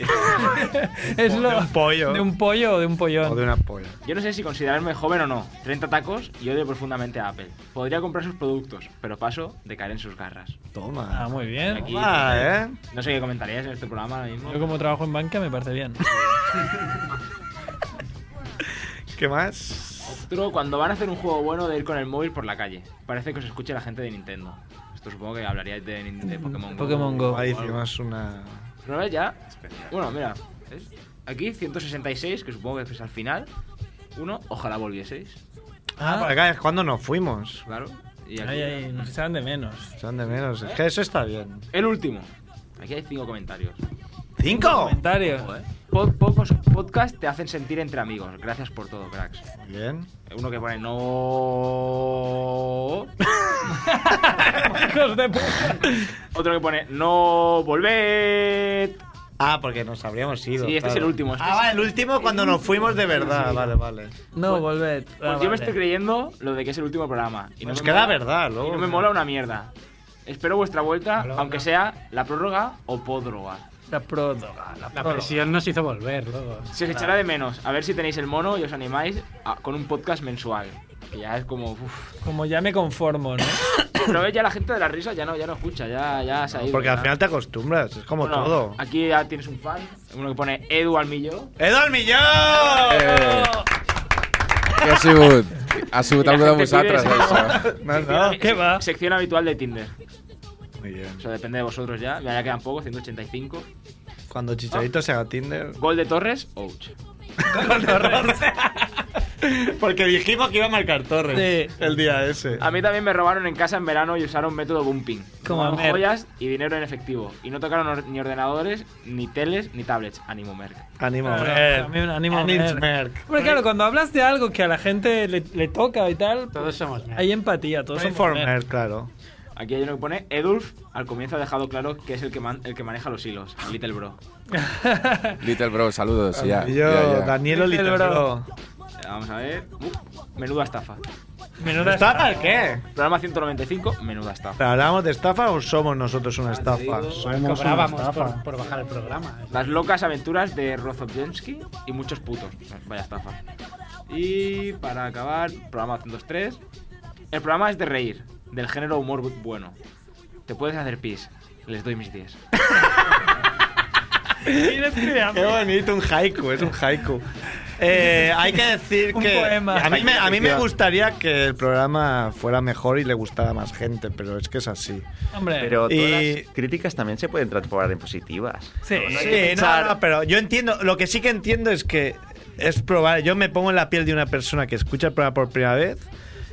Speaker 1: es lo,
Speaker 7: De un pollo.
Speaker 1: De un pollo o de un pollón.
Speaker 7: O de una polla.
Speaker 3: Yo no sé si considerarme joven o no. 30 tacos y odio profundamente a Apple. Podría comprar sus productos, pero paso de caer en sus garras.
Speaker 1: Ah,
Speaker 7: Toma.
Speaker 1: muy bien.
Speaker 3: Aquí-
Speaker 7: Toma, ¿eh?
Speaker 3: No sé qué comentarías en este programa ahora mismo.
Speaker 1: Yo como trabajo en banca me parece bien.
Speaker 7: ¿eh? ¿Qué más?
Speaker 3: Otro, cuando van a hacer un juego bueno de ir con el móvil por la calle. Parece que os escuche la gente de Nintendo. Esto supongo que hablaríais de, Nin- de Pokémon Go.
Speaker 1: Mm, Pokémon Go.
Speaker 7: Ahí hicimos una.
Speaker 3: Pero ahora Pues ya... Bueno, mira. ¿ves? Aquí, 166, que supongo que es al final. Uno, ojalá volvieseis.
Speaker 7: Ah,
Speaker 1: Ah,
Speaker 7: para acá es cuando nos fuimos.
Speaker 3: Claro. Y aquí-
Speaker 1: ay, ay, nos echaban de menos.
Speaker 7: Son de menos. Es que eso está bien.
Speaker 3: El último. Aquí hay cinco comentarios.
Speaker 7: ¡Cinco!
Speaker 1: Comentarios.
Speaker 3: Joder. Po- pocos podcasts te hacen sentir entre amigos. Gracias por todo, cracks.
Speaker 7: Bien.
Speaker 3: Uno que pone no.
Speaker 1: Hijos de puta.
Speaker 3: Otro que pone, no volved.
Speaker 7: Ah, porque nos habríamos ido.
Speaker 3: Sí, este es
Speaker 7: claro.
Speaker 3: el último. Este
Speaker 7: Ah,
Speaker 3: es-
Speaker 7: va, el último cuando nos fuimos de verdad. Vale, vale.
Speaker 1: No, volved. Ah,
Speaker 3: Pues yo
Speaker 1: vale.
Speaker 3: me estoy creyendo lo de que es el último programa. Y no
Speaker 7: Nos
Speaker 3: me
Speaker 7: queda
Speaker 3: mola-
Speaker 7: verdad,
Speaker 3: y
Speaker 7: luego.
Speaker 3: no me mola una mierda. Espero vuestra vuelta, aunque sea la prórroga o podroga.
Speaker 1: La próloga, Ah, la
Speaker 2: La
Speaker 1: próloga.
Speaker 2: presión nos hizo volver luego.
Speaker 3: Se os echará de menos. A ver si tenéis el mono y os animáis a- con un podcast mensual. Que ya es como. Uf.
Speaker 1: Como ya me conformo, ¿no?
Speaker 3: Pero ves, ya la gente de la risa ya no, ya no escucha, ya, ya se ha ido.
Speaker 7: Porque al
Speaker 3: ya.
Speaker 7: final te acostumbras, es como
Speaker 3: Bueno,
Speaker 7: todo.
Speaker 3: Aquí ya tienes un fan, uno que pone Edu Almillo.
Speaker 7: ¡Edo al millón!
Speaker 6: Eh, que ha sigut? Ha sigut
Speaker 3: I la
Speaker 6: algú de
Speaker 3: gent
Speaker 6: vosaltres,
Speaker 3: pide ese
Speaker 6: això?
Speaker 7: No, Ah, no.
Speaker 1: ¿Qué va?
Speaker 3: Sección habitual de Tinder.
Speaker 7: Muy bien.
Speaker 3: O sea, depende de vosotros ya. Ya quedan pocos, 185.
Speaker 7: Cuando Chicharito se haga Tinder.
Speaker 3: Gol de Torres, ouch.
Speaker 7: Porque dijimos que iba a marcar Torres
Speaker 1: Sí.
Speaker 7: el día ese.
Speaker 3: A mí también me robaron en casa en verano y usaron método bumping.
Speaker 1: Como
Speaker 3: Robaron
Speaker 1: a Merck.
Speaker 3: joyas y dinero en efectivo. Y no tocaron or- ni ordenadores, ni teles, ni tablets. Ánimo, Merck.
Speaker 7: Ánimo,
Speaker 1: Claro,
Speaker 7: Merck.
Speaker 1: también ánimo,
Speaker 7: Ánimo,
Speaker 1: Merck.
Speaker 7: Merck.
Speaker 1: Hombre, claro, cuando hablas de algo que a la gente le, le toca y tal,
Speaker 2: Todos somos nerds.
Speaker 1: hay empatía, todos
Speaker 7: Soy
Speaker 1: somos
Speaker 7: for
Speaker 1: nerds.
Speaker 7: Merck, claro.
Speaker 3: Aquí hay uno que pone Edulf. Al comienzo ha dejado claro que es el que, man- el que maneja los hilos. Little Bro. Eh,
Speaker 6: Little Bro, saludos. Ja,
Speaker 7: Y
Speaker 6: ja,
Speaker 7: yo,
Speaker 6: ja.
Speaker 7: Daniel
Speaker 1: Dice el
Speaker 7: Olitero.
Speaker 3: Vamos a ver. Uf, menuda estafa.
Speaker 1: Menuda
Speaker 7: ¿Estafa el qué?
Speaker 3: Programa 195, menuda estafa.
Speaker 7: ¿Pero hablamos de estafa o somos nosotros una estafa?
Speaker 3: digo.
Speaker 5: Somos una
Speaker 2: Cobrábamos por,
Speaker 5: estafa.
Speaker 2: por bajar el programa.
Speaker 3: Las locas aventuras de Rozovjensky y muchos putos. Vaya estafa. Y para acabar, programa 203. El programa es de reír, del género humor bu- bueno. Te puedes hacer pis. Les doy mis 10.
Speaker 7: Qué bonito, un haiku, es un haiku. Eh, hay que decir
Speaker 1: Un
Speaker 7: que
Speaker 1: poema.
Speaker 7: A, mí me, a mí me gustaría que el programa fuera mejor y le gustara a más gente, pero es que es así.
Speaker 1: Hombre,
Speaker 4: Pero todas
Speaker 7: Y-
Speaker 4: las críticas también se pueden transformar en positivas.
Speaker 1: sí.
Speaker 7: Sí, no, no, pero yo entiendo, lo que sí que entiendo es que es probable, yo me pongo en la piel de una persona que escucha el programa por primera vez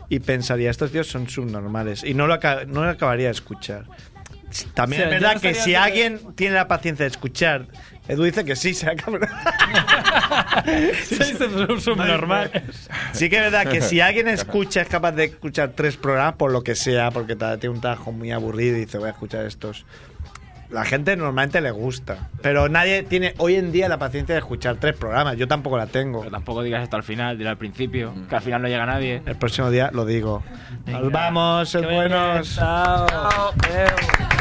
Speaker 7: y pensaría, estos tíos son subnormales y no lo, aca- no lo acabaría de escuchar. También
Speaker 1: O sea, yo
Speaker 7: es verdad
Speaker 1: no
Speaker 7: que
Speaker 1: sabía
Speaker 7: si
Speaker 1: que-
Speaker 7: alguien tiene la paciencia de escuchar, Edu dice que sí, sea cabrón.
Speaker 1: Sois un subnormal.
Speaker 7: Sí que es verdad que si alguien escucha, es capaz de escuchar tres programas por lo que sea, porque ta- tiene un trabajo muy aburrido y dice voy a escuchar estos. La gente normalmente le gusta, pero nadie tiene hoy en día la paciencia de escuchar tres programas. Yo tampoco la tengo.
Speaker 3: Pero tampoco digas esto al final, dilo al principio, que al final no llega nadie.
Speaker 7: El próximo día lo digo. Nos vamos, es buenos.
Speaker 1: Chao. Adeu.